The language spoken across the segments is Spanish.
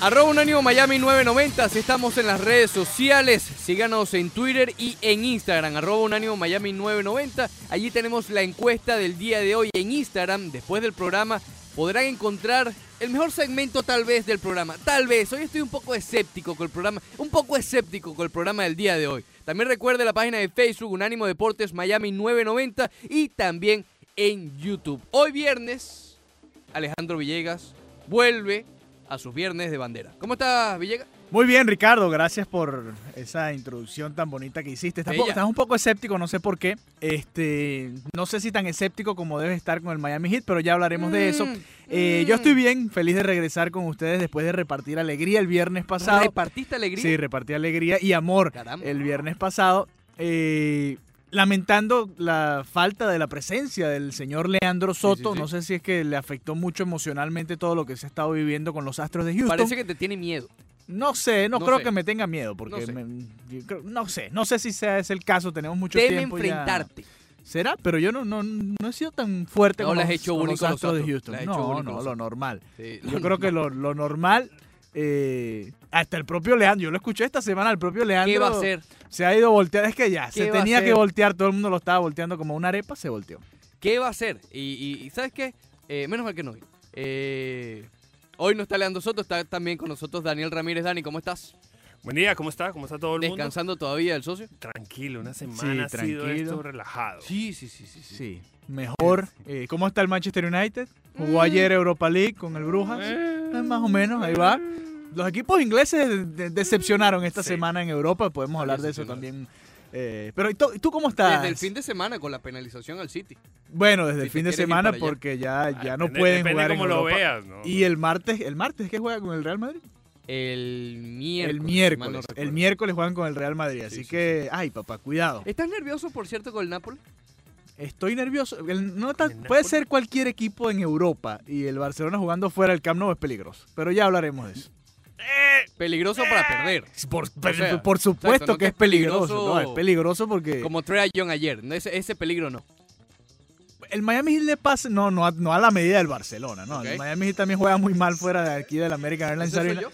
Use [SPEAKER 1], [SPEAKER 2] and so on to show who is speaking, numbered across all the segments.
[SPEAKER 1] Arroba Unánimo Miami 990, si estamos en las redes sociales, síganos en Twitter y en Instagram, arroba Unánimo Miami 990. Allí tenemos la encuesta del día de hoy en Instagram. Después del programa podrán encontrar el mejor segmento tal vez del programa. Tal vez, hoy estoy un poco escéptico con el programa, un poco escéptico con el programa del día de hoy. También recuerde la página de Facebook Unánimo Deportes Miami 990 y también en YouTube. Hoy viernes, Alejandro Villegas vuelve a sus viernes de bandera. ¿Cómo estás, Villegas?
[SPEAKER 2] Muy bien, Ricardo, gracias por esa introducción tan bonita que hiciste. Estás,
[SPEAKER 1] Ella.
[SPEAKER 2] po- estás un poco escéptico, no sé por qué. Este, no sé si tan escéptico como debes estar con el Miami Heat, pero ya hablaremos de eso.
[SPEAKER 1] Mm,
[SPEAKER 2] Eh,
[SPEAKER 1] mm.
[SPEAKER 2] Yo estoy bien, feliz de regresar con ustedes después de repartir alegría el viernes pasado.
[SPEAKER 1] ¿Repartiste alegría?
[SPEAKER 2] Sí, repartí alegría y amor
[SPEAKER 1] Caramba.
[SPEAKER 2] el viernes pasado. eh, lamentando la falta de la presencia del señor Leandro Soto.
[SPEAKER 1] sí.
[SPEAKER 2] No sé si es que le afectó mucho emocionalmente todo lo que se ha estado viviendo con los Astros de Houston.
[SPEAKER 1] Parece que te tiene miedo.
[SPEAKER 2] No sé, no,
[SPEAKER 1] No
[SPEAKER 2] creo
[SPEAKER 1] sé.
[SPEAKER 2] que me tenga miedo, porque
[SPEAKER 1] No sé.
[SPEAKER 2] me- yo creo- no sé, no sé si sea ese el caso, tenemos mucho
[SPEAKER 1] Teme
[SPEAKER 2] tiempo ya.
[SPEAKER 1] enfrentarte.
[SPEAKER 2] ¿Será? Pero yo no, no, no he sido tan fuerte
[SPEAKER 1] No,
[SPEAKER 2] con
[SPEAKER 1] le
[SPEAKER 2] los,
[SPEAKER 1] has hecho
[SPEAKER 2] con
[SPEAKER 1] bullying
[SPEAKER 2] los
[SPEAKER 1] con los
[SPEAKER 2] Astros de
[SPEAKER 1] Astros,
[SPEAKER 2] Houston.
[SPEAKER 1] le has hecho
[SPEAKER 2] no,
[SPEAKER 1] bullying con
[SPEAKER 2] no,
[SPEAKER 1] los
[SPEAKER 2] lo
[SPEAKER 1] Astros.
[SPEAKER 2] normal.
[SPEAKER 1] Sí,
[SPEAKER 2] Yo creo que lo, lo normal, eh, hasta el propio Leandro, yo lo escuché esta semana, el propio Leandro
[SPEAKER 1] ¿Qué va a hacer?
[SPEAKER 2] se ha ido volteando, es que ya, se
[SPEAKER 1] ¿Qué va a
[SPEAKER 2] tenía que
[SPEAKER 1] hacer?
[SPEAKER 2] voltear, todo el mundo lo estaba volteando como una arepa, se volteó.
[SPEAKER 1] ¿Qué va a hacer? Y, y- y ¿sabes qué? Eh, menos mal que no. vino. Eh, hoy no está Leandro Soto, está también con nosotros Daniel Ramírez. Dani, ¿cómo estás?
[SPEAKER 3] Buen día, ¿cómo está? ¿Cómo está todo el mundo?
[SPEAKER 1] ¿Descansando todavía del socio?
[SPEAKER 3] Tranquilo, una semana ha sido
[SPEAKER 2] tranquilo.
[SPEAKER 3] esto relajado.
[SPEAKER 1] Sí, sí, sí, sí. sí. Mm.
[SPEAKER 2] Mejor. Eh, ¿Cómo está el Manchester United? Jugó ayer Europa League con el Brujas. Eh, Más o menos, ahí va. Los equipos ingleses de- de- decepcionaron esta
[SPEAKER 3] Sí.
[SPEAKER 2] semana en Europa, podemos hablar de eso
[SPEAKER 1] Decepcionaron.
[SPEAKER 2] también. Eh, pero ¿y tú, y tú cómo estás?
[SPEAKER 1] Desde el fin de semana con la penalización al City.
[SPEAKER 2] bueno, desde
[SPEAKER 1] si
[SPEAKER 2] el
[SPEAKER 1] te
[SPEAKER 2] fin de
[SPEAKER 1] quieres ir
[SPEAKER 2] semana
[SPEAKER 1] para allá. Ah,
[SPEAKER 2] porque ya, ya no
[SPEAKER 3] Depende-
[SPEAKER 2] pueden
[SPEAKER 3] depende
[SPEAKER 2] jugar en
[SPEAKER 3] cómo lo
[SPEAKER 2] Europa.
[SPEAKER 3] veas, ¿no?
[SPEAKER 2] Y el martes, el martes que juega con el Real Madrid.
[SPEAKER 1] El miércoles.
[SPEAKER 2] el
[SPEAKER 1] si mal no
[SPEAKER 2] miércoles, el
[SPEAKER 1] recuerdo.
[SPEAKER 2] miércoles juegan con el Real Madrid, así
[SPEAKER 1] sí, sí.
[SPEAKER 2] que ay, papá, cuidado.
[SPEAKER 1] ¿Estás nervioso, por cierto, con el Nápoles?
[SPEAKER 2] Estoy nervioso. El- no tan-
[SPEAKER 3] ¿El
[SPEAKER 2] puede
[SPEAKER 3] Napoli?
[SPEAKER 2] ser cualquier equipo en Europa y el Barcelona jugando fuera del Camp Nou es peligroso, pero ya hablaremos de eso.
[SPEAKER 3] ¡Eh!
[SPEAKER 1] Peligroso para perder.
[SPEAKER 2] Por,
[SPEAKER 1] O sea,
[SPEAKER 2] por supuesto
[SPEAKER 1] exacto, no
[SPEAKER 2] que
[SPEAKER 1] que
[SPEAKER 2] es
[SPEAKER 1] es
[SPEAKER 2] peligroso.
[SPEAKER 1] peligroso-
[SPEAKER 2] No, es peligroso porque
[SPEAKER 1] Como Trey Young ayer. No, Ese, ese peligro no.
[SPEAKER 2] el Miami Heat le pasa, no, no, a- no a la medida del Barcelona, no.
[SPEAKER 1] Ok.
[SPEAKER 2] El Miami Heat también juega muy mal fuera de aquí del American Airlines
[SPEAKER 1] ¿Ese soy
[SPEAKER 2] Arena.
[SPEAKER 1] yo?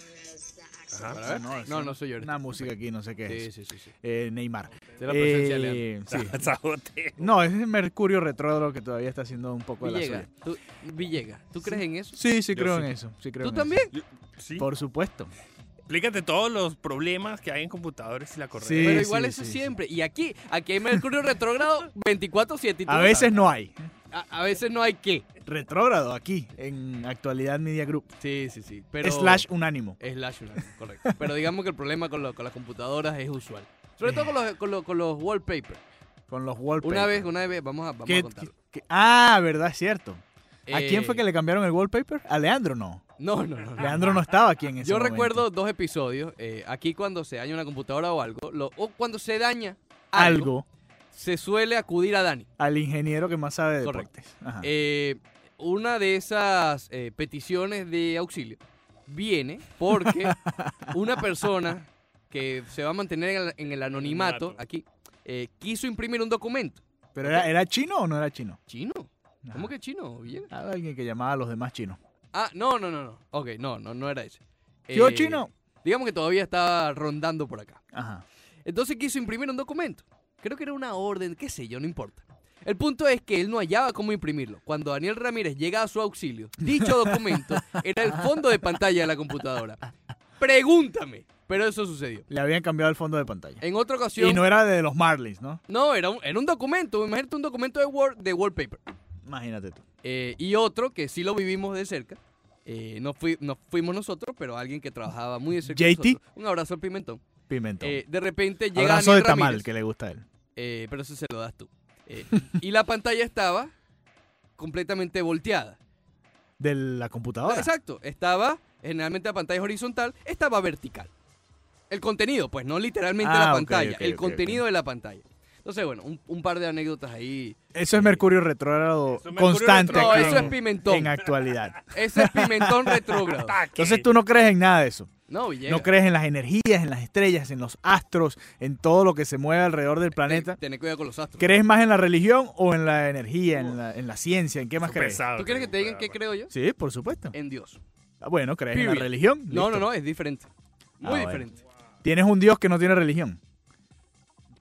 [SPEAKER 3] Ajá.
[SPEAKER 1] Para ver.
[SPEAKER 2] No, no,
[SPEAKER 1] No,
[SPEAKER 2] eso-
[SPEAKER 1] no soy yo.
[SPEAKER 2] Una música aquí, no sé qué
[SPEAKER 1] Sí,
[SPEAKER 2] es.
[SPEAKER 1] sí, sí. sí.
[SPEAKER 2] Eh, Neymar.
[SPEAKER 1] De la presencia de Leandro.
[SPEAKER 2] Eh, sí.
[SPEAKER 3] Sabote.
[SPEAKER 2] No, es el Mercurio retrógrado que todavía está haciendo un poco de la
[SPEAKER 1] Villegas,
[SPEAKER 2] suya.
[SPEAKER 1] ¿tú, Villegas, ¿tú crees en eso?
[SPEAKER 2] Sí, sí
[SPEAKER 3] Yo
[SPEAKER 2] creo
[SPEAKER 3] sí.
[SPEAKER 2] en eso. Sí
[SPEAKER 1] ¿Tú
[SPEAKER 2] creo en eso.
[SPEAKER 1] también?
[SPEAKER 3] Sí.
[SPEAKER 2] Por supuesto.
[SPEAKER 3] Explícate todos los problemas que hay en computadores y la correa.
[SPEAKER 2] Sí.
[SPEAKER 1] Pero igual eso
[SPEAKER 2] sí, sí.
[SPEAKER 1] siempre. Y aquí, aquí hay Mercurio retrógrado 24-7. y tú
[SPEAKER 2] A
[SPEAKER 1] lo
[SPEAKER 2] veces
[SPEAKER 1] sabes.
[SPEAKER 2] no hay.
[SPEAKER 1] A, a veces no hay qué.
[SPEAKER 2] Retrógrado aquí, en Actualidad Media Group.
[SPEAKER 1] Sí, sí, sí. Pero...
[SPEAKER 2] Slash unánimo.
[SPEAKER 1] Slash, una- correcto. Pero digamos que el problema con, lo- con las computadoras es usual. Sobre todo con los, con los, con los wallpapers.
[SPEAKER 2] Con los wallpapers.
[SPEAKER 1] Una vez, una vez, vamos a, vamos
[SPEAKER 2] ¿Qué-
[SPEAKER 1] a contar. Eh,
[SPEAKER 2] qué- qué- ah, verdad, es cierto. ¿A quién fue que le cambiaron el wallpaper? A Leandro no.
[SPEAKER 1] No, no, no. no.
[SPEAKER 2] Leandro no estaba aquí en
[SPEAKER 1] Ah,
[SPEAKER 2] ese
[SPEAKER 1] Yo
[SPEAKER 2] momento.
[SPEAKER 1] recuerdo dos episodios. eh, aquí cuando se daña una computadora o algo, lo- o cuando se daña algo,
[SPEAKER 2] algo
[SPEAKER 1] se suele acudir a Dani.
[SPEAKER 2] al ingeniero que más sabe de
[SPEAKER 1] Correcto.
[SPEAKER 2] deportes. Ajá.
[SPEAKER 1] Eh, una de esas eh, peticiones de auxilio viene porque una persona que se va a mantener en el, en el anonimato
[SPEAKER 3] Anonimato.
[SPEAKER 1] aquí eh, quiso imprimir un documento
[SPEAKER 2] ¿Pero era, era chino o no era chino?
[SPEAKER 1] chino.
[SPEAKER 2] Ajá.
[SPEAKER 1] ¿Cómo que chino? Bien.
[SPEAKER 2] Había alguien que llamaba a los demás chinos.
[SPEAKER 1] Ah, no, no, no, no. Ok, no, no, no era ese.
[SPEAKER 2] ¿Yo
[SPEAKER 1] Eh,
[SPEAKER 2] chino?
[SPEAKER 1] Digamos que todavía estaba rondando por acá.
[SPEAKER 2] Ajá.
[SPEAKER 1] Entonces quiso imprimir un documento. Creo que era una orden, qué sé yo, no importa. El punto es que él no hallaba cómo imprimirlo. Cuando Daniel Ramírez llega a su auxilio, dicho documento era el fondo de pantalla de la computadora. Pregúntame. Pero eso sucedió.
[SPEAKER 2] Le habían cambiado el fondo de pantalla.
[SPEAKER 1] En otra
[SPEAKER 2] Y
[SPEAKER 1] ocasión...
[SPEAKER 2] no era de los Marlins, ¿no?
[SPEAKER 1] no, era un, era un documento. Imagínate un documento de, Word, de wallpaper.
[SPEAKER 2] Imagínate tú.
[SPEAKER 1] Eh, y otro que sí lo vivimos de cerca. eh, no, fui, no fuimos nosotros, pero alguien que trabajaba muy de cerca. de
[SPEAKER 2] JT.
[SPEAKER 1] nosotros. Un abrazo al pimentón.
[SPEAKER 2] Pimentón.
[SPEAKER 1] Eh, de repente llega
[SPEAKER 2] Abrazo de
[SPEAKER 1] Daniel
[SPEAKER 2] tamal
[SPEAKER 1] Ramírez.
[SPEAKER 2] que le gusta a él.
[SPEAKER 1] Eh, pero eso se lo das tú. Eh, y la pantalla estaba completamente volteada.
[SPEAKER 2] De la computadora.
[SPEAKER 1] Exacto, estaba, generalmente la pantalla es horizontal, estaba vertical. El contenido, pues no literalmente
[SPEAKER 2] Ah,
[SPEAKER 1] la
[SPEAKER 2] ok,
[SPEAKER 1] pantalla,
[SPEAKER 2] ok,
[SPEAKER 1] el
[SPEAKER 2] ok,
[SPEAKER 1] contenido de la pantalla. Entonces, bueno, un, un par de anécdotas ahí.
[SPEAKER 2] Eso es Mercurio retrógrado
[SPEAKER 3] Eso es Mercurio
[SPEAKER 2] constante.
[SPEAKER 3] retrógrado.
[SPEAKER 1] No,
[SPEAKER 2] aquí
[SPEAKER 1] eso es
[SPEAKER 2] en-
[SPEAKER 1] pimentón.
[SPEAKER 2] En actualidad.
[SPEAKER 1] Ese es pimentón retrógrado.
[SPEAKER 3] Ataque.
[SPEAKER 2] Entonces tú no crees en nada de eso.
[SPEAKER 1] No, Villegas.
[SPEAKER 2] No crees en las energías, en las estrellas, en los astros, en todo lo que se mueve alrededor del
[SPEAKER 1] Ten-
[SPEAKER 2] planeta.
[SPEAKER 1] Tener cuidado con los astros.
[SPEAKER 2] ¿Crees más en la religión o en la energía, en la, en la ciencia? ¿En qué más
[SPEAKER 3] Son
[SPEAKER 2] crees?
[SPEAKER 3] pesados,
[SPEAKER 1] ¿Tú quieres que te digan qué
[SPEAKER 3] bueno.
[SPEAKER 1] creo yo?
[SPEAKER 2] Sí, por supuesto. Ah,
[SPEAKER 1] En Dios.
[SPEAKER 2] Bueno, crees en la
[SPEAKER 1] Period.
[SPEAKER 2] religión.
[SPEAKER 1] Eh, No,
[SPEAKER 2] listo.
[SPEAKER 1] no, no, es diferente.
[SPEAKER 2] Ah,
[SPEAKER 1] Muy
[SPEAKER 2] bueno.
[SPEAKER 1] diferente.
[SPEAKER 2] Tienes un Dios que no tiene religión.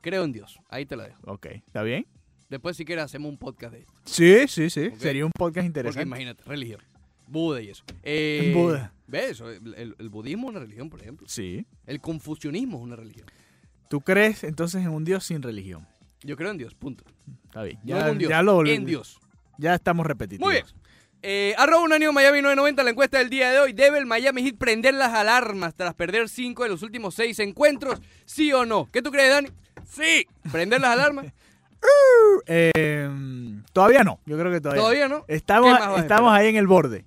[SPEAKER 1] Creo en Dios. Ahí te la dejo.
[SPEAKER 2] Ok, ¿está bien?
[SPEAKER 1] Después, si quieres, hacemos un podcast de esto.
[SPEAKER 2] Sí, sí, sí.
[SPEAKER 1] Ok.
[SPEAKER 2] Sería un podcast
[SPEAKER 1] Porque
[SPEAKER 2] interesante.
[SPEAKER 1] imagínate, religión. Buda y eso. Eh,
[SPEAKER 2] Buda.
[SPEAKER 1] ¿Ves? El, el- el budismo es una religión, por ejemplo.
[SPEAKER 2] Sí.
[SPEAKER 1] El confucianismo es una religión.
[SPEAKER 2] ¿Tú crees entonces en un Dios sin religión?
[SPEAKER 1] Yo creo en Dios, punto.
[SPEAKER 2] Está bien.
[SPEAKER 1] no en un Dios,
[SPEAKER 2] ya lo
[SPEAKER 1] en Dios.
[SPEAKER 2] Ya estamos repetitivos.
[SPEAKER 1] Muy bien. Eh, arroba Unánimo Miami 990, la encuesta del día de hoy. ¿Debe el Miami Heat prender las alarmas tras perder 5 de los últimos 6 encuentros? ¿Sí o no? ¿Qué tú crees, Dani?
[SPEAKER 3] Sí.
[SPEAKER 1] ¿Prender las alarmas?
[SPEAKER 2] Eh, todavía no. Yo creo que todavía.
[SPEAKER 1] Todavía no. ¿Qué
[SPEAKER 2] Estamos,
[SPEAKER 1] más vas a
[SPEAKER 2] estamos
[SPEAKER 1] esperar?
[SPEAKER 2] ahí en el borde.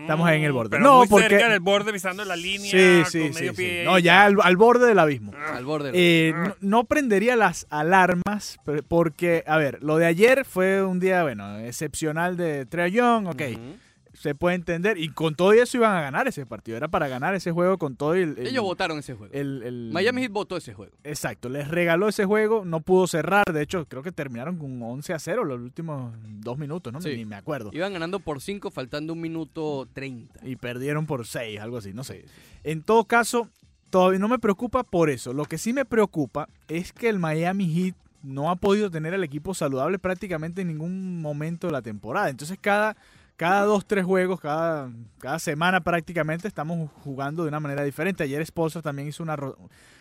[SPEAKER 2] Estamos ahí en el
[SPEAKER 3] Mm,
[SPEAKER 2] borde.
[SPEAKER 3] Pero
[SPEAKER 2] No,
[SPEAKER 3] muy
[SPEAKER 2] porque-
[SPEAKER 3] cerca del borde, pisando la línea.
[SPEAKER 2] Sí,
[SPEAKER 3] con
[SPEAKER 2] sí, sí,
[SPEAKER 3] medio
[SPEAKER 2] sí.
[SPEAKER 3] pie.
[SPEAKER 2] No, ya al, al borde del abismo.
[SPEAKER 1] Al borde.
[SPEAKER 2] Eh, no, no prendería las alarmas pero- porque, a ver, lo de ayer fue un día, bueno, excepcional de Trae Young, ok,
[SPEAKER 1] Ujú.
[SPEAKER 2] se puede entender. Y con todo y eso iban a ganar ese partido, era para ganar ese juego con todo y el... el-
[SPEAKER 1] Ellos votaron ese juego.
[SPEAKER 2] el- el-
[SPEAKER 1] Miami Heat votó ese juego.
[SPEAKER 2] Exacto, les regaló ese juego, no pudo cerrar, de hecho creo que terminaron con 11 a 0 los últimos dos minutos, no
[SPEAKER 1] Sí.
[SPEAKER 2] ni me acuerdo.
[SPEAKER 1] Iban ganando por 5, faltando un minuto 30.
[SPEAKER 2] Y perdieron por 6, algo así, no sé. En todo caso, todavía no me preocupa por eso. Lo que sí me preocupa es que el Miami Heat no ha podido tener el equipo saludable prácticamente en ningún momento de la temporada. Entonces cada, cada dos, tres juegos, cada, cada semana prácticamente estamos jugando de una manera diferente. Ayer Esposa también hizo una ro-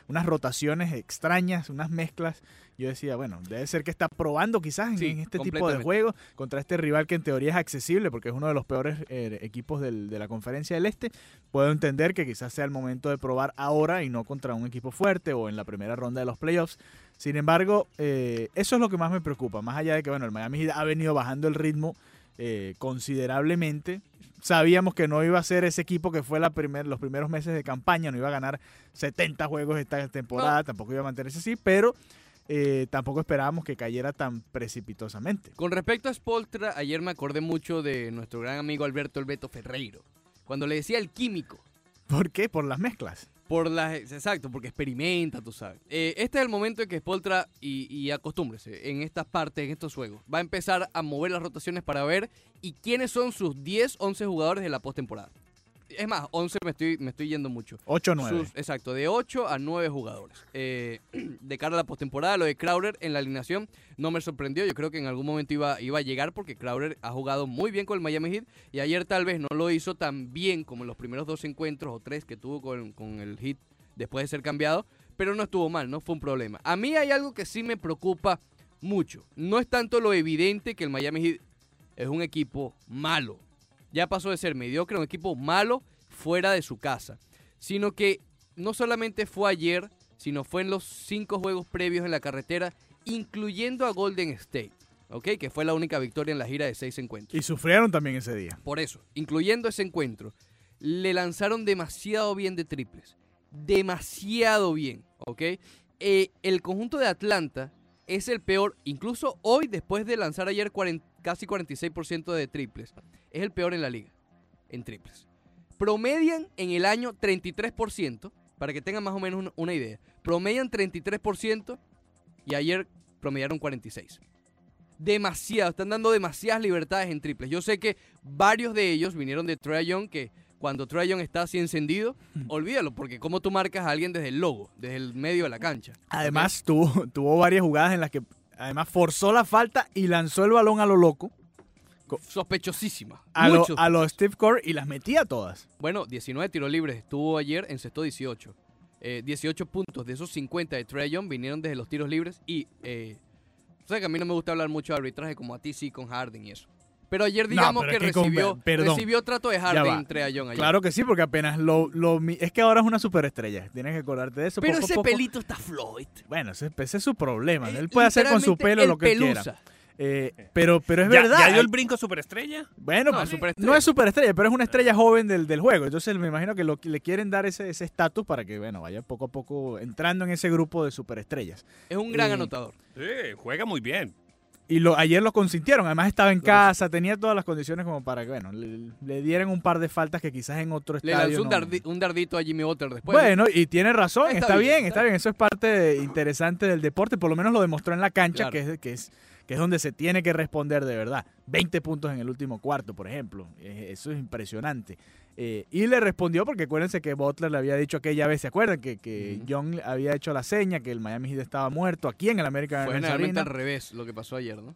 [SPEAKER 2] unas rotaciones extrañas, unas mezclas. Yo decía, bueno, debe ser que está probando quizás en-
[SPEAKER 1] Sí,
[SPEAKER 2] en este tipo de
[SPEAKER 1] completamente.
[SPEAKER 2] juegos contra este rival que en teoría es accesible porque es uno de los peores eh, equipos del- de la conferencia del Este puedo entender que quizás sea el momento de probar ahora y no contra un equipo fuerte o en la primera ronda de los playoffs. Sin embargo, eh, eso es lo que más me preocupa. Más allá de que, bueno, el Miami Heat ha venido bajando el ritmo eh, considerablemente. Sabíamos que no iba a ser ese equipo que fue la primer- los primeros meses de campaña, no iba a ganar 70 juegos esta temporada, tampoco iba a mantenerse así, pero eh, tampoco esperábamos que cayera tan precipitosamente.
[SPEAKER 1] Con respecto a Spoltra, ayer me acordé mucho de nuestro gran amigo Alberto Elbeto Ferreiro. Cuando le decía el químico.
[SPEAKER 2] ¿Por qué? Por las mezclas.
[SPEAKER 1] Por las, exacto, porque experimenta, tú sabes. Eh, este es el momento en que Spoltra, y, y acostúmbrese, en estas partes, en estos juegos, va a empezar a mover las rotaciones para ver y quiénes son sus 10, 11 jugadores de la postemporada. Es más, 11 me estoy, me estoy yendo mucho.
[SPEAKER 2] 8-9.
[SPEAKER 1] Sus- exacto, de 8 a 9 jugadores. Eh, de cara a la postemporada, lo de Crowder en la alineación no me sorprendió. Yo creo que en algún momento iba, iba a llegar porque Crowder ha jugado muy bien con el Miami Heat y ayer tal vez no lo hizo tan bien como en los primeros dos encuentros o tres que tuvo con, con el Heat después de ser cambiado, pero no estuvo mal, no fue un problema. A mí hay algo que sí me preocupa mucho. No es tanto lo evidente que el Miami Heat es un equipo malo. Ya pasó de ser mediocre a un equipo malo fuera de su casa. Sino que no solamente fue ayer, sino fue en los cinco juegos previos en la carretera, incluyendo a Golden State, ¿ok? Que fue la única victoria en la gira de seis encuentros.
[SPEAKER 2] Y sufrieron también ese día.
[SPEAKER 1] Por eso, incluyendo ese encuentro, le lanzaron demasiado bien de triples. Demasiado bien, ¿ok? Eh, el conjunto de Atlanta es el peor, incluso hoy, después de lanzar ayer 40 casi 46% de triples, es el peor en la liga, en triples. Promedian en el año 33%, para que tengan más o menos un- una idea. Promedian 33% y ayer promediaron 46%. Demasiado, están dando demasiadas libertades en triples. Yo sé que varios de ellos vinieron de Trae Young, que cuando Trae Young está así encendido, olvídalo, porque cómo tú marcas a alguien desde el logo, desde el medio de la cancha.
[SPEAKER 2] Además, tuvo, tuvo varias jugadas en las que además forzó la falta y lanzó el balón a lo loco, co-
[SPEAKER 1] sospechosísima.
[SPEAKER 2] a lo,
[SPEAKER 1] Mucho.
[SPEAKER 2] a lo Steve Kerr y las metía todas.
[SPEAKER 1] Bueno, 19 tiros libres estuvo ayer, en encestó 18. Eh, 18 puntos de esos 50 de Trae Young vinieron desde los tiros libres y... Eh, o sea que a mí no me gusta hablar mucho de arbitraje como a ti sí con Harden y eso. Pero ayer
[SPEAKER 2] No,
[SPEAKER 1] digamos
[SPEAKER 2] pero
[SPEAKER 1] que,
[SPEAKER 2] es que con-
[SPEAKER 1] recibió,
[SPEAKER 2] perdón.
[SPEAKER 1] recibió trato de
[SPEAKER 2] va.
[SPEAKER 1] Harden Trae Young ayer.
[SPEAKER 2] Claro que sí, porque apenas lo, lo mi- es que ahora es una superestrella. Tienes que acordarte de eso.
[SPEAKER 1] Pero
[SPEAKER 2] poco a
[SPEAKER 1] ese
[SPEAKER 2] poco.
[SPEAKER 1] pelito está Floyd.
[SPEAKER 2] Bueno, ese, ese es su problema. ¿no?
[SPEAKER 1] Eh,
[SPEAKER 2] Él puede hacer con su
[SPEAKER 1] literalmente
[SPEAKER 2] pelo
[SPEAKER 1] el
[SPEAKER 2] lo que quiera.
[SPEAKER 1] pelusa.
[SPEAKER 2] Eh, pero, pero es
[SPEAKER 3] Ya-
[SPEAKER 2] verdad.
[SPEAKER 3] ¿Ya dio el brinco superestrella?
[SPEAKER 2] Bueno,
[SPEAKER 1] No,
[SPEAKER 2] pues,
[SPEAKER 1] es superestrella.
[SPEAKER 2] no es superestrella, pero es una estrella joven del, del juego. Entonces me imagino que lo- le quieren dar ese ese estatus para que bueno vaya poco a poco entrando en ese grupo de superestrellas.
[SPEAKER 1] Es un gran
[SPEAKER 2] Eh,
[SPEAKER 1] anotador.
[SPEAKER 3] Sí, juega muy bien.
[SPEAKER 2] Y lo, ayer lo consintieron, además estaba en
[SPEAKER 1] Lo
[SPEAKER 2] casa, tenía todas las condiciones como para que, bueno, le, le dieran un par de faltas que quizás en otro
[SPEAKER 1] Le
[SPEAKER 2] estadio.
[SPEAKER 1] lanzó un,
[SPEAKER 2] no-
[SPEAKER 1] dardi- un dardito a Jimmy Butler después.
[SPEAKER 2] Bueno, y tiene razón,
[SPEAKER 1] Pues, Está
[SPEAKER 2] está,
[SPEAKER 1] bien,
[SPEAKER 2] bien,
[SPEAKER 1] está
[SPEAKER 2] está bien. Eso es parte de- interesante del deporte, por lo menos lo demostró en la cancha,
[SPEAKER 1] Claro.
[SPEAKER 2] que, es, que, es, que es donde se tiene que responder de verdad. 20 puntos en el último cuarto, por ejemplo, Eh, eso es impresionante. Eh, y le respondió, porque acuérdense que Butler le había dicho aquella vez, ¿se acuerdan? Que, que
[SPEAKER 1] Ujú.
[SPEAKER 2] John había hecho la seña, que el Miami Heat estaba muerto aquí en el American
[SPEAKER 1] Fue
[SPEAKER 2] Airlines
[SPEAKER 1] generalmente
[SPEAKER 2] Arena.
[SPEAKER 1] al revés lo que pasó ayer, ¿no?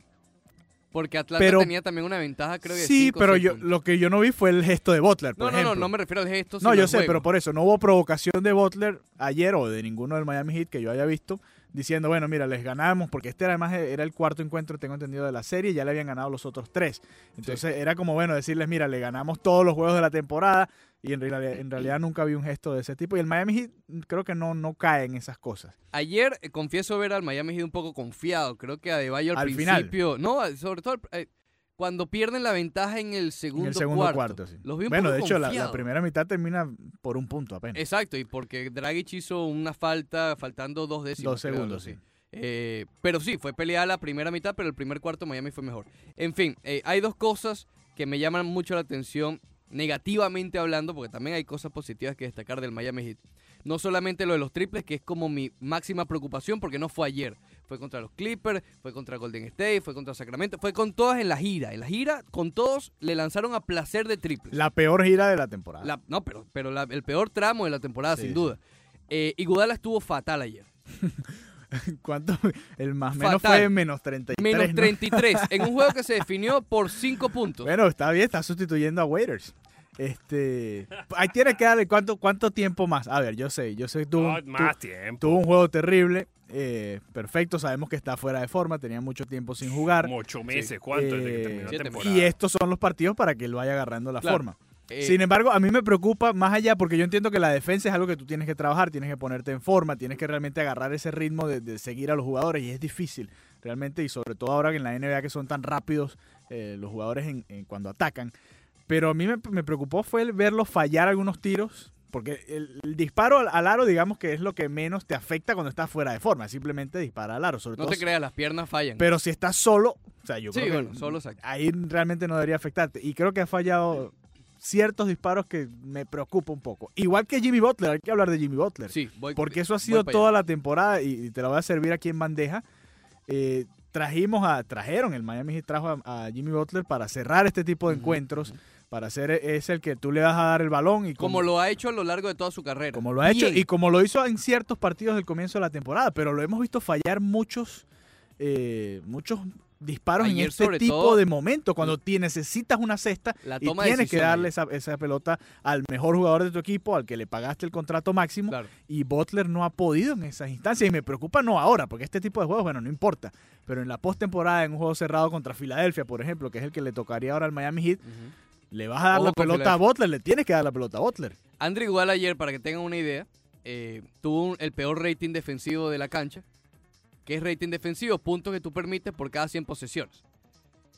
[SPEAKER 1] Porque Atlanta
[SPEAKER 2] Pero-
[SPEAKER 1] tenía también una ventaja, creo que de
[SPEAKER 2] Sí,
[SPEAKER 1] cinco o
[SPEAKER 2] pero
[SPEAKER 1] seis
[SPEAKER 2] yo,
[SPEAKER 1] puntos.
[SPEAKER 2] lo que yo no vi fue el gesto de Butler,
[SPEAKER 1] No,
[SPEAKER 2] por
[SPEAKER 1] no, no,
[SPEAKER 2] ejemplo.
[SPEAKER 1] no me refiero al gesto.
[SPEAKER 2] No,
[SPEAKER 1] sino
[SPEAKER 2] yo
[SPEAKER 1] al
[SPEAKER 2] sé,
[SPEAKER 1] juego.
[SPEAKER 2] pero por eso no hubo provocación de Butler ayer o de ninguno del Miami Heat que yo haya visto diciendo, bueno, mira, les ganamos, porque este era, además era el cuarto encuentro, tengo entendido, de la serie, y ya le habían ganado los otros tres. Entonces era como, bueno, decirles, mira, le ganamos todos los juegos de la temporada, y en, reali- en realidad nunca vi un gesto de ese tipo. Y el Miami Heat mm, creo que no, no cae en esas cosas.
[SPEAKER 1] Ayer eh, confieso ver al Miami Heat un poco confiado. Creo que Adebayo al,
[SPEAKER 2] Al final.
[SPEAKER 1] principio. No, sobre todo al- eh, cuando pierden la ventaja en el segundo,
[SPEAKER 2] en el segundo
[SPEAKER 1] cuarto.
[SPEAKER 2] cuarto, sí.
[SPEAKER 1] Los vi un
[SPEAKER 2] Bueno,
[SPEAKER 1] poco
[SPEAKER 2] de hecho, la, la
[SPEAKER 1] confiados.
[SPEAKER 2] primera mitad termina por un punto apenas.
[SPEAKER 1] Exacto, y porque Dragic hizo una falta faltando dos décimas.
[SPEAKER 2] dos
[SPEAKER 1] creo, algo
[SPEAKER 2] segundos,
[SPEAKER 1] así.
[SPEAKER 2] sí.
[SPEAKER 1] Eh, pero sí, fue peleada la primera mitad, pero el primer cuarto Miami fue mejor. En fin, eh, hay dos cosas que me llaman mucho la atención, negativamente hablando, porque también hay cosas positivas que destacar del Miami Heat. No solamente lo de los triples, que es como mi máxima preocupación, porque no fue ayer. Fue contra los Clippers, fue contra Golden State, fue contra Sacramento, fue con todas en la gira. En la gira, con todos, le lanzaron a placer de triples.
[SPEAKER 2] La peor gira de la temporada.
[SPEAKER 1] La- no, pero, pero la- el peor tramo de la temporada,
[SPEAKER 2] Sí,
[SPEAKER 1] sin
[SPEAKER 2] sí.
[SPEAKER 1] duda. Eh, Iguodala estuvo fatal ayer.
[SPEAKER 2] ¿Cuánto? El más menos
[SPEAKER 1] Fatal.
[SPEAKER 2] fue menos 33.
[SPEAKER 1] Menos
[SPEAKER 2] ¿no?
[SPEAKER 1] 33 en un juego que se definió por 5 puntos.
[SPEAKER 2] Bueno, está bien, está sustituyendo a Waiters. Este, ahí tiene que darle cuánto, cuánto tiempo más. A ver, yo sé, yo sé, tuvo,
[SPEAKER 3] No,
[SPEAKER 2] un-
[SPEAKER 3] más
[SPEAKER 2] tu-
[SPEAKER 3] tiempo.
[SPEAKER 2] tuvo un juego terrible, eh, perfecto, sabemos que está fuera de forma, tenía mucho tiempo sin jugar. eh,
[SPEAKER 3] Como ocho meses, ¿cuánto? Desde que terminó la
[SPEAKER 1] siete
[SPEAKER 3] temporada.
[SPEAKER 2] y este estos son los partidos para que él vaya agarrando la
[SPEAKER 1] Claro.
[SPEAKER 2] forma.
[SPEAKER 1] Eh,
[SPEAKER 2] Sin em- embargo, a mí me preocupa más allá porque yo entiendo que la defensa es algo que tú tienes que trabajar, tienes que ponerte en forma, tienes que realmente agarrar ese ritmo de, de seguir a los jugadores y es difícil realmente y sobre todo ahora que en la NBA que son tan rápidos eh, los jugadores en, en cuando atacan. Pero a mí me, me preocupó fue el verlos fallar algunos tiros porque el, el disparo al, al aro digamos que es lo que menos te afecta cuando estás fuera de forma, simplemente dispara al aro, sobre
[SPEAKER 1] no
[SPEAKER 2] todo
[SPEAKER 1] te
[SPEAKER 2] si-
[SPEAKER 1] creas, las piernas fallan.
[SPEAKER 2] pero si estás solo, o sea, yo
[SPEAKER 1] Sí,
[SPEAKER 2] creo que
[SPEAKER 1] bueno, solo exacto.
[SPEAKER 2] ahí realmente no debería afectarte. Y creo que ha fallado ciertos disparos que me preocupa un poco. Igual que Jimmy Butler, hay que hablar de Jimmy Butler.
[SPEAKER 1] sí, voy-
[SPEAKER 2] porque eso ha
[SPEAKER 1] voy
[SPEAKER 2] sido
[SPEAKER 1] pa' allá.
[SPEAKER 2] toda la temporada y, y te la voy a servir aquí en bandeja. Eh, trajimos a, trajeron, el Miami Heat trajo a, a Jimmy Butler para cerrar este tipo de
[SPEAKER 1] Ujú,
[SPEAKER 2] encuentros, para ser es el que tú le vas a dar el balón y
[SPEAKER 1] Como lo ha hecho a lo largo de toda su carrera.
[SPEAKER 2] como lo ha hecho
[SPEAKER 1] Bien.
[SPEAKER 2] y como lo hizo en ciertos partidos del comienzo de la temporada, pero lo hemos visto fallar muchos, eh, muchos disparos en
[SPEAKER 1] Ayer,
[SPEAKER 2] este
[SPEAKER 1] sobre
[SPEAKER 2] tipo
[SPEAKER 1] todo,
[SPEAKER 2] de momento, cuando ti- necesitas una cesta
[SPEAKER 1] La
[SPEAKER 2] y
[SPEAKER 1] toma de
[SPEAKER 2] tienes que
[SPEAKER 1] decisión
[SPEAKER 2] darle
[SPEAKER 1] ahí.
[SPEAKER 2] esa, esa pelota al mejor jugador de tu equipo, al que le pagaste el contrato máximo,
[SPEAKER 1] Claro.
[SPEAKER 2] y Butler no ha podido en esas instancias. Y me preocupa no ahora, porque este tipo de juegos, bueno, no importa, pero en la postemporada, en un juego cerrado contra Filadelfia, por ejemplo, que es el que le tocaría ahora al Miami Heat,
[SPEAKER 1] Ujú.
[SPEAKER 2] le vas a dar
[SPEAKER 1] Ojo
[SPEAKER 2] la
[SPEAKER 1] con
[SPEAKER 2] pelota a Butler, le tienes que dar la pelota a Butler.
[SPEAKER 1] Andre igual ayer, para que tengan una idea, eh, tuvo un- el peor rating defensivo de la cancha, que es rating defensivo, puntos que tú permites por cada 100 posesiones.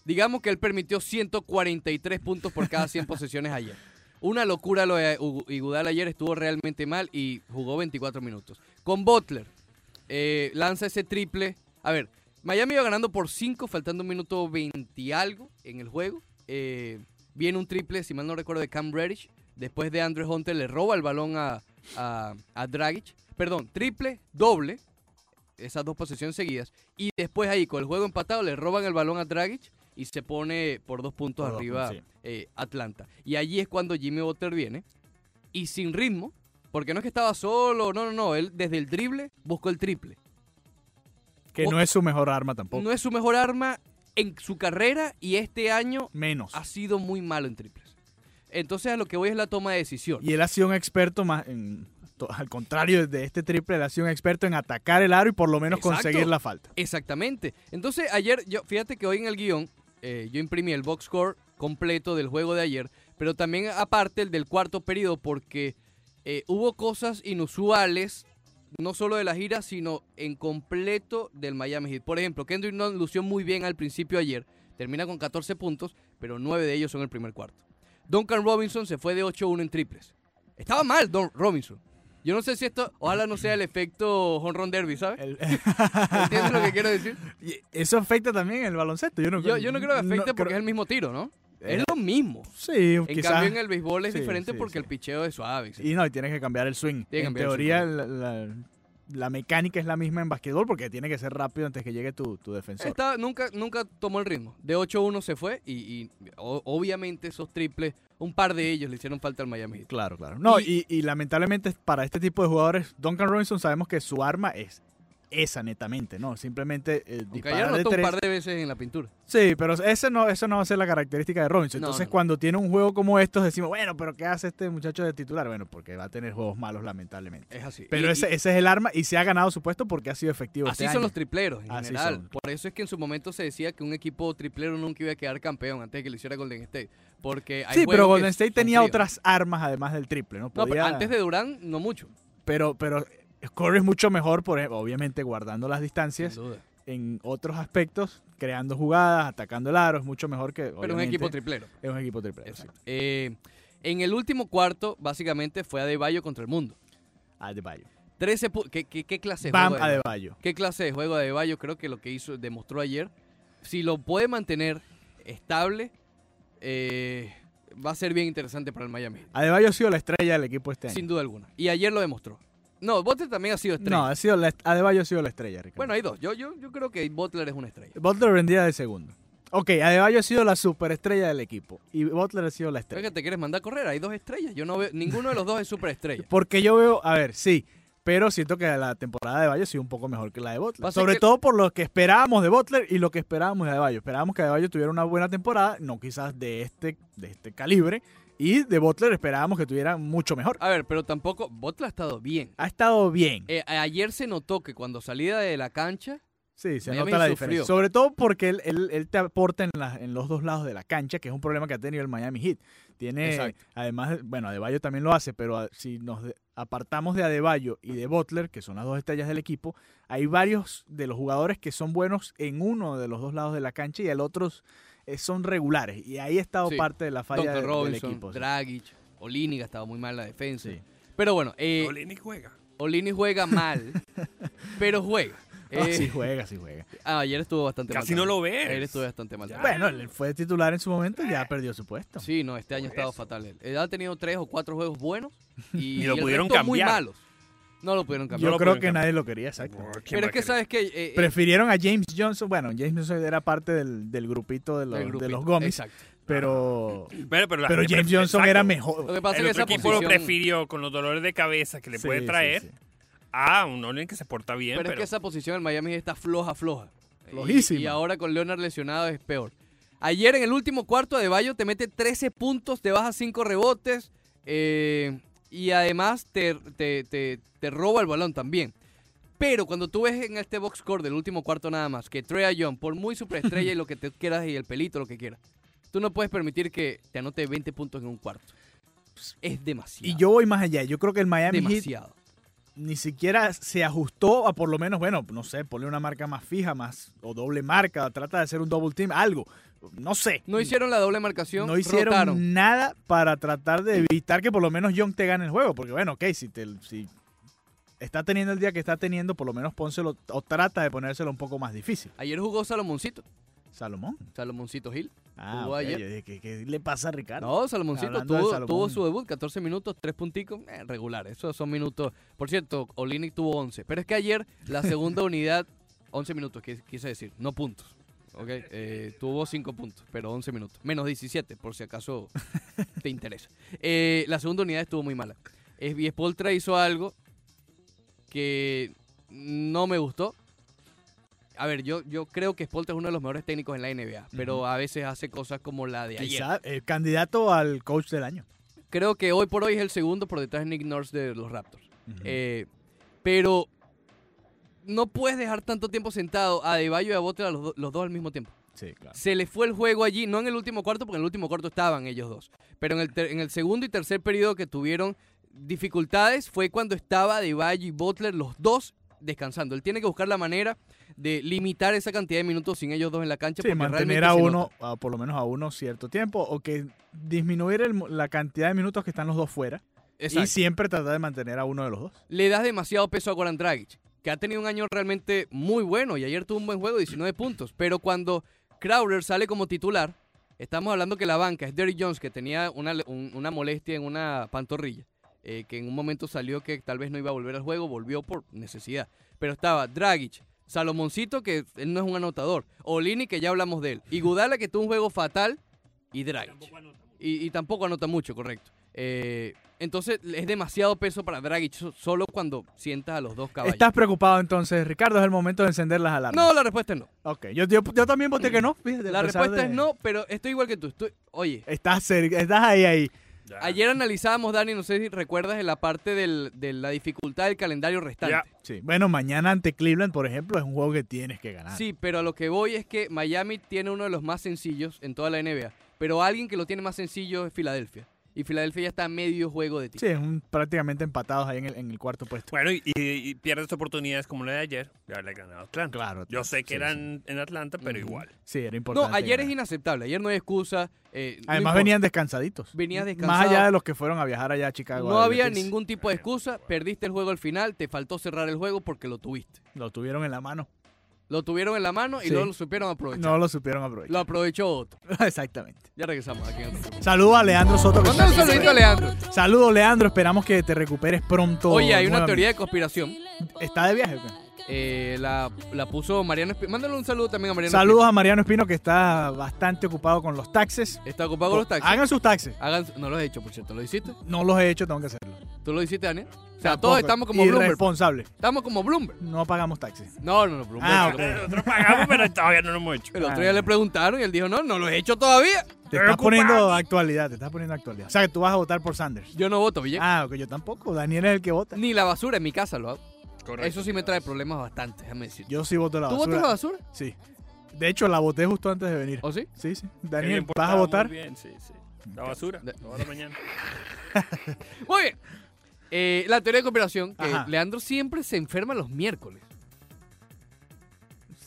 [SPEAKER 1] Digamos que él permitió 143 puntos por cada 100 posesiones ayer. Una locura lo de Ugu- Iguodala ayer, estuvo realmente mal y jugó 24 minutos. Con Butler, eh, lanza ese triple. A ver, Miami iba ganando por 5, faltando un minuto 20 y algo en el juego. Eh, viene un triple, si mal no recuerdo, de Cam Reddish. Después de Andrew Hunter le roba el balón a, a, a Dragic. Perdón, triple, doble. Esas dos posiciones seguidas. Y después ahí, con el juego empatado, le roban el balón a Dragic y se pone por dos puntos
[SPEAKER 2] Por dos
[SPEAKER 1] arriba
[SPEAKER 2] puntos,
[SPEAKER 1] eh, Atlanta. Y allí es cuando Jimmy Butler viene y sin ritmo, porque no es que estaba solo, no, no, no. Él desde el drible buscó el triple.
[SPEAKER 2] Que
[SPEAKER 1] Bo-
[SPEAKER 2] no es su mejor arma tampoco.
[SPEAKER 1] No es su mejor arma en su carrera y este año
[SPEAKER 2] Menos.
[SPEAKER 1] ha sido muy malo en triples. Entonces a lo que voy es la toma de decisión.
[SPEAKER 2] Y él ha sido un experto más en- to- al contrario de este triple, él ha sido un experto en atacar el aro y por lo menos
[SPEAKER 1] Exacto.
[SPEAKER 2] conseguir la falta.
[SPEAKER 1] Exactamente. Entonces ayer, yo, fíjate que hoy en el guión eh, yo imprimí el box score completo del juego de ayer, pero también aparte el del cuarto periodo porque eh, hubo cosas inusuales, no solo de la gira, sino en completo del Miami Heat. Por ejemplo, Kendrick Nunn lució muy bien al principio ayer, termina con 14 puntos, pero 9 de ellos son el primer cuarto. Duncan Robinson se fue de 8-1 en triples. Estaba mal, Don Robinson. Yo no sé si esto, ojalá no sea el efecto honron derby, ¿sabes?
[SPEAKER 2] El-
[SPEAKER 1] ¿Entiendes lo que quiero decir?
[SPEAKER 2] Y eso afecta también el baloncesto. Yo no,
[SPEAKER 1] Yo, yo no creo que afecte porque es
[SPEAKER 2] creo-
[SPEAKER 1] el mismo tiro, ¿no? Es
[SPEAKER 2] Eh,
[SPEAKER 1] lo mismo.
[SPEAKER 2] Sí,
[SPEAKER 1] En
[SPEAKER 2] quizás.
[SPEAKER 1] cambio, en el béisbol es
[SPEAKER 2] sí,
[SPEAKER 1] diferente
[SPEAKER 2] sí,
[SPEAKER 1] porque
[SPEAKER 2] sí.
[SPEAKER 1] el picheo es suave.
[SPEAKER 2] Y no, y tienes que cambiar el swing.
[SPEAKER 1] que
[SPEAKER 2] en
[SPEAKER 1] cambiar el
[SPEAKER 2] teoría,
[SPEAKER 1] swing.
[SPEAKER 2] la- la- la mecánica es la misma en basquetbol porque tiene que ser rápido antes que llegue tu, tu defensor.
[SPEAKER 1] Estaba- nunca, nunca tomó el ritmo. De 8-1 se fue y, y o- obviamente esos triples, un par de ellos le hicieron falta al Miami Heat.
[SPEAKER 2] Claro, claro. No, y, y lamentablemente para este tipo de jugadores, Duncan Robinson sabemos que su arma es esa netamente, ¿no? Simplemente eh,
[SPEAKER 1] Aunque
[SPEAKER 2] disparar
[SPEAKER 1] ayer
[SPEAKER 2] de
[SPEAKER 1] anotó un
[SPEAKER 2] tres.
[SPEAKER 1] par de veces en la pintura.
[SPEAKER 2] Sí, pero ese no, eso no va a ser la característica de Robinson.
[SPEAKER 1] No,
[SPEAKER 2] Entonces,
[SPEAKER 1] no.
[SPEAKER 2] cuando tiene un juego como estos, decimos, bueno, pero ¿qué hace este muchacho de titular? Bueno, porque va a tener juegos malos, lamentablemente.
[SPEAKER 1] Es así.
[SPEAKER 2] Pero
[SPEAKER 1] Y-
[SPEAKER 2] ese, ese es el arma y se ha ganado su puesto porque ha sido efectivo.
[SPEAKER 1] Así
[SPEAKER 2] este
[SPEAKER 1] son
[SPEAKER 2] año.
[SPEAKER 1] los tripleros en
[SPEAKER 2] Así
[SPEAKER 1] general.
[SPEAKER 2] son.
[SPEAKER 1] Por eso es que en su momento se decía que un equipo triplero nunca iba a quedar campeón antes de que lo hiciera Golden State. Porque hay
[SPEAKER 2] Sí,
[SPEAKER 1] juegos
[SPEAKER 2] pero
[SPEAKER 1] que
[SPEAKER 2] Golden State
[SPEAKER 1] son
[SPEAKER 2] tenía
[SPEAKER 1] fríos.
[SPEAKER 2] otras armas además del triple, ¿no?
[SPEAKER 1] No, pero
[SPEAKER 2] Podía-
[SPEAKER 1] antes de Durán, no mucho.
[SPEAKER 2] pero, pero Curry es mucho mejor, por ejemplo, obviamente guardando las
[SPEAKER 1] Sin
[SPEAKER 2] distancias.
[SPEAKER 1] duda.
[SPEAKER 2] en otros aspectos, creando jugadas, atacando el aro, es mucho mejor que.
[SPEAKER 1] Pero un
[SPEAKER 2] obviamente,
[SPEAKER 1] equipo triplero.
[SPEAKER 2] Es un equipo triple.
[SPEAKER 1] Exacto. Eh, en el último cuarto, básicamente, fue Adebayo contra el mundo.
[SPEAKER 2] Adebayo.
[SPEAKER 1] 13 pu- ¿Qué, qué, qué clase de
[SPEAKER 2] Bam
[SPEAKER 1] juego? Adebayo?
[SPEAKER 2] Adebayo.
[SPEAKER 1] ¿Qué clase de juego Adebayo? Creo que lo que hizo, demostró ayer. Si lo puede mantener estable, eh, va a ser bien interesante para el Miami.
[SPEAKER 2] Adebayo ha sido la estrella del equipo este año.
[SPEAKER 1] Sin duda alguna. Y ayer lo demostró. No, Butler también ha sido estrella.
[SPEAKER 2] no, ha sido la, Adebayo ha sido la estrella, Ricardo.
[SPEAKER 1] bueno, hay dos. Yo, yo, yo creo que Butler es una estrella.
[SPEAKER 2] Butler vendía de segundo. Ok, Adebayo ha sido la superestrella del equipo. Y Butler ha sido la
[SPEAKER 1] Creo
[SPEAKER 2] estrella.
[SPEAKER 1] que te quieres mandar a correr. Hay dos estrellas. Yo no veo. Ninguno de los dos es superestrella.
[SPEAKER 2] Porque yo veo, a ver, sí. Pero siento que la temporada de Adebayo ha sido un poco mejor que la de Butler.
[SPEAKER 1] Pasa
[SPEAKER 2] Sobre
[SPEAKER 1] que-
[SPEAKER 2] todo por lo que esperábamos de Butler y lo que esperábamos de Adebayo. Esperábamos que Adebayo tuviera una buena temporada, no quizás de este, de este calibre. Y de Butler esperábamos que tuviera mucho mejor.
[SPEAKER 1] A ver, pero tampoco. Butler ha estado bien.
[SPEAKER 2] Ha estado bien.
[SPEAKER 1] Eh, ayer se notó que cuando salía de la cancha,
[SPEAKER 2] Sí, se
[SPEAKER 1] Miami
[SPEAKER 2] nota la
[SPEAKER 1] sufrió.
[SPEAKER 2] diferencia. Sobre todo porque él, él- él te aporta en, la- en los dos lados de la cancha, que es un problema que ha tenido el Miami Heat. Tiene,
[SPEAKER 1] Exacto.
[SPEAKER 2] además, bueno, Adebayo también lo hace, pero a- si nos de- apartamos de Adebayo y de Butler, que son las dos estrellas del equipo, hay varios de los jugadores que son buenos en uno de los dos lados de la cancha y el otro eh, son regulares. Y ahí ha estado
[SPEAKER 1] Sí.
[SPEAKER 2] parte de la falla
[SPEAKER 1] Duncan
[SPEAKER 2] de- del
[SPEAKER 1] Robinson,
[SPEAKER 2] equipo. sí.
[SPEAKER 1] Dragic, Oliniga estaba muy mal la defensa.
[SPEAKER 2] Sí.
[SPEAKER 1] Pero bueno, eh,
[SPEAKER 3] Olenek juega.
[SPEAKER 1] Olini juega mal, pero juega.
[SPEAKER 2] No,
[SPEAKER 1] Eh,
[SPEAKER 2] Ah, sí juega, sí juega.
[SPEAKER 1] ah, ayer estuvo bastante mal.
[SPEAKER 3] Casi no
[SPEAKER 1] también.
[SPEAKER 3] lo ves.
[SPEAKER 1] Ayer estuvo bastante mal.
[SPEAKER 3] Ya.
[SPEAKER 1] también.
[SPEAKER 2] Bueno, él fue titular en su momento, ya perdió su puesto.
[SPEAKER 1] Sí, no, este año ha
[SPEAKER 3] Por
[SPEAKER 1] estado
[SPEAKER 3] eso.
[SPEAKER 1] fatal él. Él ha tenido tres o cuatro juegos buenos y,
[SPEAKER 3] Y lo
[SPEAKER 1] el
[SPEAKER 3] pudieron
[SPEAKER 1] resto muy
[SPEAKER 3] cambiar.
[SPEAKER 1] malos. No lo pudieron cambiar.
[SPEAKER 2] Yo
[SPEAKER 3] lo
[SPEAKER 2] creo
[SPEAKER 3] pueden
[SPEAKER 2] que
[SPEAKER 3] cambiar.
[SPEAKER 2] nadie lo quería, exacto.
[SPEAKER 3] Oh, ¿quién
[SPEAKER 1] Pero es
[SPEAKER 3] va a
[SPEAKER 1] que
[SPEAKER 3] querer?
[SPEAKER 1] sabes que eh, eh,
[SPEAKER 2] Prefirieron a James Johnson. Bueno, James Johnson era parte del, del grupito de los,
[SPEAKER 1] el grupito,
[SPEAKER 2] de los Gómez,
[SPEAKER 1] Exacto.
[SPEAKER 2] pero,
[SPEAKER 3] Pero, pero la
[SPEAKER 2] pero
[SPEAKER 3] gente
[SPEAKER 2] James
[SPEAKER 3] pre-
[SPEAKER 2] Johnson
[SPEAKER 3] exacto.
[SPEAKER 2] era
[SPEAKER 1] Lo
[SPEAKER 2] mejor.
[SPEAKER 1] que pasa
[SPEAKER 3] El
[SPEAKER 1] es que
[SPEAKER 3] otro
[SPEAKER 1] esa
[SPEAKER 3] equipo lo
[SPEAKER 1] posición,
[SPEAKER 3] prefirió con los dolores de cabeza que le
[SPEAKER 2] Sí,
[SPEAKER 3] puede
[SPEAKER 2] sí,
[SPEAKER 3] traer
[SPEAKER 2] sí.
[SPEAKER 3] a un Olenek que se porta bien.
[SPEAKER 1] pero,
[SPEAKER 3] Pero,
[SPEAKER 1] es que esa posición en Miami está floja, floja. Y-
[SPEAKER 2] Flojísima.
[SPEAKER 1] Y, ahora con Leonard lesionado es peor. Ayer en el último cuarto de Bayo te mete 13 puntos, te baja 5 rebotes eh, y además te, te- te- te roba el balón también. Pero cuando tú ves en este box score del último cuarto nada más que Trey Young, por muy superestrella y lo que te quieras y el pelito, lo que quieras, tú no puedes permitir que te anote 20 puntos en un cuarto. Es demasiado.
[SPEAKER 2] Y yo voy más allá. Yo creo que el Miami Heat
[SPEAKER 1] demasiado.
[SPEAKER 2] ni siquiera se ajustó a por lo menos, bueno, no sé, ponle una marca más fija, más o doble marca, trata de hacer un double team, algo. No sé.
[SPEAKER 1] No hicieron la doble marcación,
[SPEAKER 2] No hicieron
[SPEAKER 1] rotaron.
[SPEAKER 2] nada para tratar de evitar que por lo menos Young te gane el juego. Porque bueno, ok, si, te, si está teniendo el día que está teniendo, por lo menos pónselo o trata de ponérselo un poco más difícil.
[SPEAKER 1] Ayer jugó Salomoncito.
[SPEAKER 2] Salomón.
[SPEAKER 1] Salomoncito Gil.
[SPEAKER 2] Ah,
[SPEAKER 1] Jugó
[SPEAKER 2] ok,
[SPEAKER 1] ayer.
[SPEAKER 2] yo dije, ¿qué, qué le pasa a Ricardo?
[SPEAKER 1] No, Salomoncito
[SPEAKER 2] Hablando de
[SPEAKER 1] tuvo,
[SPEAKER 2] Salomón.
[SPEAKER 1] tuvo su debut, 14 minutos, 3 punticos, eh, regular. Esos son minutos. Por cierto, Olinic tuvo 11. Pero es que ayer la segunda unidad, 11 minutos, quis- quise decir, no puntos. ok, eh, tuvo 5 puntos, pero 11 minutos. Menos 17, por si acaso te interesa. Eh, la segunda unidad estuvo muy mala. Es y Spoltra hizo algo que no me gustó. A ver, yo, yo creo que Spoltra es uno de los mejores técnicos en la NBA, pero a veces hace cosas como la de ayer.
[SPEAKER 2] Quizá el candidato al coach del año.
[SPEAKER 1] Creo que hoy por hoy es el segundo por detrás de Nick Nurse de los Raptors. Eh, pero no puedes dejar tanto tiempo sentado a Debayo y a Butler a los, do- los dos al mismo tiempo.
[SPEAKER 2] sí, claro.
[SPEAKER 1] Se le fue el juego allí, no en el último cuarto, porque en el último cuarto estaban ellos dos. Pero en el, ter- en el segundo y tercer periodo que tuvieron dificultades fue cuando estaba Debayo y Butler los dos descansando. Él tiene que buscar la manera de limitar esa cantidad de minutos sin ellos dos en la cancha.
[SPEAKER 2] Sí,
[SPEAKER 1] porque
[SPEAKER 2] mantener
[SPEAKER 1] realmente
[SPEAKER 2] a
[SPEAKER 1] se
[SPEAKER 2] uno,
[SPEAKER 1] nota.
[SPEAKER 2] a por lo menos a uno cierto tiempo, o que disminuir el mu- la cantidad de minutos que están los dos fuera.
[SPEAKER 1] Exacto.
[SPEAKER 2] Y siempre tratar de mantener a uno de los dos.
[SPEAKER 1] le das demasiado peso a Goran Dragic, que ha tenido un año realmente muy bueno y ayer tuvo un buen juego, 19 puntos. Pero cuando Crowder sale como titular, estamos hablando que la banca es Derrick Jones, que tenía una, le- un- una molestia en una pantorrilla, eh, que en un momento salió que tal vez no iba a volver al juego, volvió por necesidad. Pero estaba Dragic, Salomoncito, que él no es un anotador, Olini, que ya hablamos de él, y Gudala, que tuvo un juego fatal, y Dragic. Y, y tampoco anota mucho, correcto. Eh, entonces es demasiado peso para Dragic so- solo cuando sientas a los dos caballos.
[SPEAKER 2] ¿Estás preocupado entonces, Ricardo? Es el momento de encender las alarmas.
[SPEAKER 1] No, la respuesta es no.
[SPEAKER 2] Ok, yo, yo, yo también voté que no. fíjate, a
[SPEAKER 1] La
[SPEAKER 2] pesar
[SPEAKER 1] respuesta
[SPEAKER 2] de-
[SPEAKER 1] es no, pero estoy igual que tú. Estoy, oye,
[SPEAKER 2] Estás, cerca- estás ahí, ahí.
[SPEAKER 3] Ya.
[SPEAKER 1] ayer analizábamos, Dani, no sé si recuerdas en la parte del- de la dificultad del calendario restante.
[SPEAKER 3] Ya.
[SPEAKER 2] Sí. Bueno, mañana ante Cleveland, por ejemplo, es un juego que tienes que ganar.
[SPEAKER 1] Sí, pero a lo que voy es que Miami tiene uno de los más sencillos en toda la NBA, pero alguien que lo tiene más sencillo es Filadelfia. Y Filadelfia ya está a medio juego de ti.
[SPEAKER 2] Sí, es un, prácticamente empatados ahí en el, en el cuarto puesto.
[SPEAKER 3] Bueno, y, y- y pierdes oportunidades como la de ayer de haberle ganado a Atlanta.
[SPEAKER 2] Claro.
[SPEAKER 3] Yo sé que
[SPEAKER 2] sí,
[SPEAKER 3] eran en Atlanta, pero
[SPEAKER 1] Ujú.
[SPEAKER 3] igual.
[SPEAKER 2] Sí, era
[SPEAKER 1] No,
[SPEAKER 2] importante.
[SPEAKER 1] ayer es
[SPEAKER 2] ganar.
[SPEAKER 1] inaceptable, ayer no hay excusa. eh, no
[SPEAKER 2] Además
[SPEAKER 1] importa.
[SPEAKER 2] venían descansaditos.
[SPEAKER 1] Venías
[SPEAKER 2] Más allá
[SPEAKER 1] descansado.
[SPEAKER 2] de los que fueron a viajar allá a Chicago.
[SPEAKER 1] No
[SPEAKER 2] a
[SPEAKER 1] había
[SPEAKER 2] divertirse.
[SPEAKER 1] ningún tipo de excusa, perdiste el juego al final, te faltó cerrar el juego porque lo tuviste.
[SPEAKER 2] Lo tuvieron en la mano.
[SPEAKER 1] Lo tuvieron en la mano y
[SPEAKER 2] Sí.
[SPEAKER 1] luego lo supieron aprovechar.
[SPEAKER 2] No lo supieron aprovechar.
[SPEAKER 1] Lo aprovechó otro.
[SPEAKER 2] Exactamente.
[SPEAKER 1] Ya regresamos aquí en el programa.
[SPEAKER 2] Saludos a Leandro Soto. que está
[SPEAKER 1] Mándale un
[SPEAKER 2] aquí.
[SPEAKER 1] saludito a Leandro.
[SPEAKER 2] Saludos, Leandro. Esperamos que te recuperes pronto.
[SPEAKER 1] Oye, hay una
[SPEAKER 2] nuevamente.
[SPEAKER 1] teoría de conspiración.
[SPEAKER 2] ¿Está de viaje? o qué?
[SPEAKER 1] eh, la, la puso Mariano Espi- Mándale un saludo también a Mariano
[SPEAKER 2] Saludos a Mariano Espino, que está bastante ocupado con los taxes.
[SPEAKER 1] Espi- Está ocupado con
[SPEAKER 2] Oh,
[SPEAKER 1] los taxis.
[SPEAKER 2] Hagan sus taxes.
[SPEAKER 1] Hagan, no lo has hecho, por cierto. ¿Lo hiciste?
[SPEAKER 2] No los he hecho, tengo que hacerlo.
[SPEAKER 1] ¿Tú lo hiciste, Daniel? O sea, todos estamos como Bloomberg.
[SPEAKER 2] Irresponsable.
[SPEAKER 1] Estamos como Bloomberg.
[SPEAKER 2] No pagamos taxes.
[SPEAKER 1] No, no, no, Bloomberg. no
[SPEAKER 2] Ah,
[SPEAKER 1] lo-
[SPEAKER 2] ok. Ah.
[SPEAKER 3] Nosotros pagamos, pero todavía no lo hemos hecho.
[SPEAKER 1] El otro día le preguntaron y él dijo, no, no lo he hecho todavía.
[SPEAKER 2] Te
[SPEAKER 3] Preocupado.
[SPEAKER 2] estás poniendo actualidad, te estás poniendo actualidad. O sea, que tú vas a votar por Sanders.
[SPEAKER 1] Yo no voto, Ville.
[SPEAKER 2] Ah, que yo tampoco. Daniel es el que vota.
[SPEAKER 1] Ni la basura en mi casa lo hago.
[SPEAKER 3] Correcto.
[SPEAKER 1] Eso sí me trae problemas bastante, déjame decir.
[SPEAKER 2] Yo sí voto la
[SPEAKER 1] ¿Tú
[SPEAKER 2] basura.
[SPEAKER 1] votas la basura?
[SPEAKER 2] Sí. De hecho, la voté justo antes de venir.
[SPEAKER 1] ¿O sí?
[SPEAKER 2] Sí, sí.
[SPEAKER 3] Qué
[SPEAKER 2] Daniel,
[SPEAKER 3] bien
[SPEAKER 2] ¿vas a
[SPEAKER 3] portado,
[SPEAKER 2] votar?
[SPEAKER 3] muy bien, sí, sí. La basura.
[SPEAKER 1] De-
[SPEAKER 3] Toda la mañana.
[SPEAKER 1] Muy bien. Eh, la teoría de conspiración, que
[SPEAKER 2] Ajá.
[SPEAKER 1] Leandro siempre se enferma los miércoles.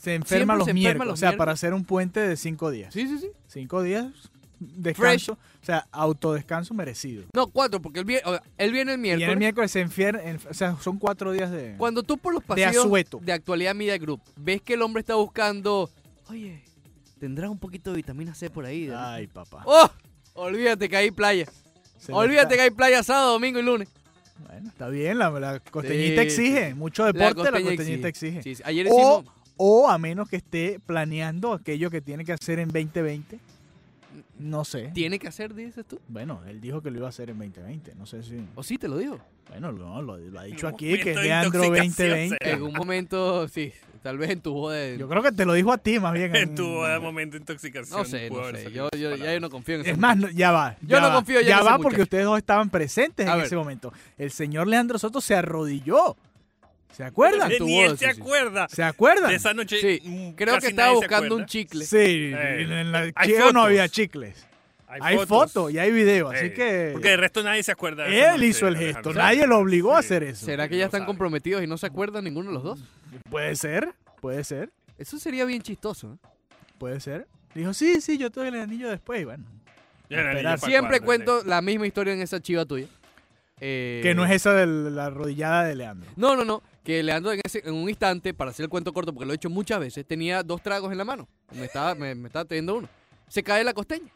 [SPEAKER 2] Se enferma
[SPEAKER 1] Siempre
[SPEAKER 2] los
[SPEAKER 1] se enferma
[SPEAKER 2] miércoles.
[SPEAKER 1] los
[SPEAKER 2] o sea,
[SPEAKER 1] miércoles.
[SPEAKER 2] para hacer un puente de cinco días.
[SPEAKER 1] Sí, sí, sí.
[SPEAKER 2] Cinco días, descanso. O sea, autodescanso merecido.
[SPEAKER 1] No, cuatro, porque él viene, o sea, él viene el
[SPEAKER 2] Y en
[SPEAKER 1] miércoles.
[SPEAKER 2] el miércoles se enfier- en- o sea, son cuatro días de...
[SPEAKER 1] Cuando tú por los
[SPEAKER 2] De
[SPEAKER 1] pasillos
[SPEAKER 2] asueto.
[SPEAKER 1] de actualidad Media Group ves que el hombre está buscando, oye, tendrás un poquito de vitamina C por ahí. ¿verdad?"
[SPEAKER 2] Ay, papá.
[SPEAKER 1] ¡Oh! Olvídate que hay playa.
[SPEAKER 2] Se me
[SPEAKER 1] Olvídate que
[SPEAKER 2] está-
[SPEAKER 1] hay playa sábado, domingo y lunes.
[SPEAKER 2] Bueno, está bien, la, la costeñita
[SPEAKER 1] Sí,
[SPEAKER 2] exige. Mucho deporte la costeñita, exige.
[SPEAKER 1] Sí, sí. Ayer
[SPEAKER 2] O,
[SPEAKER 1] hicimos-
[SPEAKER 2] o a menos que esté planeando aquello que tiene que hacer en 2020. No sé.
[SPEAKER 1] ¿Tiene que hacer, dices tú?
[SPEAKER 2] Bueno, él dijo que lo iba a hacer en 2020. No sé si...
[SPEAKER 1] ¿O sí te lo digo?
[SPEAKER 2] Bueno, no, lo, lo ha dicho
[SPEAKER 3] Un
[SPEAKER 2] aquí, que es
[SPEAKER 3] momento de
[SPEAKER 2] Leandro
[SPEAKER 3] intoxicación
[SPEAKER 2] 2020.
[SPEAKER 3] será.
[SPEAKER 1] En un momento, sí. Tal vez en tu boda de...
[SPEAKER 2] Eh, Yo creo que te lo dijo a ti más bien.
[SPEAKER 3] En tu boda de momento de intoxicación.
[SPEAKER 1] No sé,
[SPEAKER 3] pudo
[SPEAKER 1] no
[SPEAKER 3] haber
[SPEAKER 1] sé. Yo,
[SPEAKER 3] salido
[SPEAKER 1] yo-
[SPEAKER 3] esas
[SPEAKER 1] ya yo no
[SPEAKER 3] palabras.
[SPEAKER 1] confío en eso.
[SPEAKER 2] Es más, no- ya va.
[SPEAKER 1] Yo
[SPEAKER 2] ya
[SPEAKER 1] no
[SPEAKER 2] va.
[SPEAKER 1] confío ya en
[SPEAKER 2] Ya
[SPEAKER 1] ese
[SPEAKER 2] va
[SPEAKER 1] muchacho.
[SPEAKER 2] porque ustedes dos estaban presentes
[SPEAKER 1] A
[SPEAKER 2] en
[SPEAKER 1] ver.
[SPEAKER 2] ese momento. El señor Leandro Soto se arrodilló. ¿Se acuerdan?
[SPEAKER 1] en tu
[SPEAKER 3] Ni
[SPEAKER 1] boda,
[SPEAKER 3] él se
[SPEAKER 1] sí, sí.
[SPEAKER 3] acuerda.
[SPEAKER 2] ¿Se acuerdan?
[SPEAKER 3] De esa noche.
[SPEAKER 1] Sí,
[SPEAKER 3] mm,
[SPEAKER 1] Creo
[SPEAKER 3] casi
[SPEAKER 1] que estaba
[SPEAKER 3] nadie se
[SPEAKER 1] buscando un
[SPEAKER 3] acuerda.
[SPEAKER 1] chicle.
[SPEAKER 2] Sí,
[SPEAKER 3] Eh,
[SPEAKER 2] en la
[SPEAKER 3] hay
[SPEAKER 2] Chicago no
[SPEAKER 3] fotos.
[SPEAKER 2] había chicles. Hay, fotos. y hay video, así
[SPEAKER 3] Eh,
[SPEAKER 2] que
[SPEAKER 3] Porque el resto nadie se acuerda. de esa
[SPEAKER 2] él
[SPEAKER 3] noche,
[SPEAKER 2] hizo el
[SPEAKER 3] Alejandro.
[SPEAKER 2] gesto. Nadie lo obligó a
[SPEAKER 3] Sí.
[SPEAKER 2] hacer eso.
[SPEAKER 1] ¿Será que ya
[SPEAKER 3] lo
[SPEAKER 1] están
[SPEAKER 3] sabe.
[SPEAKER 1] comprometidos y no se acuerdan ninguno de los dos?
[SPEAKER 2] Puede ser, puede ser,
[SPEAKER 1] Eso sería bien chistoso. ¿eh?
[SPEAKER 2] puede ser. Dijo, sí, sí, yo tuve el anillo después. Y bueno,
[SPEAKER 3] Ya era niño
[SPEAKER 2] Esperar.
[SPEAKER 3] para
[SPEAKER 1] Siempre
[SPEAKER 3] cuadros,
[SPEAKER 1] cuento la misma historia en esa chiva tuya. Eh,
[SPEAKER 2] que no es esa de la rodillada de Leandro.
[SPEAKER 1] No, no, no. Que Leandro en, ese- en un instante, para hacer el cuento corto, porque lo he hecho muchas veces, tenía dos tragos en la mano. Me estaba, me, me estaba teniendo uno. Se cae la costeña.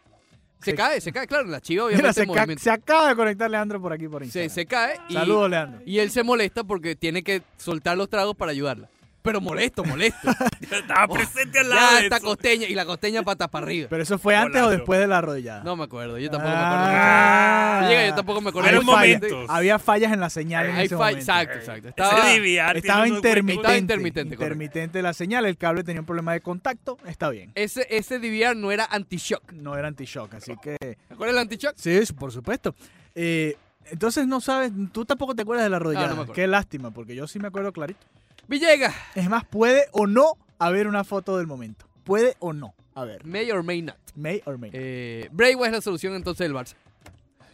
[SPEAKER 1] Se
[SPEAKER 2] Se-
[SPEAKER 1] cae, se cae, claro, la chiva obviamente
[SPEAKER 2] Mira,
[SPEAKER 1] en
[SPEAKER 2] se, ca-
[SPEAKER 1] movimiento.
[SPEAKER 2] se acaba de conectar Leandro por aquí por
[SPEAKER 1] se,
[SPEAKER 2] Instagram.
[SPEAKER 1] se cae y,
[SPEAKER 2] Saludos, Leandro.
[SPEAKER 1] y él se molesta porque tiene que soltar los tragos para ayudarla. Pero molesto, molesto.
[SPEAKER 3] Yo Estaba presente al lado.
[SPEAKER 1] ya
[SPEAKER 3] de
[SPEAKER 1] está
[SPEAKER 3] eso.
[SPEAKER 1] costeña y la costeña patas para arriba.
[SPEAKER 2] Pero eso fue antes o
[SPEAKER 3] Volando.
[SPEAKER 2] después de la rodillada.
[SPEAKER 1] No me acuerdo, yo tampoco me acuerdo.
[SPEAKER 2] Ah.
[SPEAKER 1] Llega, yo tampoco me acuerdo.
[SPEAKER 2] Hay
[SPEAKER 3] Fueron
[SPEAKER 2] fallas.
[SPEAKER 3] momentos.
[SPEAKER 2] Había fallas en la señal en
[SPEAKER 1] Hay
[SPEAKER 2] ese
[SPEAKER 1] fa-
[SPEAKER 2] momento.
[SPEAKER 1] Exacto, exacto.
[SPEAKER 3] Ese
[SPEAKER 1] Estaba,
[SPEAKER 3] DVR tiene
[SPEAKER 2] Estaba
[SPEAKER 3] unos huecos.
[SPEAKER 2] intermitente.
[SPEAKER 1] Estaba intermitente, correcto.
[SPEAKER 2] Intermitente la señal. El cable tenía un problema de contacto. Está bien.
[SPEAKER 1] ese, ese DVR no era anti-shock.
[SPEAKER 2] No era anti-shock, así que...
[SPEAKER 1] ¿Te acuerdas del anti-shock?
[SPEAKER 2] Sí, es- por supuesto. Eh, entonces no sabes, tú tampoco te acuerdas de la rodillada.
[SPEAKER 1] Ah, No, no me acuerdo.
[SPEAKER 2] Qué lástima, porque yo sí me acuerdo clarito.
[SPEAKER 1] Villegas,
[SPEAKER 2] Es más, puede o no haber una foto del momento. Puede o no. A ver,
[SPEAKER 1] may or may not.
[SPEAKER 2] may or may.
[SPEAKER 1] Eh, Brave es la solución entonces del Barça.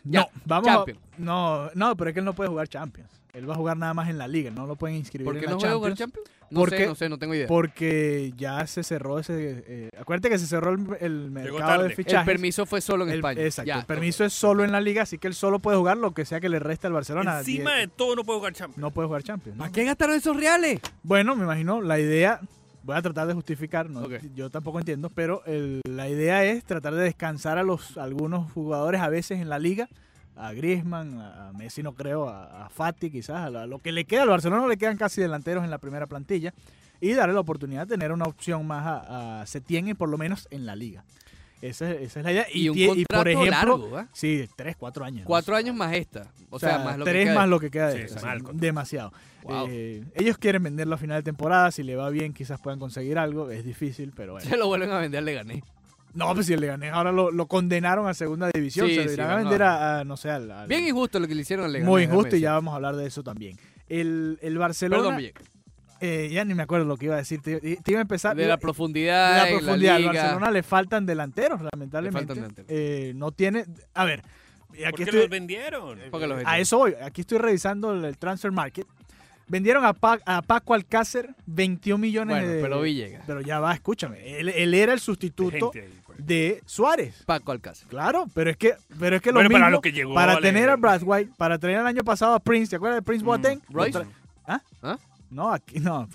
[SPEAKER 1] ya,
[SPEAKER 2] no, vamos. a-
[SPEAKER 1] Champions.
[SPEAKER 2] no, no, pero es que él no puede jugar Champions. Él va a jugar nada más en la liga, no lo pueden inscribir
[SPEAKER 1] ¿Por qué
[SPEAKER 2] en la
[SPEAKER 1] no juega
[SPEAKER 2] Champions.
[SPEAKER 1] jugar Champions? No
[SPEAKER 2] ¿Por
[SPEAKER 1] sé,
[SPEAKER 2] qué?
[SPEAKER 1] no sé, no tengo idea.
[SPEAKER 2] Porque ya se cerró ese. eh, acuérdate que se cerró el, el mercado
[SPEAKER 3] tarde.
[SPEAKER 2] de
[SPEAKER 3] El
[SPEAKER 1] El
[SPEAKER 2] fichajes.
[SPEAKER 1] permiso fue solo en
[SPEAKER 2] El-
[SPEAKER 1] España.
[SPEAKER 2] exacto,
[SPEAKER 1] Ya,
[SPEAKER 2] el permiso es solo en la liga, así que él solo puede jugar lo que sea que le reste al Barcelona.
[SPEAKER 3] Encima
[SPEAKER 2] Die-
[SPEAKER 3] de todo no puedo jugar Champions.
[SPEAKER 2] No puede jugar Champions. ¿no?
[SPEAKER 1] ¿Para qué gastaron esos reales?
[SPEAKER 2] Bueno, me imagino, la idea, voy a tratar de justificar, no,
[SPEAKER 1] Ok.
[SPEAKER 2] yo tampoco entiendo, pero el- la idea es tratar de descansar a los algunos jugadores a veces en la liga a Griezmann, a a Messi no creo, a, a Fati quizás, a, la- a lo que le queda al Barcelona no le quedan casi delanteros en la primera plantilla y darle la oportunidad de tener una opción más a, a Setién y por lo menos en la liga. Esa, es- esa es la idea.
[SPEAKER 1] Y, un
[SPEAKER 2] tie-
[SPEAKER 1] contrato largo, ¿eh?
[SPEAKER 2] Sí, tres, cuatro años. ¿no?
[SPEAKER 1] Cuatro años más esta. O, sea, más lo que
[SPEAKER 2] tres
[SPEAKER 1] queda.
[SPEAKER 2] más lo que queda de
[SPEAKER 3] Sí,
[SPEAKER 2] esto,
[SPEAKER 3] es
[SPEAKER 2] sí,
[SPEAKER 3] mal contrato.
[SPEAKER 2] demasiado.
[SPEAKER 1] Wow.
[SPEAKER 2] Eh, ellos quieren venderlo a final de temporada. Si le va bien, quizás puedan conseguir algo. Es difícil, pero bueno.
[SPEAKER 1] Se lo vuelven a vender, le gané.
[SPEAKER 2] No, pues si el Leganés ahora lo, lo condenaron a segunda división,
[SPEAKER 1] Sí,
[SPEAKER 2] se lo
[SPEAKER 1] sí,
[SPEAKER 2] irán a
[SPEAKER 1] ganó.
[SPEAKER 2] vender a, a, no sé, al, al-
[SPEAKER 1] Bien injusto lo que le hicieron al Leganés.
[SPEAKER 2] muy
[SPEAKER 1] déjame
[SPEAKER 2] injusto y
[SPEAKER 1] decir.
[SPEAKER 2] ya vamos a hablar de eso también. El, el
[SPEAKER 1] Perdón,
[SPEAKER 2] Barcelona,
[SPEAKER 1] Villegas.
[SPEAKER 2] eh, ya ni me acuerdo lo que iba a decir, te, te iba a empezar
[SPEAKER 1] de
[SPEAKER 2] iba-
[SPEAKER 1] la profundidad,
[SPEAKER 2] la
[SPEAKER 1] y
[SPEAKER 2] profundidad. Al
[SPEAKER 1] liga.
[SPEAKER 2] Barcelona le faltan delanteros, lamentablemente.
[SPEAKER 1] delanteros.
[SPEAKER 2] Eh, no tiene, a ver, y
[SPEAKER 3] ¿Por
[SPEAKER 2] aquí
[SPEAKER 3] qué
[SPEAKER 2] estoy,
[SPEAKER 3] los vendieron?
[SPEAKER 1] Eh, Porque los
[SPEAKER 2] a eso voy, aquí estoy revisando el, el transfer market. Vendieron a, Pa- a Paco Alcácer 21 millones
[SPEAKER 1] Bueno,
[SPEAKER 2] de...
[SPEAKER 1] pero Villegas.
[SPEAKER 2] pero ya va, escúchame, él, él era el sustituto
[SPEAKER 3] Gente ahí, pues.
[SPEAKER 2] de Suárez.
[SPEAKER 1] Paco Alcácer.
[SPEAKER 2] Claro, pero es que, pero es que lo
[SPEAKER 3] Bueno,
[SPEAKER 2] mismo,
[SPEAKER 3] para
[SPEAKER 2] para,
[SPEAKER 3] lo que llegó. vale.
[SPEAKER 2] tener a Brad White, para tener el año pasado a Prince, ¿te acuerdas de Prince
[SPEAKER 3] Mm,
[SPEAKER 2] Boateng? Lo
[SPEAKER 1] Royce.
[SPEAKER 2] tra- No, aquí no.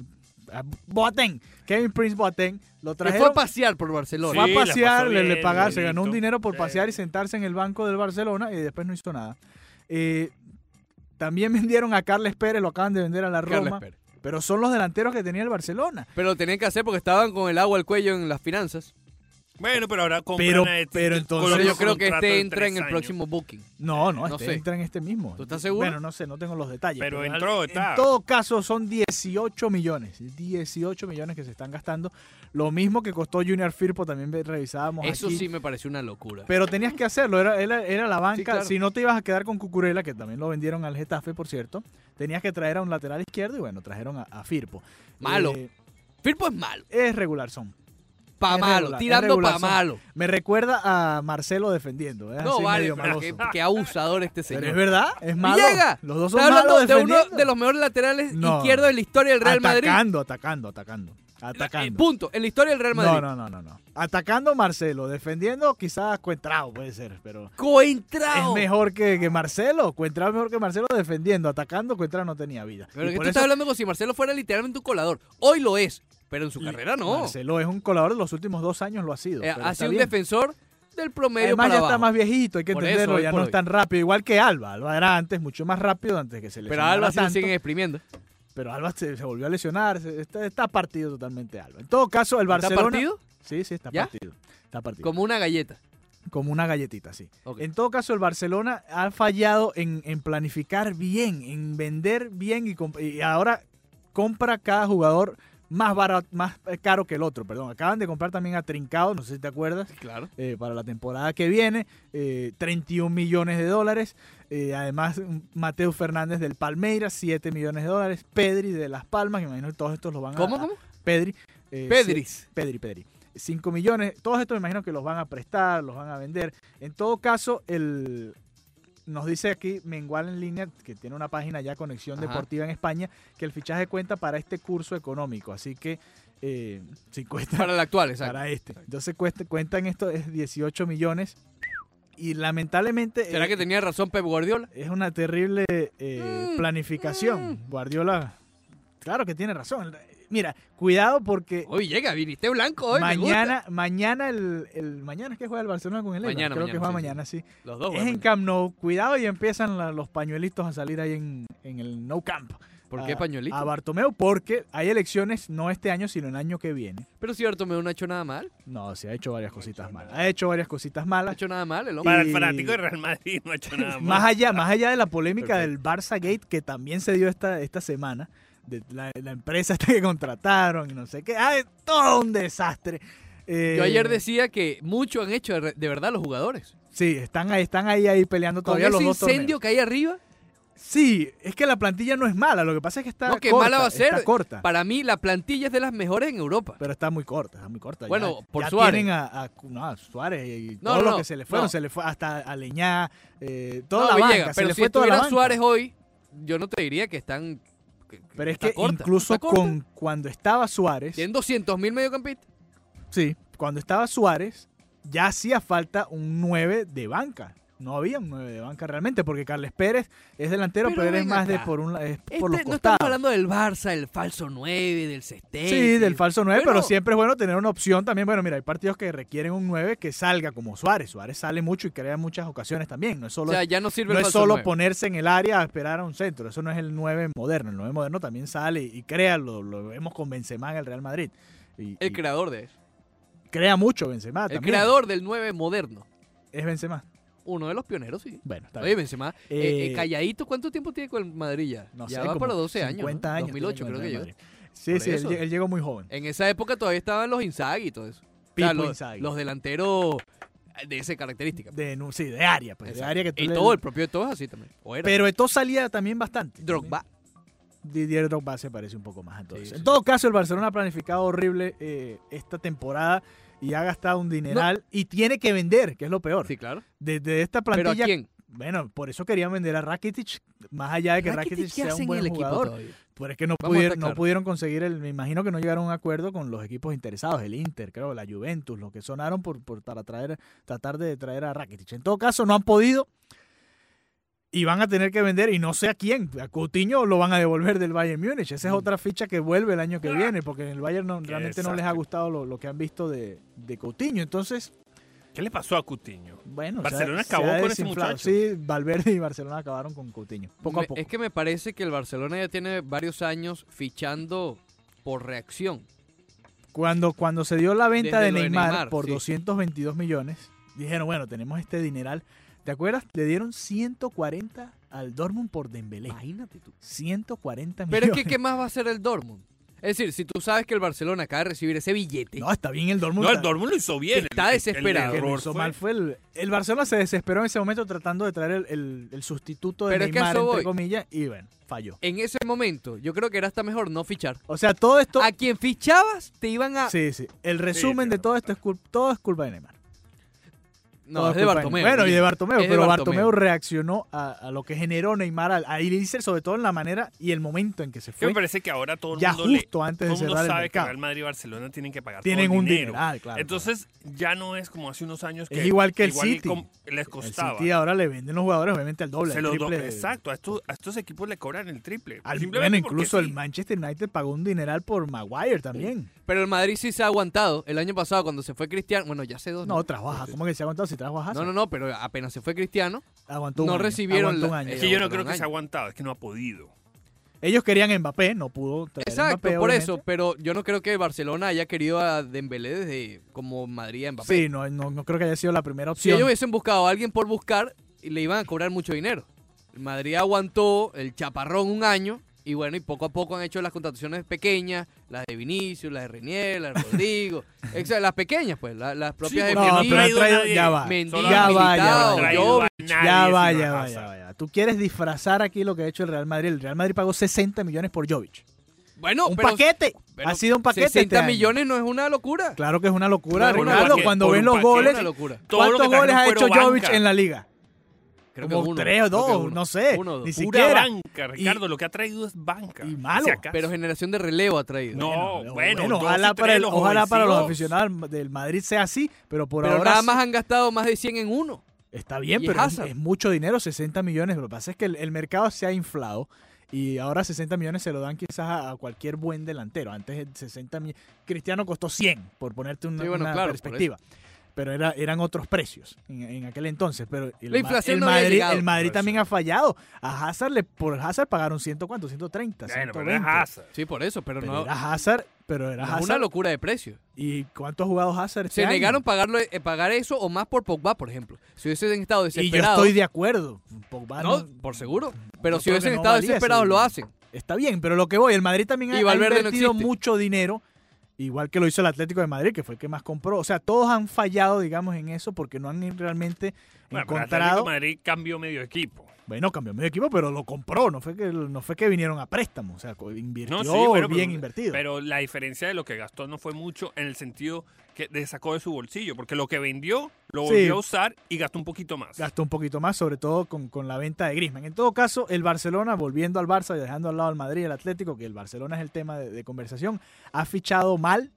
[SPEAKER 2] a Boateng, Kevin Prince Boateng, lo
[SPEAKER 1] Se fue
[SPEAKER 2] trajeron,
[SPEAKER 1] a pasear por Barcelona.
[SPEAKER 2] fue
[SPEAKER 3] Sí,
[SPEAKER 2] a
[SPEAKER 3] la
[SPEAKER 2] pasear,
[SPEAKER 3] pasó
[SPEAKER 2] le, le
[SPEAKER 3] bien,
[SPEAKER 2] pagaron, se ganó un
[SPEAKER 3] bonito.
[SPEAKER 2] dinero por
[SPEAKER 3] Sí.
[SPEAKER 2] pasear y sentarse en el banco del Barcelona y después no hizo nada. Eh, también vendieron a Carles Pérez, lo acaban de vender a la
[SPEAKER 1] Carles
[SPEAKER 2] Roma,
[SPEAKER 1] Pérez.
[SPEAKER 2] pero son los delanteros que tenía el Barcelona.
[SPEAKER 1] Pero lo tenían que hacer porque estaban con el agua al cuello en las finanzas.
[SPEAKER 3] Bueno, pero ahora compran
[SPEAKER 2] Pero-
[SPEAKER 3] a este-
[SPEAKER 2] pero entonces-
[SPEAKER 3] con
[SPEAKER 1] Pero
[SPEAKER 3] un
[SPEAKER 1] yo creo que
[SPEAKER 3] contrato
[SPEAKER 1] este
[SPEAKER 3] de
[SPEAKER 1] entra
[SPEAKER 3] tres
[SPEAKER 1] en el
[SPEAKER 3] años.
[SPEAKER 1] próximo booking.
[SPEAKER 2] No, no,
[SPEAKER 1] No
[SPEAKER 2] este
[SPEAKER 1] sé.
[SPEAKER 2] entra en este mismo.
[SPEAKER 1] ¿Tú estás seguro?
[SPEAKER 2] Bueno, no sé, no tengo los detalles.
[SPEAKER 3] Pero entró, está.
[SPEAKER 2] En todo caso, son 18 millones. 18 millones que se están gastando. Lo mismo que costó Junior Firpo, también ve- revisábamos
[SPEAKER 1] Eso
[SPEAKER 2] aquí.
[SPEAKER 1] sí me pareció una locura.
[SPEAKER 2] Pero tenías que hacerlo, era, era, era la banca.
[SPEAKER 1] claro.
[SPEAKER 2] Si no te ibas a quedar con Cucurella, que también lo vendieron al Getafe, por cierto, tenías que traer a un lateral izquierdo y bueno, trajeron a, a Firpo.
[SPEAKER 1] Malo.
[SPEAKER 2] Eh,
[SPEAKER 1] Firpo es pues, malo.
[SPEAKER 2] es regular son.
[SPEAKER 1] Pa'
[SPEAKER 2] Es
[SPEAKER 1] malo.
[SPEAKER 2] regular, es
[SPEAKER 1] Tirando
[SPEAKER 2] regular,
[SPEAKER 1] pa'
[SPEAKER 2] son-
[SPEAKER 1] malo.
[SPEAKER 2] Me recuerda a Marcelo defendiendo. Es
[SPEAKER 1] No
[SPEAKER 2] así
[SPEAKER 1] vale,
[SPEAKER 2] medio
[SPEAKER 1] pero qué,
[SPEAKER 2] maloso.
[SPEAKER 1] qué abusador este
[SPEAKER 2] Pero es
[SPEAKER 1] señor.
[SPEAKER 2] verdad, es malo.
[SPEAKER 1] Villega,
[SPEAKER 2] Los dos son
[SPEAKER 1] Está hablando
[SPEAKER 2] malos
[SPEAKER 1] de uno
[SPEAKER 2] defendiendo.
[SPEAKER 1] de los mejores laterales
[SPEAKER 2] No.
[SPEAKER 1] izquierdos de la historia del Real Madrid.
[SPEAKER 2] atacando, atacando, atacando,
[SPEAKER 1] Eh,
[SPEAKER 2] atacando.
[SPEAKER 1] punto. En la historia del Real Madrid.
[SPEAKER 2] No, no, no, no, no. Atacando Marcelo, defendiendo quizás Cuentrao puede ser, pero
[SPEAKER 1] Coentrao.
[SPEAKER 2] es mejor que, que Marcelo. Cuentrao es mejor que Marcelo defendiendo, atacando Cuentrao no tenía vida.
[SPEAKER 1] Pero
[SPEAKER 2] Y
[SPEAKER 1] que
[SPEAKER 2] por
[SPEAKER 1] tú
[SPEAKER 2] eso
[SPEAKER 1] estás hablando como si Marcelo fuera literalmente un colador. Hoy lo es, pero en su
[SPEAKER 2] Y-
[SPEAKER 1] carrera no.
[SPEAKER 2] Marcelo es un colador de los últimos dos años lo ha sido.
[SPEAKER 1] Eh,
[SPEAKER 2] pero
[SPEAKER 1] ha
[SPEAKER 2] está
[SPEAKER 1] sido un
[SPEAKER 2] bien.
[SPEAKER 1] defensor del promedio
[SPEAKER 2] Además
[SPEAKER 1] para
[SPEAKER 2] ya está
[SPEAKER 1] abajo.
[SPEAKER 2] más viejito, hay que
[SPEAKER 1] Por
[SPEAKER 2] entenderlo,
[SPEAKER 1] eso, hoy
[SPEAKER 2] ya
[SPEAKER 1] por
[SPEAKER 2] no
[SPEAKER 1] hoy.
[SPEAKER 2] es tan rápido, igual que Alba. Alba era antes mucho más rápido antes que se le
[SPEAKER 1] Pero a Alba sí lo siguen exprimiendo.
[SPEAKER 2] Pero Alba se, se volvió a lesionar, se- está, está partido totalmente Alba. En todo caso, el
[SPEAKER 1] ¿Está
[SPEAKER 2] Barcelona...
[SPEAKER 1] Este partido?
[SPEAKER 2] Sí, sí, está
[SPEAKER 1] ¿Ya?
[SPEAKER 2] partido. Está partido.
[SPEAKER 1] Como una galleta.
[SPEAKER 2] Como una galletita, sí.
[SPEAKER 1] Ok.
[SPEAKER 2] En todo caso, el Barcelona ha fallado en, en planificar bien, en vender bien y, comp- y ahora compra cada jugador más barato, más eh, caro que el otro, perdón. Acaban de comprar también a Trincado, no sé si te acuerdas,
[SPEAKER 1] Claro.
[SPEAKER 2] eh, para la temporada que viene, eh, 31 millones de dólares. Eh, además, un Mateo Fernández del Palmeiras, 7 millones de dólares. Pedri de Las Palmas, que me imagino que todos estos los van a-
[SPEAKER 1] ¿Cómo,
[SPEAKER 2] a...
[SPEAKER 1] cómo?
[SPEAKER 2] Pedri. eh,
[SPEAKER 1] Pedris.
[SPEAKER 2] Pedri, Pedri. 5 millones. Todos estos me imagino que los van a prestar, los van a vender. En todo caso, el nos dice aquí Mengual en línea, que tiene una página ya Conexión
[SPEAKER 1] Ajá.
[SPEAKER 2] Deportiva en España, que el fichaje cuenta para este curso económico. Así que eh, sí cuesta para,
[SPEAKER 1] Para el actual, exacto.
[SPEAKER 2] este. Entonces cuesta, cuentan estos es 18 millones. Y lamentablemente
[SPEAKER 1] ¿Será
[SPEAKER 2] eh,
[SPEAKER 1] que tenía razón Pep Guardiola?
[SPEAKER 2] es una terrible eh,
[SPEAKER 1] Mm,
[SPEAKER 2] planificación. Guardiola, claro que tiene razón. Mira, cuidado porque
[SPEAKER 1] Hoy llega, viniste blanco hoy. me gusta.
[SPEAKER 2] mañana, mañana el, el- mañana es que juega el Barcelona con el Eibar.
[SPEAKER 1] Mañana,
[SPEAKER 2] Creo que
[SPEAKER 1] mañana,
[SPEAKER 2] juega
[SPEAKER 1] sí, Oh, sí.
[SPEAKER 2] mañana, sí.
[SPEAKER 1] Los dos.
[SPEAKER 2] Es
[SPEAKER 1] bueno,
[SPEAKER 2] en Camp Nou. Cuidado y empiezan la- los pañuelitos a salir ahí en, en el No Camp.
[SPEAKER 1] ¿Por qué
[SPEAKER 2] a-
[SPEAKER 1] pañuelito?
[SPEAKER 2] A Bartomeu porque hay elecciones no este año, sino el año que viene.
[SPEAKER 1] Pero cierto, me no ha hecho nada mal.
[SPEAKER 2] No, se ha hecho varias
[SPEAKER 3] No ha
[SPEAKER 2] cositas
[SPEAKER 3] hecho
[SPEAKER 2] malas.
[SPEAKER 3] nada.
[SPEAKER 2] Ha hecho varias cositas
[SPEAKER 1] No ha
[SPEAKER 2] malas.
[SPEAKER 1] hecho nada mal el hombre.
[SPEAKER 3] Para
[SPEAKER 2] Y-
[SPEAKER 3] el fanático de Real Madrid no ha hecho nada
[SPEAKER 2] Más
[SPEAKER 3] más.
[SPEAKER 2] allá, más allá de la polémica del Barça Gate que también se dio esta, esta semana, de la, la empresa esta que contrataron y no sé qué. ¡Ay, todo un desastre! Eh,
[SPEAKER 1] Yo ayer decía que mucho han hecho de re- de verdad los jugadores.
[SPEAKER 2] Sí, están ahí, están ahí, ahí peleando
[SPEAKER 1] Con
[SPEAKER 2] todavía
[SPEAKER 1] ese
[SPEAKER 2] los dos
[SPEAKER 1] incendio que hay arriba,
[SPEAKER 2] torneos. Sí, es que la plantilla no es mala, lo que pasa es que está
[SPEAKER 1] No, que
[SPEAKER 2] corta,
[SPEAKER 1] mala va a ser
[SPEAKER 2] está corta,
[SPEAKER 1] para mí la plantilla es de las mejores en Europa.
[SPEAKER 2] Ah. pero está muy corta, está muy corta.
[SPEAKER 1] Bueno,
[SPEAKER 2] Ya-
[SPEAKER 1] por
[SPEAKER 2] ya
[SPEAKER 1] Suárez.
[SPEAKER 2] tienen a, a- no, a Suárez y
[SPEAKER 1] No,
[SPEAKER 2] todo
[SPEAKER 1] no,
[SPEAKER 2] lo
[SPEAKER 1] no,
[SPEAKER 2] que se le fueron,
[SPEAKER 1] no.
[SPEAKER 2] se le fue hasta a Leñá, eh, toda
[SPEAKER 1] No,
[SPEAKER 2] la banca,
[SPEAKER 1] Villegas,
[SPEAKER 2] se
[SPEAKER 1] pero
[SPEAKER 2] le
[SPEAKER 1] si
[SPEAKER 2] fue toda la
[SPEAKER 1] estuviera
[SPEAKER 2] banca.
[SPEAKER 1] Suárez oh, hoy, yo no te diría que están. que-
[SPEAKER 2] pero es
[SPEAKER 1] está
[SPEAKER 2] que
[SPEAKER 1] corta,
[SPEAKER 2] incluso
[SPEAKER 1] está corta.
[SPEAKER 2] con cuando estaba Suárez,
[SPEAKER 1] Tienen 200 mil mediocampistas.
[SPEAKER 2] sí, cuando estaba Suárez ya hacía falta un 9 de banca. no había un 9 de banca realmente, porque Carles Pérez es delantero,
[SPEAKER 1] Pero
[SPEAKER 2] pero, eres
[SPEAKER 1] ven
[SPEAKER 2] más de
[SPEAKER 1] acá.
[SPEAKER 2] por un la- es
[SPEAKER 1] Este-
[SPEAKER 2] por los
[SPEAKER 1] no estamos
[SPEAKER 2] costados.
[SPEAKER 1] hablando del Barça, el falso 9, del Cestel.
[SPEAKER 2] Sí, del falso 9,
[SPEAKER 1] Bueno.
[SPEAKER 2] pero siempre es bueno tener una opción también. Bueno, mira, hay partidos que requieren un 9 que salga como Suárez. Suárez sale mucho y crea muchas ocasiones también. No es
[SPEAKER 1] O
[SPEAKER 2] solo,
[SPEAKER 1] sea, ya no sirve
[SPEAKER 2] no
[SPEAKER 1] el
[SPEAKER 2] es
[SPEAKER 1] falso
[SPEAKER 2] solo
[SPEAKER 1] 9.
[SPEAKER 2] ponerse en el área a esperar a un centro. Eso no es el 9 moderno. El 9 moderno también sale y crea. Lo, lo vemos con Benzema en el Real Madrid. Y,
[SPEAKER 1] El
[SPEAKER 2] y
[SPEAKER 1] creador de eso.
[SPEAKER 2] crea mucho Benzema
[SPEAKER 1] El
[SPEAKER 2] Ah, también.
[SPEAKER 1] creador del 9 moderno.
[SPEAKER 2] Es Benzema.
[SPEAKER 1] Uno de los pioneros, sí.
[SPEAKER 2] Bueno, está
[SPEAKER 1] Oye,
[SPEAKER 2] bien.
[SPEAKER 1] Benzema, eh, eh,
[SPEAKER 2] Eh,
[SPEAKER 1] calladito, ¿cuánto tiempo tiene con el Madrid ya?
[SPEAKER 2] No
[SPEAKER 1] ya
[SPEAKER 2] sé,
[SPEAKER 1] va
[SPEAKER 2] como
[SPEAKER 1] para 12 años.
[SPEAKER 2] 50
[SPEAKER 1] ¿no?
[SPEAKER 2] años.
[SPEAKER 1] 2008
[SPEAKER 2] tiene
[SPEAKER 1] creo
[SPEAKER 2] con
[SPEAKER 1] que
[SPEAKER 2] el
[SPEAKER 1] yo.
[SPEAKER 2] Real Madrid. Sí,
[SPEAKER 1] Por
[SPEAKER 2] sí, él,
[SPEAKER 1] eso.
[SPEAKER 2] lle- él llegó muy joven.
[SPEAKER 1] En esa época todavía estaban los Inzaghi y todo eso. O sea,
[SPEAKER 2] Pipo
[SPEAKER 1] los,
[SPEAKER 2] Inzaghi.
[SPEAKER 1] los delanteros de esa característica.
[SPEAKER 2] De, nu- sí, de área, pues. De
[SPEAKER 1] Exacto.
[SPEAKER 2] área que tú
[SPEAKER 1] y
[SPEAKER 2] le-
[SPEAKER 1] todo, el propio de todos así también. O era.
[SPEAKER 2] Pero Eto salía también bastante.
[SPEAKER 1] Drogba.
[SPEAKER 2] Didier Drogba se parece un poco más a todo
[SPEAKER 1] Sí,
[SPEAKER 2] eso.
[SPEAKER 1] sí.
[SPEAKER 2] En todo caso, el Barcelona ha planificado horrible eh, esta temporada y ha gastado un dineral y tiene que vender, que es lo peor.
[SPEAKER 1] Sí, claro.
[SPEAKER 2] Desde esta
[SPEAKER 1] ¿Pero a
[SPEAKER 2] plantilla,
[SPEAKER 1] quién?
[SPEAKER 2] bueno, por eso querían vender a Rakitic, más allá de que Rakitic,
[SPEAKER 1] ¿Rakitic qué
[SPEAKER 2] sea
[SPEAKER 1] hace
[SPEAKER 2] un
[SPEAKER 1] en
[SPEAKER 2] buen
[SPEAKER 1] el equipo
[SPEAKER 2] jugador.
[SPEAKER 1] todavía?
[SPEAKER 2] Pero Pues es que no
[SPEAKER 1] Vamos a estar
[SPEAKER 2] pudieron, no
[SPEAKER 1] claros.
[SPEAKER 2] pudieron conseguir el, me imagino que no llegaron a un acuerdo con los equipos interesados, el Inter, creo, la Juventus, los que sonaron por, por- para traer, tratar de traer a Rakitic. En todo caso, no han podido y van a tener que vender y no sé a quién. A Coutinho lo van a devolver del Bayern Múnich. Esa es
[SPEAKER 1] Mm.
[SPEAKER 2] otra ficha que vuelve el año que viene, porque en el Bayern no-
[SPEAKER 3] Qué
[SPEAKER 2] realmente no les ha
[SPEAKER 3] desastre.
[SPEAKER 2] gustado lo, lo que han visto de, de Coutinho. Entonces,
[SPEAKER 3] ¿Qué le pasó a Cutiño?
[SPEAKER 2] bueno,
[SPEAKER 3] Barcelona
[SPEAKER 2] se ha- se
[SPEAKER 3] acabó
[SPEAKER 2] ha
[SPEAKER 3] con ese
[SPEAKER 2] desinflado.
[SPEAKER 3] muchacho.
[SPEAKER 2] Sí, Valverde y Barcelona acabaron con Coutinho. Poco a
[SPEAKER 1] Me-
[SPEAKER 2] poco.
[SPEAKER 1] Es que me parece que el Barcelona ya tiene varios años fichando por reacción.
[SPEAKER 2] Cuando, cuando se dio la venta
[SPEAKER 1] Desde
[SPEAKER 2] de
[SPEAKER 1] lo de
[SPEAKER 2] Neymar,
[SPEAKER 1] Neymar,
[SPEAKER 2] por
[SPEAKER 1] sí.
[SPEAKER 2] 222 millones, dijeron, bueno, tenemos este dineral. ¿Te acuerdas? Le dieron 140 al Dortmund por Dembélé.
[SPEAKER 1] Imagínate tú.
[SPEAKER 2] 140
[SPEAKER 1] Pero es
[SPEAKER 2] millones.
[SPEAKER 1] que, ¿qué más va a hacer el Dortmund? Es decir, si tú sabes que el Barcelona acaba de recibir ese billete,
[SPEAKER 2] No, está bien el Dortmund.
[SPEAKER 3] No, el
[SPEAKER 2] está-
[SPEAKER 3] Dortmund lo hizo bien.
[SPEAKER 1] Está
[SPEAKER 3] El- el
[SPEAKER 1] desesperado.
[SPEAKER 2] que lo
[SPEAKER 3] error
[SPEAKER 2] hizo
[SPEAKER 3] fue-
[SPEAKER 2] mal fue el, el Barcelona se desesperó en ese momento tratando de traer el, el- el sustituto de
[SPEAKER 1] Pero es que a
[SPEAKER 2] Neymar,
[SPEAKER 1] eso
[SPEAKER 2] entre
[SPEAKER 1] voy.
[SPEAKER 2] comillas, y bueno, falló.
[SPEAKER 1] en ese momento, yo creo que era hasta mejor no fichar.
[SPEAKER 2] O sea, todo esto...
[SPEAKER 1] A quien fichabas, te iban a.
[SPEAKER 2] Sí, sí. El resumen de
[SPEAKER 3] claro.
[SPEAKER 2] todo esto es, cul- todo es culpa de Neymar.
[SPEAKER 1] no,
[SPEAKER 2] Todo
[SPEAKER 1] es de
[SPEAKER 2] culpa
[SPEAKER 1] Bartomeu.
[SPEAKER 2] Neymar. Bueno, y de Bartomeu,
[SPEAKER 1] Es de
[SPEAKER 2] pero
[SPEAKER 1] Bartomeu.
[SPEAKER 2] Bartomeu, reaccionó a, a lo que generó Neymar al- a Ilícer, sobre todo en la manera y el momento en que se
[SPEAKER 3] Que me
[SPEAKER 2] fue.
[SPEAKER 3] parece que ahora todo el
[SPEAKER 2] Ya
[SPEAKER 3] mundo, le-
[SPEAKER 2] justo antes
[SPEAKER 3] todo
[SPEAKER 2] de
[SPEAKER 3] el mundo
[SPEAKER 2] cerrar el
[SPEAKER 3] sabe que Real
[SPEAKER 2] mercado.
[SPEAKER 3] Madrid y Barcelona tienen que pagar
[SPEAKER 2] Tienen
[SPEAKER 3] todo el
[SPEAKER 2] un
[SPEAKER 3] dinero.
[SPEAKER 2] dinero. Ah, claro,
[SPEAKER 3] Entonces ya no es como hace unos años que
[SPEAKER 2] Es igual que el
[SPEAKER 3] y
[SPEAKER 2] City.
[SPEAKER 3] com- les
[SPEAKER 2] claro. El
[SPEAKER 3] costaba.
[SPEAKER 2] City ahora le venden los jugadores obviamente al doble,
[SPEAKER 3] Se
[SPEAKER 2] al
[SPEAKER 3] los do-
[SPEAKER 2] triple. de-
[SPEAKER 3] exacto, a estos, a estos equipos le cobran el triple.
[SPEAKER 2] al- bueno,
[SPEAKER 3] Simplemente porque
[SPEAKER 2] incluso el
[SPEAKER 3] sí.
[SPEAKER 2] Manchester United pagó un dineral por Maguire también.
[SPEAKER 1] Pero el Madrid sí se ha aguantado. El año pasado, cuando se fue Cristiano. Bueno, ya hace dos.
[SPEAKER 2] No, trabaja. ¿Cómo que se ha aguantado si trabaja Hazard?
[SPEAKER 1] No, no, no, pero apenas se fue Cristiano.
[SPEAKER 2] Aguantó un
[SPEAKER 1] no
[SPEAKER 2] año,
[SPEAKER 1] recibieron la-
[SPEAKER 2] aguantó un año.
[SPEAKER 3] Es que yo no
[SPEAKER 1] otro
[SPEAKER 3] creo que
[SPEAKER 1] año.
[SPEAKER 3] se ha aguantado, es que no ha podido.
[SPEAKER 2] Ellos querían Mbappé, no pudo traer
[SPEAKER 1] Exacto,
[SPEAKER 2] Mbappé,
[SPEAKER 1] por
[SPEAKER 2] obviamente.
[SPEAKER 1] eso. Pero yo no creo que Barcelona haya querido a Dembélé desde como Madrid a Mbappé.
[SPEAKER 2] Sí, no, no, no creo que haya sido la primera
[SPEAKER 1] Si
[SPEAKER 2] opción.
[SPEAKER 1] ellos hubiesen buscado a alguien por buscar, le iban a cobrar mucho dinero. El Madrid aguantó el chaparrón un año y bueno, y poco a poco han hecho las contrataciones pequeñas, las de Vinicius, las de Renier, las de Rodrigo, etcétera, las pequeñas pues, la- las propias
[SPEAKER 3] Sí,
[SPEAKER 1] de
[SPEAKER 2] no,
[SPEAKER 3] porque
[SPEAKER 1] Firmino,
[SPEAKER 2] pero han
[SPEAKER 3] traído a
[SPEAKER 2] traído-
[SPEAKER 3] nadie.
[SPEAKER 2] ya va.
[SPEAKER 1] Mendy,
[SPEAKER 3] Solo
[SPEAKER 2] Ya
[SPEAKER 3] han
[SPEAKER 2] va, ya
[SPEAKER 1] Militao,
[SPEAKER 2] va,
[SPEAKER 3] militado,
[SPEAKER 1] Jovic.
[SPEAKER 2] ya va.
[SPEAKER 3] traído a nadie,
[SPEAKER 2] Ya
[SPEAKER 3] sino
[SPEAKER 2] va,
[SPEAKER 3] a
[SPEAKER 2] ya va,
[SPEAKER 3] Hazard.
[SPEAKER 2] ya va, ya va. Tú quieres disfrazar aquí lo que ha hecho el Real Madrid. El Real Madrid pagó 60 millones por Jovic.
[SPEAKER 1] Bueno,
[SPEAKER 2] un
[SPEAKER 1] pero,
[SPEAKER 2] paquete.
[SPEAKER 1] pero
[SPEAKER 2] ha sido un paquete. este
[SPEAKER 1] 60
[SPEAKER 2] año.
[SPEAKER 1] millones no es una locura.
[SPEAKER 2] Claro que es una locura,
[SPEAKER 1] No, por un
[SPEAKER 2] Ronaldo.
[SPEAKER 3] paquete,
[SPEAKER 2] cuando
[SPEAKER 3] por
[SPEAKER 2] ves
[SPEAKER 3] un
[SPEAKER 2] los
[SPEAKER 3] paquete.
[SPEAKER 1] Es
[SPEAKER 2] goles,
[SPEAKER 1] una locura.
[SPEAKER 3] Todo lo
[SPEAKER 2] ¿cuántos
[SPEAKER 3] que
[SPEAKER 2] goles ha
[SPEAKER 3] trajeron
[SPEAKER 2] hecho
[SPEAKER 3] fueron
[SPEAKER 2] Jovic
[SPEAKER 3] banca.
[SPEAKER 2] en la liga?
[SPEAKER 1] Creo que
[SPEAKER 2] Como
[SPEAKER 1] uno,
[SPEAKER 2] tres o
[SPEAKER 1] creo que
[SPEAKER 2] dos,
[SPEAKER 1] uno.
[SPEAKER 2] no sé.
[SPEAKER 1] Uno o dos.
[SPEAKER 2] Ni
[SPEAKER 3] Pura
[SPEAKER 2] siquiera.
[SPEAKER 3] banca, Ricardo, lo que ha traído es banca.
[SPEAKER 2] y malo,
[SPEAKER 3] si acaso.
[SPEAKER 1] Pero generación de relevo ha traído.
[SPEAKER 3] No, bueno, dos
[SPEAKER 2] ojalá, para,
[SPEAKER 3] y tres,
[SPEAKER 2] el-
[SPEAKER 3] los
[SPEAKER 2] ojalá para los
[SPEAKER 3] jovencitos.
[SPEAKER 2] aficionados del Madrid sea así, pero por
[SPEAKER 1] pero
[SPEAKER 2] ahora
[SPEAKER 1] nada más han gastado más de 100 en uno.
[SPEAKER 2] Está bien,
[SPEAKER 1] Y es
[SPEAKER 2] pero es,
[SPEAKER 1] Hazard.
[SPEAKER 2] es mucho dinero, 60 millones. Lo que pasa es que el, el mercado se ha inflado y ahora 60 millones se lo dan quizás a, a cualquier buen delantero. Antes el 60 mi- Cristiano costó 100, por ponerte una,
[SPEAKER 1] Sí, bueno,
[SPEAKER 2] una
[SPEAKER 1] claro, por
[SPEAKER 2] perspectiva. Pero era, eran otros precios en, en aquel entonces. Pero el,
[SPEAKER 1] La
[SPEAKER 2] Ma-
[SPEAKER 1] inflación
[SPEAKER 2] el
[SPEAKER 1] no había
[SPEAKER 2] Madrid,
[SPEAKER 1] llegado.
[SPEAKER 2] el Madrid
[SPEAKER 3] Inflación.
[SPEAKER 2] también ha fallado. A Hazard, le, por Hazard pagaron 100, ¿cuánto? 130,
[SPEAKER 3] Bueno, pero
[SPEAKER 2] 120.
[SPEAKER 3] es Hazard.
[SPEAKER 1] Sí, por eso, pero,
[SPEAKER 2] Pero
[SPEAKER 1] no,
[SPEAKER 2] era Hazard, pero era
[SPEAKER 1] no es
[SPEAKER 2] Hazard.
[SPEAKER 1] una locura de precio.
[SPEAKER 2] ¿Y cuánto ha jugado Hazard este
[SPEAKER 1] Se
[SPEAKER 2] año?
[SPEAKER 1] negaron pagarlo, eh, pagar eso o más por Pogba, por ejemplo. Si hubiesen estado
[SPEAKER 2] Y yo
[SPEAKER 1] desesperados.
[SPEAKER 2] estoy de acuerdo. Pogba
[SPEAKER 1] no, por seguro. Pero
[SPEAKER 2] yo
[SPEAKER 1] si
[SPEAKER 2] creo que
[SPEAKER 1] hubiesen
[SPEAKER 2] no
[SPEAKER 1] estado
[SPEAKER 2] valía ese
[SPEAKER 1] desesperados, lo
[SPEAKER 2] dinero.
[SPEAKER 1] hacen.
[SPEAKER 2] Está bien, pero lo que voy, el Madrid también
[SPEAKER 1] Y
[SPEAKER 2] ha, ha
[SPEAKER 1] Valverde no
[SPEAKER 2] invertido
[SPEAKER 1] existe.
[SPEAKER 2] mucho dinero, igual que lo hizo el Atlético de Madrid, que fue el que más compró. O sea, todos han fallado, digamos, en eso porque no han realmente
[SPEAKER 3] Bueno, pero
[SPEAKER 2] encontrado.
[SPEAKER 3] Atlético de Madrid cambió medio equipo.
[SPEAKER 2] Bueno, cambió medio equipo, pero lo compró. No fue que no fue que vinieron a préstamo, o sea, co- invirtió
[SPEAKER 3] No, sí, bueno,
[SPEAKER 2] bien
[SPEAKER 3] pero-
[SPEAKER 2] invertido.
[SPEAKER 3] Pero la diferencia de lo que gastó no fue mucho en el sentido que le sacó de su bolsillo, porque lo que vendió lo
[SPEAKER 2] Sí.
[SPEAKER 3] volvió a usar y gastó un poquito más.
[SPEAKER 2] Gastó un poquito más, sobre todo con, con la venta de Griezmann. En todo caso, el Barcelona, volviendo al Barça y dejando al lado al Madrid y al Atlético, que el Barcelona es el tema de, de conversación, ha fichado mal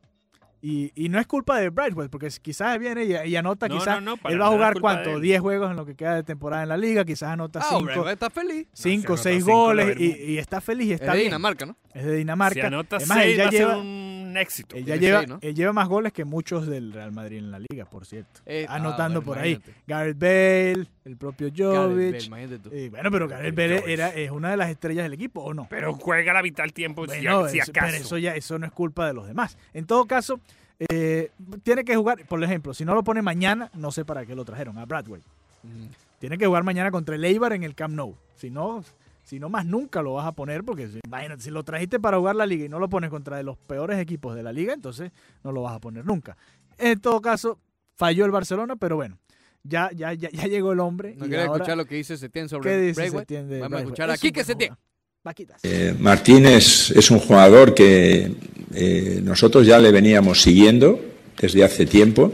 [SPEAKER 2] Y, y no es culpa de Brightwell, porque si quizás viene y, y anota,
[SPEAKER 3] No,
[SPEAKER 2] quizás
[SPEAKER 3] no, no, para
[SPEAKER 2] él va a
[SPEAKER 3] nada es
[SPEAKER 2] jugar
[SPEAKER 3] culpa de
[SPEAKER 2] cuánto,
[SPEAKER 3] él.
[SPEAKER 2] 10 juegos en lo que queda de temporada en la liga, quizás anota
[SPEAKER 1] Ah, Brightwell
[SPEAKER 2] 5,
[SPEAKER 1] está feliz.
[SPEAKER 3] anota
[SPEAKER 2] 5, 6
[SPEAKER 3] cinco, la
[SPEAKER 2] goles y,
[SPEAKER 3] verdad.
[SPEAKER 2] y está feliz y
[SPEAKER 1] Es
[SPEAKER 2] está
[SPEAKER 1] de
[SPEAKER 2] bien.
[SPEAKER 1] Dinamarca, ¿no?
[SPEAKER 2] Es de Dinamarca.
[SPEAKER 3] Si anota
[SPEAKER 2] Además, él
[SPEAKER 3] seis,
[SPEAKER 2] ya
[SPEAKER 3] va a
[SPEAKER 2] lleva,
[SPEAKER 3] ser un éxito.
[SPEAKER 2] él ya
[SPEAKER 1] Tiene
[SPEAKER 2] lleva,
[SPEAKER 1] seis, ¿no?
[SPEAKER 2] él lleva más goles que muchos del Real Madrid en la liga, por cierto.
[SPEAKER 1] Eh, ah,
[SPEAKER 2] Anotando
[SPEAKER 1] bueno,
[SPEAKER 2] por ahí.
[SPEAKER 1] imagínate.
[SPEAKER 2] Gareth Bale, el propio
[SPEAKER 1] Gareth Bale,
[SPEAKER 2] Jovic.
[SPEAKER 1] imagínate tú.
[SPEAKER 2] Eh, bueno, pero Gareth Bale era, es una de las estrellas del equipo, ¿o no?
[SPEAKER 3] Pero juega la mitad del tiempo si-
[SPEAKER 2] Bueno,
[SPEAKER 3] si,
[SPEAKER 2] eso-
[SPEAKER 3] acaso.
[SPEAKER 2] pero eso ya eso no es culpa de los demás. En todo caso, eh, tiene que jugar, por ejemplo, si no lo pone mañana, no sé para qué lo trajeron a Bradway.
[SPEAKER 1] Mm.
[SPEAKER 2] Tiene que jugar mañana contra el Eibar en el Camp Nou. Si no, si no más nunca lo vas a poner porque si- imagínate, si lo trajiste para jugar la liga y no lo pones contra de los peores equipos de la liga, entonces no lo vas a poner nunca. En todo caso, falló el Barcelona, pero bueno, ya ya ya, ya llegó el hombre
[SPEAKER 1] No
[SPEAKER 2] y
[SPEAKER 1] quiero
[SPEAKER 2] ahora,
[SPEAKER 1] escuchar lo que dice Setién
[SPEAKER 2] ¿qué
[SPEAKER 1] sobre
[SPEAKER 2] dice
[SPEAKER 1] Brightwell.
[SPEAKER 2] Setién de
[SPEAKER 1] Vamos a
[SPEAKER 2] Brightwell?
[SPEAKER 1] escuchar a
[SPEAKER 2] Es un
[SPEAKER 1] Quique
[SPEAKER 2] buen
[SPEAKER 1] Setién.
[SPEAKER 2] jugador. Vaquitas.
[SPEAKER 4] Eh, Martínez es un jugador que eh, nosotros ya le veníamos siguiendo desde hace tiempo.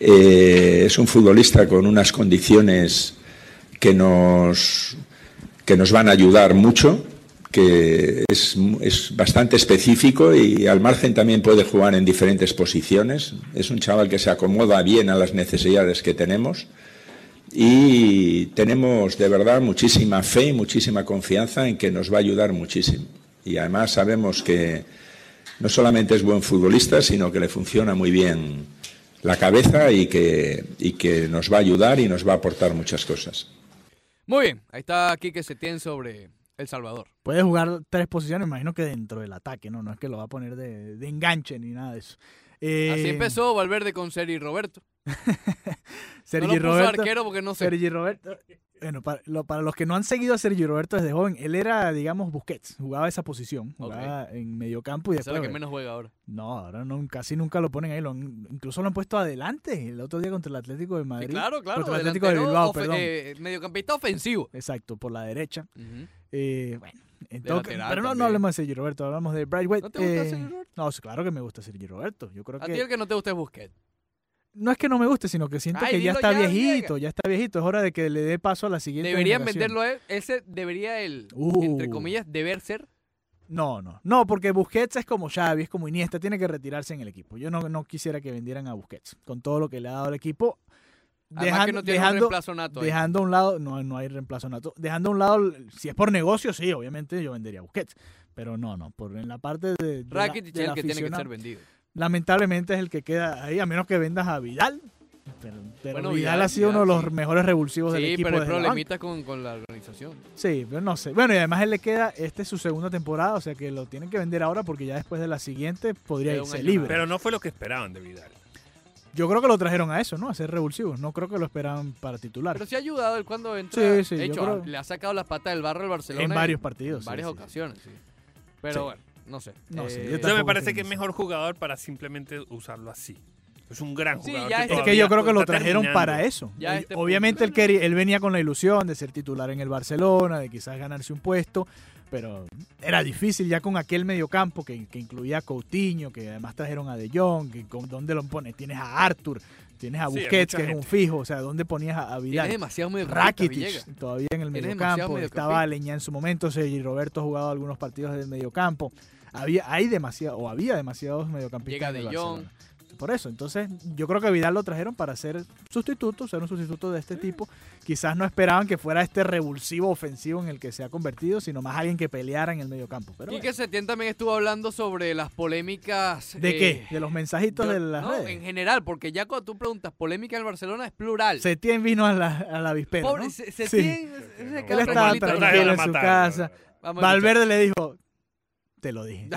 [SPEAKER 4] Eh, es un futbolista con unas condiciones que nos, que nos van a ayudar mucho, que es, mu- es bastante específico y al margen también puede jugar en diferentes posiciones. Es un chaval que se acomoda bien a las necesidades que tenemos y tenemos de verdad muchísima fe y muchísima confianza en que nos va a ayudar muchísimo. Y además sabemos que no solamente es buen futbolista, sino que le funciona muy bien la cabeza y que, y que nos va a ayudar y nos va a aportar muchas cosas.
[SPEAKER 1] Muy bien, ahí está Quique Setién sobre El Salvador.
[SPEAKER 2] Puede jugar tres posiciones, me imagino que dentro del ataque, ¿no? No es que lo va a poner de, de enganche ni nada de eso. Eh,
[SPEAKER 1] Así empezó Valverde con Seri Roberto.
[SPEAKER 2] Sergi
[SPEAKER 1] no lo puso
[SPEAKER 2] Roberto.
[SPEAKER 1] arquero porque no sé.
[SPEAKER 2] Sergi Roberto. Bueno, para, lo- para los que no han seguido a Sergi Roberto desde joven, él era, digamos, Busquets, jugaba esa posición, jugaba en mediocampo y
[SPEAKER 1] Esa es la
[SPEAKER 2] después.
[SPEAKER 1] que menos juega ahora.
[SPEAKER 2] No, ahora no, casi nunca lo ponen ahí, lo han- incluso lo han puesto adelante el otro día contra el Atlético de
[SPEAKER 1] Sí,
[SPEAKER 2] Madrid.
[SPEAKER 1] claro, claro.
[SPEAKER 2] Contra el Atlético de
[SPEAKER 1] delantero
[SPEAKER 2] Bilbao,
[SPEAKER 1] ofe-
[SPEAKER 2] perdón.
[SPEAKER 1] eh, mediocampista ofensivo.
[SPEAKER 2] Exacto, por la derecha.
[SPEAKER 1] Ujú.
[SPEAKER 2] Eh, bueno, en todo ca-
[SPEAKER 1] lateral
[SPEAKER 2] pero no, no
[SPEAKER 1] también.
[SPEAKER 2] hablemos de Sergi Roberto, hablamos de Brightway.
[SPEAKER 1] ¿No te gusta Sergi Roberto?
[SPEAKER 2] No, sí, claro que me gusta Sergi Roberto. Yo creo
[SPEAKER 1] A
[SPEAKER 2] que
[SPEAKER 1] ti el que no te gusta es Busquets.
[SPEAKER 2] No es que no me guste, sino que siento
[SPEAKER 1] Ay,
[SPEAKER 2] que ya
[SPEAKER 1] dilo
[SPEAKER 2] está
[SPEAKER 1] ya,
[SPEAKER 2] viejito, ya está viejito. Es hora de que le dé paso a la siguiente.
[SPEAKER 1] Deberían
[SPEAKER 2] generación.
[SPEAKER 1] venderlo a él. Ese debería el,
[SPEAKER 2] Uh.
[SPEAKER 1] entre comillas, deber ser.
[SPEAKER 2] No, no. No, porque Busquets es como Xavi, es como Iniesta, tiene que retirarse en el equipo. Yo no, no quisiera que vendieran a Busquets con todo lo que le ha dado el equipo.
[SPEAKER 1] Además que no tiene un
[SPEAKER 2] dejando,
[SPEAKER 1] reemplazo nato. ahí.
[SPEAKER 2] dejando a un lado, no, no hay reemplazo nato. Dejando a un lado, si es por negocio, sí, obviamente yo vendería a Busquets. Pero no, no, por en la parte de. de la-
[SPEAKER 1] Rakitic es
[SPEAKER 2] del
[SPEAKER 1] el que tiene que
[SPEAKER 2] aficionado,
[SPEAKER 1] ser vendido.
[SPEAKER 2] Lamentablemente es el que queda ahí, a menos que vendas a Vidal. Pero, pero
[SPEAKER 1] Bueno,
[SPEAKER 2] Vidal,
[SPEAKER 1] Vidal,
[SPEAKER 2] ha sido uno de
[SPEAKER 1] Vidal,
[SPEAKER 2] los
[SPEAKER 1] sí.
[SPEAKER 2] mejores revulsivos del
[SPEAKER 1] Sí,
[SPEAKER 2] equipo.
[SPEAKER 1] pero hay
[SPEAKER 2] desde la banca.
[SPEAKER 1] problemitas con, con la organización.
[SPEAKER 2] Sí, pero no sé. Bueno, y además él le queda, este es su segunda temporada, o sea que lo tienen que vender ahora porque ya después de la siguiente podría
[SPEAKER 1] Queda un
[SPEAKER 2] irse
[SPEAKER 1] año
[SPEAKER 2] libre.
[SPEAKER 1] más.
[SPEAKER 3] Pero no fue lo que esperaban de Vidal.
[SPEAKER 2] yo creo que lo trajeron a eso, ¿no? A ser revulsivos. No creo que lo esperaban para titular.
[SPEAKER 1] Pero sí ha ayudado él cuando entra.
[SPEAKER 2] Sí, sí,
[SPEAKER 1] de
[SPEAKER 2] yo
[SPEAKER 1] hecho,
[SPEAKER 2] creo-
[SPEAKER 1] le ha sacado la pata del barro al Barcelona.
[SPEAKER 2] en varios partidos.
[SPEAKER 1] en
[SPEAKER 2] sí,
[SPEAKER 1] varias
[SPEAKER 2] sí, sí.
[SPEAKER 1] ocasiones, sí. Pero
[SPEAKER 2] Sí.
[SPEAKER 1] bueno, no sé. Eh,
[SPEAKER 2] No sé, yo
[SPEAKER 3] Entonces me
[SPEAKER 2] tampoco
[SPEAKER 3] parece
[SPEAKER 2] creo
[SPEAKER 3] que
[SPEAKER 2] en
[SPEAKER 3] es
[SPEAKER 2] eso.
[SPEAKER 3] mejor jugador para simplemente usarlo así. Es un gran
[SPEAKER 1] Sí,
[SPEAKER 3] jugador.
[SPEAKER 1] ya
[SPEAKER 2] Es que
[SPEAKER 3] todavía
[SPEAKER 2] yo creo que lo
[SPEAKER 3] está
[SPEAKER 2] trajeron
[SPEAKER 3] terminando.
[SPEAKER 2] para eso.
[SPEAKER 1] Ya
[SPEAKER 2] Él-
[SPEAKER 1] este punto.
[SPEAKER 2] Obviamente él, quería- él venía con la ilusión de ser titular en el Barcelona, de quizás ganarse un puesto, pero era difícil ya con aquel mediocampo que, que incluía a Coutinho, que además trajeron a De Jong, que con, ¿dónde lo pones? Tienes a Arthur, tienes a
[SPEAKER 3] Sí, hay
[SPEAKER 2] Busquets,
[SPEAKER 3] mucha
[SPEAKER 2] que es un
[SPEAKER 3] gente.
[SPEAKER 2] fijo, o sea, ¿dónde ponías a, a
[SPEAKER 1] Tiene
[SPEAKER 2] Vidal?
[SPEAKER 1] demasiado medio
[SPEAKER 2] Rakitic todavía en el
[SPEAKER 1] Tiene demasiado
[SPEAKER 2] mediocampo, estaba
[SPEAKER 1] mediocampista.
[SPEAKER 2] Leña en su momento, Sergi Roberto ha jugado algunos partidos del mediocampo. Había, hay demasiado, o había demasiados mediocampistas
[SPEAKER 1] Llega
[SPEAKER 2] en el
[SPEAKER 1] De Jong.
[SPEAKER 2] Barcelona. Por eso, entonces yo creo que Vidal lo trajeron para ser sustituto, ser un sustituto de este tipo. Quizás no esperaban que fuera este revulsivo ofensivo en el que se ha convertido, sino más alguien que peleara en el mediocampo. Pero
[SPEAKER 1] Y
[SPEAKER 2] bueno,
[SPEAKER 1] que Setién también estuvo hablando sobre las polémicas.
[SPEAKER 2] ¿De
[SPEAKER 1] eh,
[SPEAKER 2] qué? De los mensajitos
[SPEAKER 1] yo-
[SPEAKER 2] de las
[SPEAKER 1] no, en
[SPEAKER 2] redes.
[SPEAKER 1] general, porque ya cuando tú preguntas polémica en el Barcelona es plural.
[SPEAKER 2] Setién vino a la, a la avispera,
[SPEAKER 1] Pobre,
[SPEAKER 2] ¿no?
[SPEAKER 1] se,
[SPEAKER 2] Sí.
[SPEAKER 1] Setién, se- se queda
[SPEAKER 2] Él estaba
[SPEAKER 1] tranquilito.
[SPEAKER 2] tranquilo
[SPEAKER 3] Lo trajeron a
[SPEAKER 2] en su
[SPEAKER 3] matar.
[SPEAKER 2] casa.
[SPEAKER 1] Vamos a escuchar.
[SPEAKER 2] Valverde le dijo, te lo dije.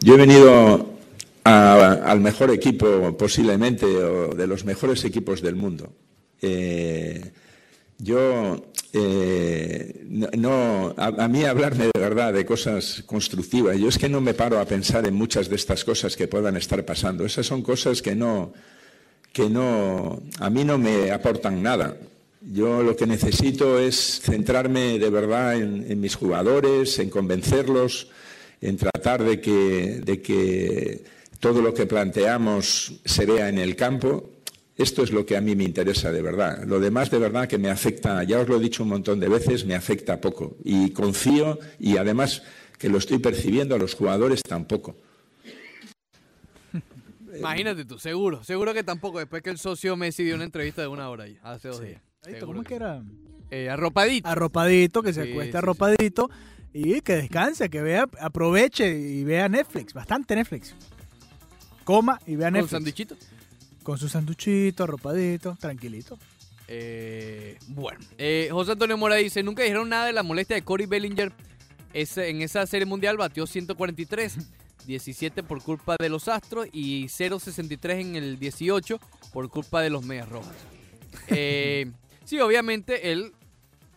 [SPEAKER 4] Yo he venido a- al mejor equipo posiblemente, o de los mejores equipos del mundo. Eh, yo, eh, no, no- a, a mí hablarme de verdad de cosas constructivas, yo es que no me paro a pensar en muchas de estas cosas que puedan estar pasando. Esas son cosas que no, que no, a mí no me aportan nada. Yo lo que necesito es centrarme de verdad en, en mis jugadores, en convencerlos, en tratar de que, de que todo lo que planteamos se vea en el campo. Esto es lo que a mí me interesa de verdad. Lo demás de verdad que me afecta, ya os lo he dicho un montón de veces, me afecta poco. Y confío y además que lo estoy percibiendo a los jugadores tampoco.
[SPEAKER 1] Imagínate tú, seguro, seguro que tampoco. Después que el socio Messi dio una entrevista de una hora ahí, hace dos
[SPEAKER 2] Sí.
[SPEAKER 1] días.
[SPEAKER 2] Adito,
[SPEAKER 1] Seguro
[SPEAKER 2] ¿Cómo es que era?
[SPEAKER 1] Eh, arropadito.
[SPEAKER 2] Arropadito, que se
[SPEAKER 1] Sí, sí, sí.
[SPEAKER 2] acueste arropadito y que descanse, que vea, aproveche y vea Netflix, bastante Netflix. Coma y vea
[SPEAKER 1] con
[SPEAKER 2] Netflix.
[SPEAKER 1] sanduichito.
[SPEAKER 2] Con su sanduchito, arropadito, tranquilito.
[SPEAKER 1] Eh, bueno, Eh, José Antonio Mora dice, nunca dijeron nada de la molestia de Corey Bellinger. Ese- en esa serie mundial batió 143, 17 por culpa de los Astros y 0.63 en el 18 por culpa de los Medias Rojas. Eh, sí, obviamente él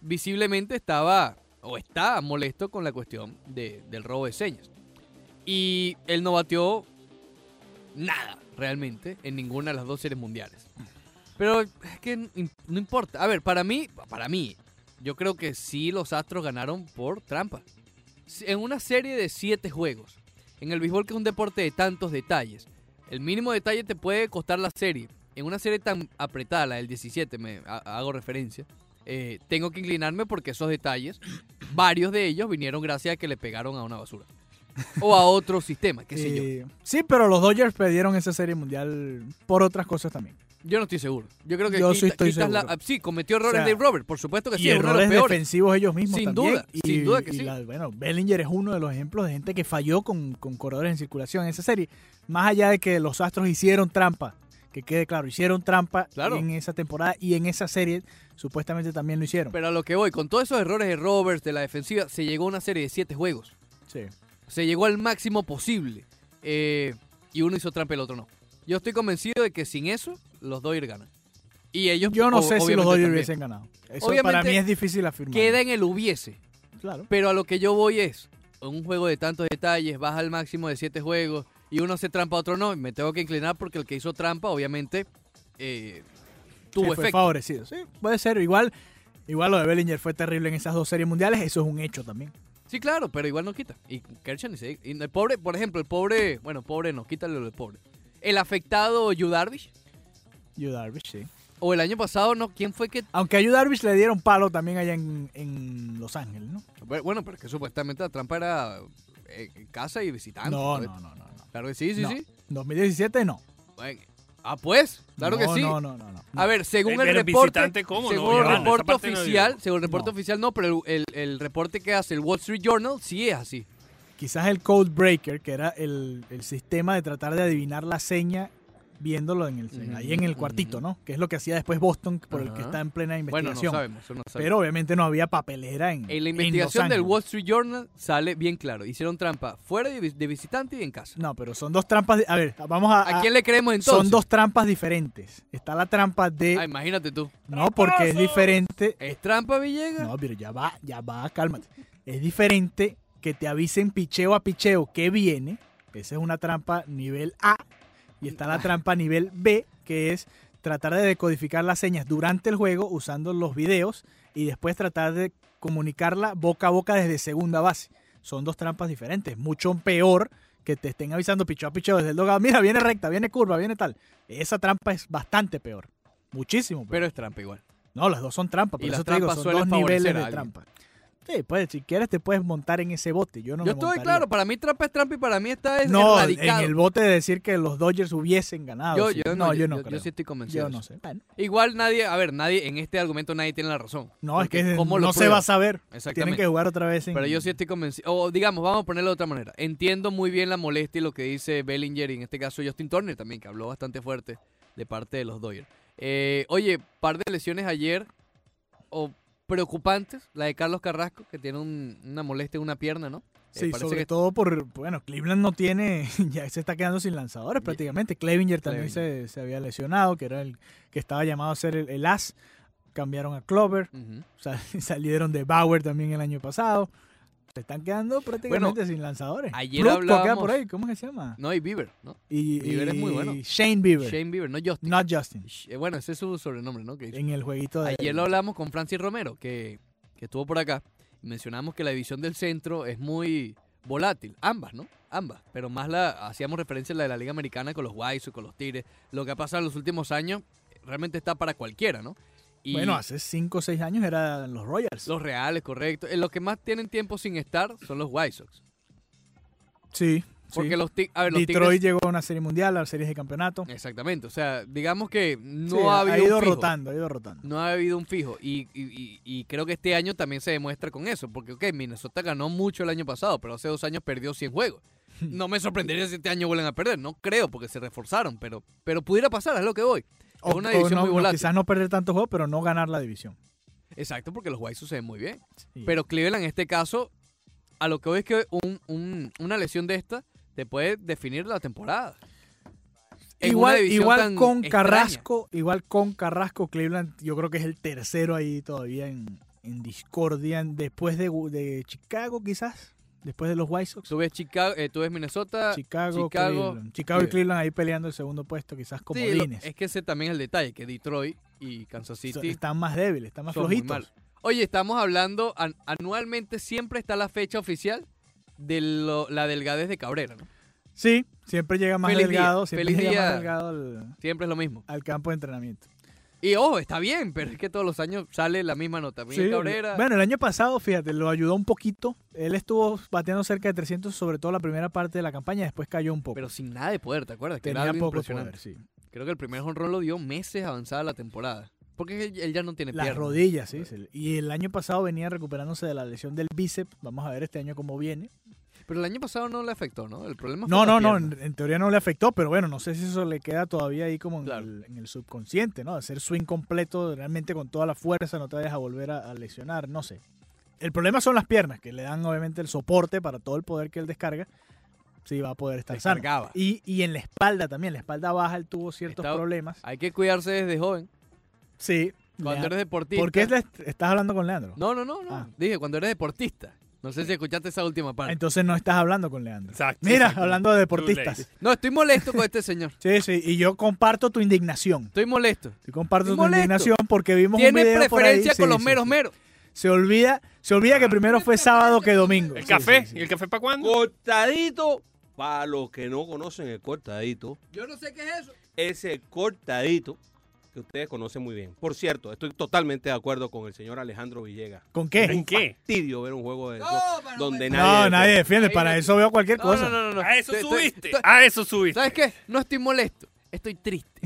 [SPEAKER 1] visiblemente estaba o está molesto con la cuestión de- del robo de señas. Y él no batió nada realmente en ninguna de las dos series mundiales. Pero es que n- im- no importa. A ver, para mí, para mí, yo creo que sí los Astros ganaron por trampa. Si- En una serie de siete juegos, en el béisbol que es un deporte de tantos detalles, el mínimo detalle te puede costar la serie. En una serie tan apretada, la del 17, me ha- hago referencia, eh, tengo que inclinarme porque esos detalles, varios de ellos vinieron gracias a que le pegaron a una basura. O a otro sistema, qué sé yo.
[SPEAKER 2] Y- Sí, pero los Dodgers perdieron esa serie mundial por otras cosas también.
[SPEAKER 1] Yo no estoy seguro. Yo creo que
[SPEAKER 2] Yo
[SPEAKER 1] quita-
[SPEAKER 2] sí estoy
[SPEAKER 1] quitas la-
[SPEAKER 2] seguro.
[SPEAKER 1] sí, cometió errores
[SPEAKER 2] O sea,
[SPEAKER 1] Dave Robert, por supuesto que sí,
[SPEAKER 2] y
[SPEAKER 1] es uno de los
[SPEAKER 2] errores
[SPEAKER 1] peores.
[SPEAKER 2] defensivos ellos mismos
[SPEAKER 1] Sin
[SPEAKER 2] también.
[SPEAKER 1] duda,
[SPEAKER 2] y,
[SPEAKER 1] sin duda que
[SPEAKER 2] y
[SPEAKER 1] sí.
[SPEAKER 2] la- bueno, Bellinger es uno de los ejemplos de gente que falló con, con corredores en circulación en esa serie. Más allá de que los Astros hicieron trampa, que quede claro, hicieron trampa
[SPEAKER 1] Claro.
[SPEAKER 2] en esa temporada y en esa serie supuestamente también lo hicieron.
[SPEAKER 1] Pero a lo que voy, con todos esos errores de Roberts, de la defensiva, se llegó a una serie de siete juegos.
[SPEAKER 2] Sí.
[SPEAKER 1] Se llegó al máximo posible. Eh, y uno hizo trampa y el otro no. Yo estoy convencido de que sin eso, los Dodgers ganan. Y ellos
[SPEAKER 2] Yo no
[SPEAKER 1] o-
[SPEAKER 2] sé si los
[SPEAKER 1] obviamente
[SPEAKER 2] Dodgers
[SPEAKER 1] también.
[SPEAKER 2] hubiesen ganado. Eso para
[SPEAKER 1] Obviamente
[SPEAKER 2] mí es difícil afirmar.
[SPEAKER 1] Queda en el hubiese.
[SPEAKER 2] Claro.
[SPEAKER 1] Pero a lo que yo voy es, en un juego de tantos detalles, vas al máximo de siete juegos y uno se trampa, otro no. y Me tengo que inclinar porque el que hizo trampa, obviamente, eh, tuvo
[SPEAKER 2] Sí, fue
[SPEAKER 1] efecto.
[SPEAKER 2] favorecido. Sí, puede ser. Igual, igual lo de Bellinger fue terrible en esas dos series mundiales. Eso es un hecho también.
[SPEAKER 1] Sí, claro, pero igual no quita. Y Kershaw ni se diga. Y el pobre, por ejemplo, el pobre, bueno, pobre no, quítale lo del pobre. El afectado Yu Darvish,
[SPEAKER 2] Yu Darvish, sí.
[SPEAKER 1] o el año pasado, ¿no? ¿Quién fue que...?
[SPEAKER 2] Aunque a Yu Darvish le dieron palo también allá en, en Los Ángeles, ¿no?
[SPEAKER 1] Bueno, pero es que supuestamente la trampa era eh, en casa y visitante.
[SPEAKER 2] No,
[SPEAKER 1] Pero-
[SPEAKER 2] no, no, no. no.
[SPEAKER 1] Claro que pues. sí, sí,
[SPEAKER 2] No.
[SPEAKER 1] sí.
[SPEAKER 2] 2017 no.
[SPEAKER 1] Bueno, ah, pues, claro
[SPEAKER 2] No,
[SPEAKER 1] que sí.
[SPEAKER 2] No, no, no, no.
[SPEAKER 1] A ver, según
[SPEAKER 3] Eh,
[SPEAKER 1] el
[SPEAKER 3] pero
[SPEAKER 1] reporte,
[SPEAKER 3] visitante, ¿cómo?
[SPEAKER 1] según
[SPEAKER 3] No,
[SPEAKER 1] el
[SPEAKER 3] Iván,
[SPEAKER 1] reporte
[SPEAKER 3] esa parte no
[SPEAKER 1] oficial,
[SPEAKER 3] digo.
[SPEAKER 1] según el reporte
[SPEAKER 2] No.
[SPEAKER 1] oficial no, pero el, el- el reporte que hace el Wall Street Journal sí es así.
[SPEAKER 2] Quizás el Code Breaker, que era el, el sistema de tratar de adivinar la seña viéndolo en el,
[SPEAKER 1] Ujú,
[SPEAKER 2] ahí en el
[SPEAKER 1] ujú.
[SPEAKER 2] cuartito, ¿no? Que es lo que hacía después Boston, por el que
[SPEAKER 1] Ajá.
[SPEAKER 2] está en plena
[SPEAKER 1] Bueno, no
[SPEAKER 2] investigación.
[SPEAKER 1] sabemos, eso no sabemos.
[SPEAKER 2] Pero obviamente no había papelera en.
[SPEAKER 1] En la
[SPEAKER 2] en Los
[SPEAKER 1] investigación del
[SPEAKER 2] Ángeles.
[SPEAKER 1] Wall Street Journal sale bien claro. Hicieron trampa fuera de, vis- de visitante y en casa.
[SPEAKER 2] No, pero son dos trampas. di- A ver, vamos a.
[SPEAKER 1] ¿A quién le creemos entonces?
[SPEAKER 2] Ah, Son dos trampas diferentes. Está la trampa de.
[SPEAKER 1] Ah, imagínate tú.
[SPEAKER 2] no, porque es diferente.
[SPEAKER 1] ¿Es trampa Villegas?
[SPEAKER 2] No, pero ya va, ya va, cálmate. Es diferente que te avisen picheo a picheo que viene. Esa es una trampa nivel A. Y está la trampa nivel B, que es tratar de decodificar las señas durante el juego usando los videos y después tratar de comunicarla boca a boca desde segunda base. Son dos trampas diferentes. Mucho peor que te estén avisando picheo a picheo desde el dogado. Mira, viene recta, viene curva, viene tal. Esa trampa es bastante peor. Muchísimo peor.
[SPEAKER 1] Pero es trampa igual.
[SPEAKER 2] No, las dos son trampas,
[SPEAKER 1] Y
[SPEAKER 2] pero
[SPEAKER 1] las
[SPEAKER 2] eso te digo,
[SPEAKER 1] trampas
[SPEAKER 2] son
[SPEAKER 1] suelen
[SPEAKER 2] dos
[SPEAKER 1] favorecer
[SPEAKER 2] niveles
[SPEAKER 1] a
[SPEAKER 2] de
[SPEAKER 1] alguien.
[SPEAKER 2] trampa. Sí, puedes, si quieres te puedes montar en ese bote. Yo no
[SPEAKER 1] Yo
[SPEAKER 2] me
[SPEAKER 1] estoy
[SPEAKER 2] montaría.
[SPEAKER 1] claro, pues, para mí trampa es trampa y para mí está es
[SPEAKER 2] No,
[SPEAKER 1] erradicado.
[SPEAKER 2] en el bote de decir que los Dodgers hubiesen ganado.
[SPEAKER 1] yo,
[SPEAKER 2] sí.
[SPEAKER 1] yo
[SPEAKER 2] no, yo no
[SPEAKER 1] yo,
[SPEAKER 2] creo.
[SPEAKER 1] sí estoy convencido.
[SPEAKER 2] Yo
[SPEAKER 1] de
[SPEAKER 2] no
[SPEAKER 1] eso.
[SPEAKER 2] sé. Bueno,
[SPEAKER 1] Igual nadie, a ver, nadie en este argumento nadie tiene la razón.
[SPEAKER 2] no, es
[SPEAKER 1] Porque
[SPEAKER 2] que
[SPEAKER 1] ¿cómo lo
[SPEAKER 2] no se
[SPEAKER 1] pruebas?
[SPEAKER 2] va a saber. Tienen
[SPEAKER 1] Exactamente.
[SPEAKER 2] que jugar otra vez en...
[SPEAKER 1] Pero yo sí eh, estoy convencido. O digamos, vamos a ponerlo de otra manera. Entiendo muy bien la molestia y lo que dice Bellinger y en este caso Justin Turner también, que habló bastante fuerte de parte de los Dodgers. Eh, oye, par de lesiones ayer o preocupantes. La de Carlos Carrasco, que tiene un- una molestia en una pierna, ¿no? Eh,
[SPEAKER 2] Sí,
[SPEAKER 1] parece
[SPEAKER 2] sobre
[SPEAKER 1] que-
[SPEAKER 2] todo por... Bueno, Cleveland no tiene... ya se está quedando sin lanzadores
[SPEAKER 1] Ye-
[SPEAKER 2] prácticamente. Clevinger también se, se había lesionado, que era el que estaba llamado a ser el, el as. Cambiaron a Clover.
[SPEAKER 1] Ujú.
[SPEAKER 2] Sal- salieron de Bauer también el año pasado. Se están quedando prácticamente sin lanzadores.
[SPEAKER 1] ayer
[SPEAKER 2] Plutko
[SPEAKER 1] hablábamos-
[SPEAKER 2] queda por ahí, ¿cómo que se llama?
[SPEAKER 1] No, y Bieber, ¿no?
[SPEAKER 2] Y,
[SPEAKER 1] Bieber es muy
[SPEAKER 2] y
[SPEAKER 1] bueno.
[SPEAKER 2] Shane Bieber,
[SPEAKER 1] Shane Bieber, no Justin.
[SPEAKER 2] not Justin,
[SPEAKER 1] Sh- eh, bueno, ese es su sobrenombre, ¿no? Que dice.
[SPEAKER 2] en el jueguito de...
[SPEAKER 1] Ayer lo hablamos con Francis Romero, que, que estuvo por acá. y Mencionamos que la división del centro es muy volátil. Ambas, ¿no? Ambas. Pero más la hacíamos referencia a la de la Liga Americana con los Whites y con los Tigres. Lo que ha pasado en los últimos años eh, realmente está para cualquiera, ¿no? Y
[SPEAKER 2] Bueno, hace 5 o 6 años eran los Royals.
[SPEAKER 1] los reales, correcto. Eh, Los que más tienen tiempo sin estar son los White Sox.
[SPEAKER 2] Sí,
[SPEAKER 1] Porque
[SPEAKER 2] Sí.
[SPEAKER 1] los, Ti- a ver, los Tigres-
[SPEAKER 2] Detroit llegó a una serie mundial, a las series de campeonato.
[SPEAKER 1] Exactamente. O sea, digamos que no
[SPEAKER 2] Sí,
[SPEAKER 1] ha
[SPEAKER 2] ha
[SPEAKER 1] habido
[SPEAKER 2] ido
[SPEAKER 1] un fijo.
[SPEAKER 2] rotando, ha ido rotando.
[SPEAKER 1] No ha habido un fijo. Y, y- y- y creo que este año también se demuestra con eso. Porque, ok, Minnesota ganó mucho el año pasado, pero hace dos años perdió 100 juegos. No me sorprendería si este año vuelven a perder. No creo, porque se reforzaron. Pero, pero pudiera pasar, es lo que voy. Es una división
[SPEAKER 2] no-
[SPEAKER 1] muy
[SPEAKER 2] no,
[SPEAKER 1] volátil.
[SPEAKER 2] quizás no perder tantos juegos, pero no ganar la división.
[SPEAKER 1] Exacto, porque los White suceden muy bien.
[SPEAKER 2] Sí.
[SPEAKER 1] Pero Cleveland en este caso, a lo que voy es que un- un- una lesión de esta te puede definir la temporada. En una
[SPEAKER 2] igual
[SPEAKER 1] división
[SPEAKER 2] igual
[SPEAKER 1] tan
[SPEAKER 2] con
[SPEAKER 1] extraña.
[SPEAKER 2] Carrasco, igual con Carrasco, Cleveland, yo creo que es el tercero ahí todavía en, en discordia en- después de, de Chicago quizás, después de los White Sox.
[SPEAKER 1] Tú ves, Chicago, eh, tú ves Minnesota. Chicago,
[SPEAKER 2] Chicago, Cleveland. Chicago y
[SPEAKER 1] Cleveland.
[SPEAKER 2] Cleveland ahí peleando el segundo puesto, quizás como
[SPEAKER 1] Sí, lo- es que ese también es el detalle, que Detroit y Kansas City
[SPEAKER 2] Están más débiles, están más
[SPEAKER 1] son muy
[SPEAKER 2] flojitos.
[SPEAKER 1] mal. Oye, estamos hablando, an- anualmente siempre está la fecha oficial de lo- la delgadez de Cabrera, ¿no?
[SPEAKER 2] Sí, siempre llega más
[SPEAKER 1] Feliz día,
[SPEAKER 2] delgado, siempre
[SPEAKER 1] feliz
[SPEAKER 2] llega más
[SPEAKER 1] día.
[SPEAKER 2] delgado al,
[SPEAKER 1] Siempre es lo mismo.
[SPEAKER 2] al campo de entrenamiento.
[SPEAKER 1] Y ojo, está bien, pero es que todos los años sale la misma nota. Miguel
[SPEAKER 2] Sí,
[SPEAKER 1] Cabrera,
[SPEAKER 2] Bueno, el año pasado, fíjate, lo ayudó un poquito. Él estuvo bateando cerca de 300, sobre todo la primera parte de la campaña, después cayó un poco.
[SPEAKER 1] pero sin nada de poder, ¿te acuerdas? Que era
[SPEAKER 2] Tenía
[SPEAKER 1] algo
[SPEAKER 2] poco
[SPEAKER 1] impresionante.
[SPEAKER 2] poder, sí.
[SPEAKER 1] Creo que el primer honrón lo dio meses avanzada la temporada. Porque él, él ya no tiene
[SPEAKER 2] Las
[SPEAKER 1] piernas.
[SPEAKER 2] rodillas, sí. se le- Y el año pasado venía recuperándose de la lesión del bíceps. Vamos a ver este año cómo viene.
[SPEAKER 1] Pero el año pasado no le afectó, ¿no? El problema
[SPEAKER 2] No,
[SPEAKER 1] fue la
[SPEAKER 2] no, no.
[SPEAKER 1] pierna.
[SPEAKER 2] En, en teoría no le afectó, pero bueno, no sé si eso le queda todavía ahí como en,
[SPEAKER 1] Claro.
[SPEAKER 2] el, en el subconsciente, ¿no? Hacer swing completo realmente con toda la fuerza, no te vayas a volver a, a lesionar, no sé. El problema son las piernas, que le dan obviamente el soporte para todo el poder que él descarga. Sí, va a poder estar sano.
[SPEAKER 1] Descargaba.
[SPEAKER 2] Y, y en la espalda también, la espalda baja, él tuvo ciertos
[SPEAKER 1] Estaba-
[SPEAKER 2] problemas.
[SPEAKER 1] Hay que cuidarse desde joven.
[SPEAKER 2] Sí.
[SPEAKER 1] Cuando eres deportista.
[SPEAKER 2] ¿Por qué le- estás hablando con Leandro?
[SPEAKER 1] No, no, no, no.
[SPEAKER 2] Ah.
[SPEAKER 1] Dije, cuando eres deportista. No sé si escuchaste esa última parte.
[SPEAKER 2] Entonces no estás hablando con Leandro.
[SPEAKER 3] Exacto.
[SPEAKER 2] Mira,
[SPEAKER 3] exacto.
[SPEAKER 2] hablando de deportistas.
[SPEAKER 1] No, estoy molesto con este señor.
[SPEAKER 2] Sí, sí, y yo comparto tu indignación.
[SPEAKER 1] Estoy molesto.
[SPEAKER 2] Yo comparto
[SPEAKER 1] Estoy
[SPEAKER 2] tu
[SPEAKER 1] molesto.
[SPEAKER 2] indignación porque vimos un
[SPEAKER 1] Tiene
[SPEAKER 2] video por ahí.
[SPEAKER 1] preferencia con
[SPEAKER 2] Sí,
[SPEAKER 1] los
[SPEAKER 2] sí,
[SPEAKER 1] meros Ah.
[SPEAKER 2] sí.
[SPEAKER 1] meros.
[SPEAKER 2] Se olvida, se olvida que primero fue sábado que domingo.
[SPEAKER 3] ¿El
[SPEAKER 2] Sí,
[SPEAKER 3] café?
[SPEAKER 2] sí, sí.
[SPEAKER 3] ¿Y el café para cuándo?
[SPEAKER 5] Cortadito, para los que no conocen el cortadito,
[SPEAKER 1] Yo no sé qué es eso.
[SPEAKER 5] ese cortadito que ustedes conocen muy bien. Por cierto, estoy totalmente de acuerdo con el señor Alejandro Villegas.
[SPEAKER 2] ¿Con qué?
[SPEAKER 3] ¿En qué?
[SPEAKER 5] Fastidio ver un juego de
[SPEAKER 1] No,
[SPEAKER 5] eso
[SPEAKER 1] pero
[SPEAKER 5] donde
[SPEAKER 1] bueno.
[SPEAKER 5] nadie.
[SPEAKER 2] No, nadie defiende.
[SPEAKER 1] Ahí
[SPEAKER 2] Para
[SPEAKER 1] no-
[SPEAKER 2] eso veo cualquier
[SPEAKER 1] No,
[SPEAKER 2] cosa.
[SPEAKER 1] no, no, no.
[SPEAKER 3] A eso
[SPEAKER 1] Estoy-
[SPEAKER 3] subiste.
[SPEAKER 1] estoy-
[SPEAKER 3] A eso subiste.
[SPEAKER 1] ¿Sabes qué? No estoy molesto. Estoy triste.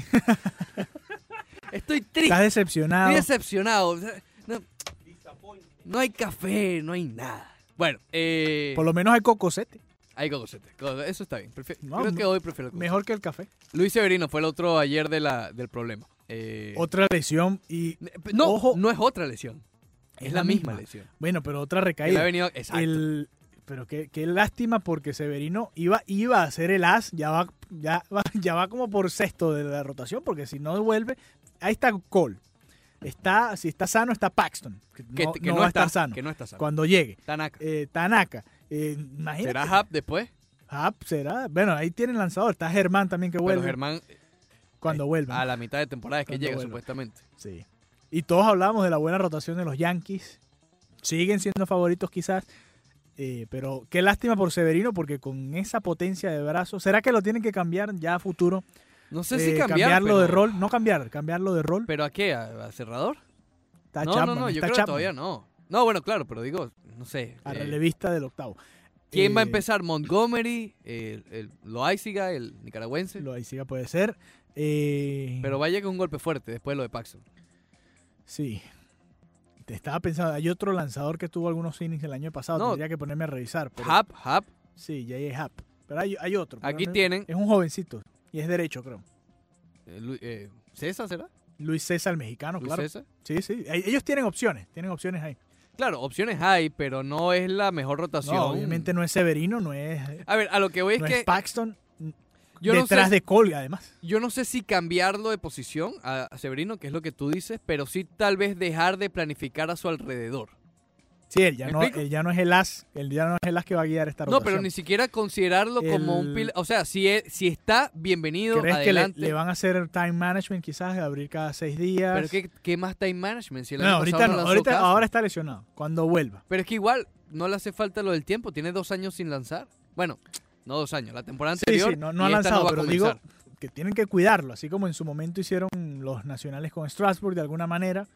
[SPEAKER 1] estoy triste.
[SPEAKER 2] Estás decepcionado.
[SPEAKER 1] Estoy decepcionado. O sea, No, no hay café, no hay nada. Bueno, eh,
[SPEAKER 2] Por lo menos hay cocosete.
[SPEAKER 1] hay cocosete. Co- Eso está bien. Prefi-
[SPEAKER 2] No,
[SPEAKER 1] creo
[SPEAKER 2] me-
[SPEAKER 1] que hoy prefiero el cocosete.
[SPEAKER 2] Mejor que el café.
[SPEAKER 1] Luis Severino fue el otro ayer de la, del problema. Eh,
[SPEAKER 2] Otra lesión y.
[SPEAKER 1] n- no,
[SPEAKER 2] ojo.
[SPEAKER 1] no es otra lesión. Es la misma lesión.
[SPEAKER 2] Bueno, pero otra
[SPEAKER 1] Que le ha
[SPEAKER 2] recaída.
[SPEAKER 1] venido- exacto.
[SPEAKER 2] El- pero qué, qué lástima porque Severino iba, iba a ser el as, ya va, ya, va, ya va como por sexto de la rotación, porque si no vuelve, ahí está Cole. Está, si está sano, está Paxton, que no,
[SPEAKER 1] que, que
[SPEAKER 2] no va a estar sano
[SPEAKER 1] Que no está sano.
[SPEAKER 2] cuando llegue.
[SPEAKER 1] Tanaka.
[SPEAKER 2] Eh, Tanaka, eh, imagínate.
[SPEAKER 1] ¿Será Hub después?
[SPEAKER 2] Hap, será. Bueno, ahí tiene el lanzador, está Germán también que
[SPEAKER 1] Pero
[SPEAKER 2] vuelve
[SPEAKER 1] Germán
[SPEAKER 2] cuando
[SPEAKER 1] eh,
[SPEAKER 2] vuelva.
[SPEAKER 1] a la mitad de temporada es que
[SPEAKER 2] Cuando
[SPEAKER 1] llega
[SPEAKER 2] vuelva.
[SPEAKER 1] supuestamente.
[SPEAKER 2] Sí. Y todos hablábamos de la buena rotación de los Yankees. Siguen siendo favoritos quizás. eh, pero qué lástima por Severino porque con esa potencia de brazo, ¿será que lo tienen que cambiar ya a futuro?
[SPEAKER 1] No sé
[SPEAKER 2] Eh,
[SPEAKER 1] si cambiar,
[SPEAKER 2] cambiarlo
[SPEAKER 1] pero-
[SPEAKER 2] de rol, no cambiar, cambiarlo de rol.
[SPEAKER 1] ¿Pero a qué? ¿A, a cerrador?
[SPEAKER 2] Está
[SPEAKER 1] no,
[SPEAKER 2] Chapman,
[SPEAKER 1] no, no, yo
[SPEAKER 2] está
[SPEAKER 1] creo que
[SPEAKER 2] Chapman,
[SPEAKER 1] todavía no. No, bueno, claro, pero digo, no sé.
[SPEAKER 2] a
[SPEAKER 1] eh,
[SPEAKER 2] relevista del octavo.
[SPEAKER 1] ¿Quién va a
[SPEAKER 2] Eh,
[SPEAKER 1] empezar? ¿Montgomery? eh, el, el Loaiziga, el nicaragüense.
[SPEAKER 2] Lo ahí sí que puede ser. Eh,
[SPEAKER 1] Pero vaya con un golpe fuerte después de lo de Paxton.
[SPEAKER 2] Sí. Te estaba pensando, hay otro lanzador que tuvo algunos innings el año pasado,
[SPEAKER 1] No.
[SPEAKER 2] tendría que ponerme a revisar. pero-
[SPEAKER 1] Hap, Hap.
[SPEAKER 2] Sí, J.A. Happ. Pero hay, hay otro. pero
[SPEAKER 1] Aquí
[SPEAKER 2] no-
[SPEAKER 1] tienen.
[SPEAKER 2] Es un jovencito y es derecho, creo.
[SPEAKER 1] eh, Lu- eh, ¿César será?
[SPEAKER 2] Luis César, el mexicano,
[SPEAKER 1] Luis
[SPEAKER 2] claro.
[SPEAKER 1] César.
[SPEAKER 2] Sí, sí. E- Ellos tienen opciones, tienen opciones ahí.
[SPEAKER 1] Claro, opciones hay, pero no es la mejor rotación.
[SPEAKER 2] No, obviamente no es Severino, no es, eh,
[SPEAKER 1] A ver, a lo que voy es
[SPEAKER 2] no
[SPEAKER 1] que
[SPEAKER 2] es Paxton.
[SPEAKER 1] yo no,
[SPEAKER 2] detrás
[SPEAKER 1] sé,
[SPEAKER 2] de Colga, además.
[SPEAKER 1] yo no sé si cambiarlo de posición a a Severino, que es lo que tú dices, pero sí tal vez dejar de planificar a su alrededor.
[SPEAKER 2] Sí, él ya,
[SPEAKER 1] ¿Me
[SPEAKER 2] no,
[SPEAKER 1] explico?
[SPEAKER 2] él ya no es el as. Él ya no es el as que va a guiar esta
[SPEAKER 1] No,
[SPEAKER 2] rotación.
[SPEAKER 1] pero ni siquiera considerarlo como un
[SPEAKER 2] El-
[SPEAKER 1] pil... O sea, si, es- si está, bienvenido,
[SPEAKER 2] ¿Crees que le,
[SPEAKER 1] adelante.
[SPEAKER 2] le van a hacer time management quizás, de abrir cada seis días?
[SPEAKER 1] Pero ¿qué, qué más time management? Si el
[SPEAKER 2] no,
[SPEAKER 1] año
[SPEAKER 2] ahorita
[SPEAKER 1] pasado
[SPEAKER 2] no.
[SPEAKER 1] lanzó
[SPEAKER 2] ahorita-
[SPEAKER 1] casi.
[SPEAKER 2] ahora está lesionado. Cuando vuelva.
[SPEAKER 1] Pero es que igual no le hace falta lo del tiempo. Tiene dos años sin lanzar. Bueno, no dos años. La temporada
[SPEAKER 2] Sí,
[SPEAKER 1] anterior.
[SPEAKER 2] sí, no- no
[SPEAKER 1] y
[SPEAKER 2] ha
[SPEAKER 1] esta
[SPEAKER 2] lanzado,
[SPEAKER 1] va a
[SPEAKER 2] pero digo-
[SPEAKER 1] comenzar.
[SPEAKER 2] que tienen que cuidarlo, así como en su momento hicieron los nacionales con Strasbourg de alguna manera.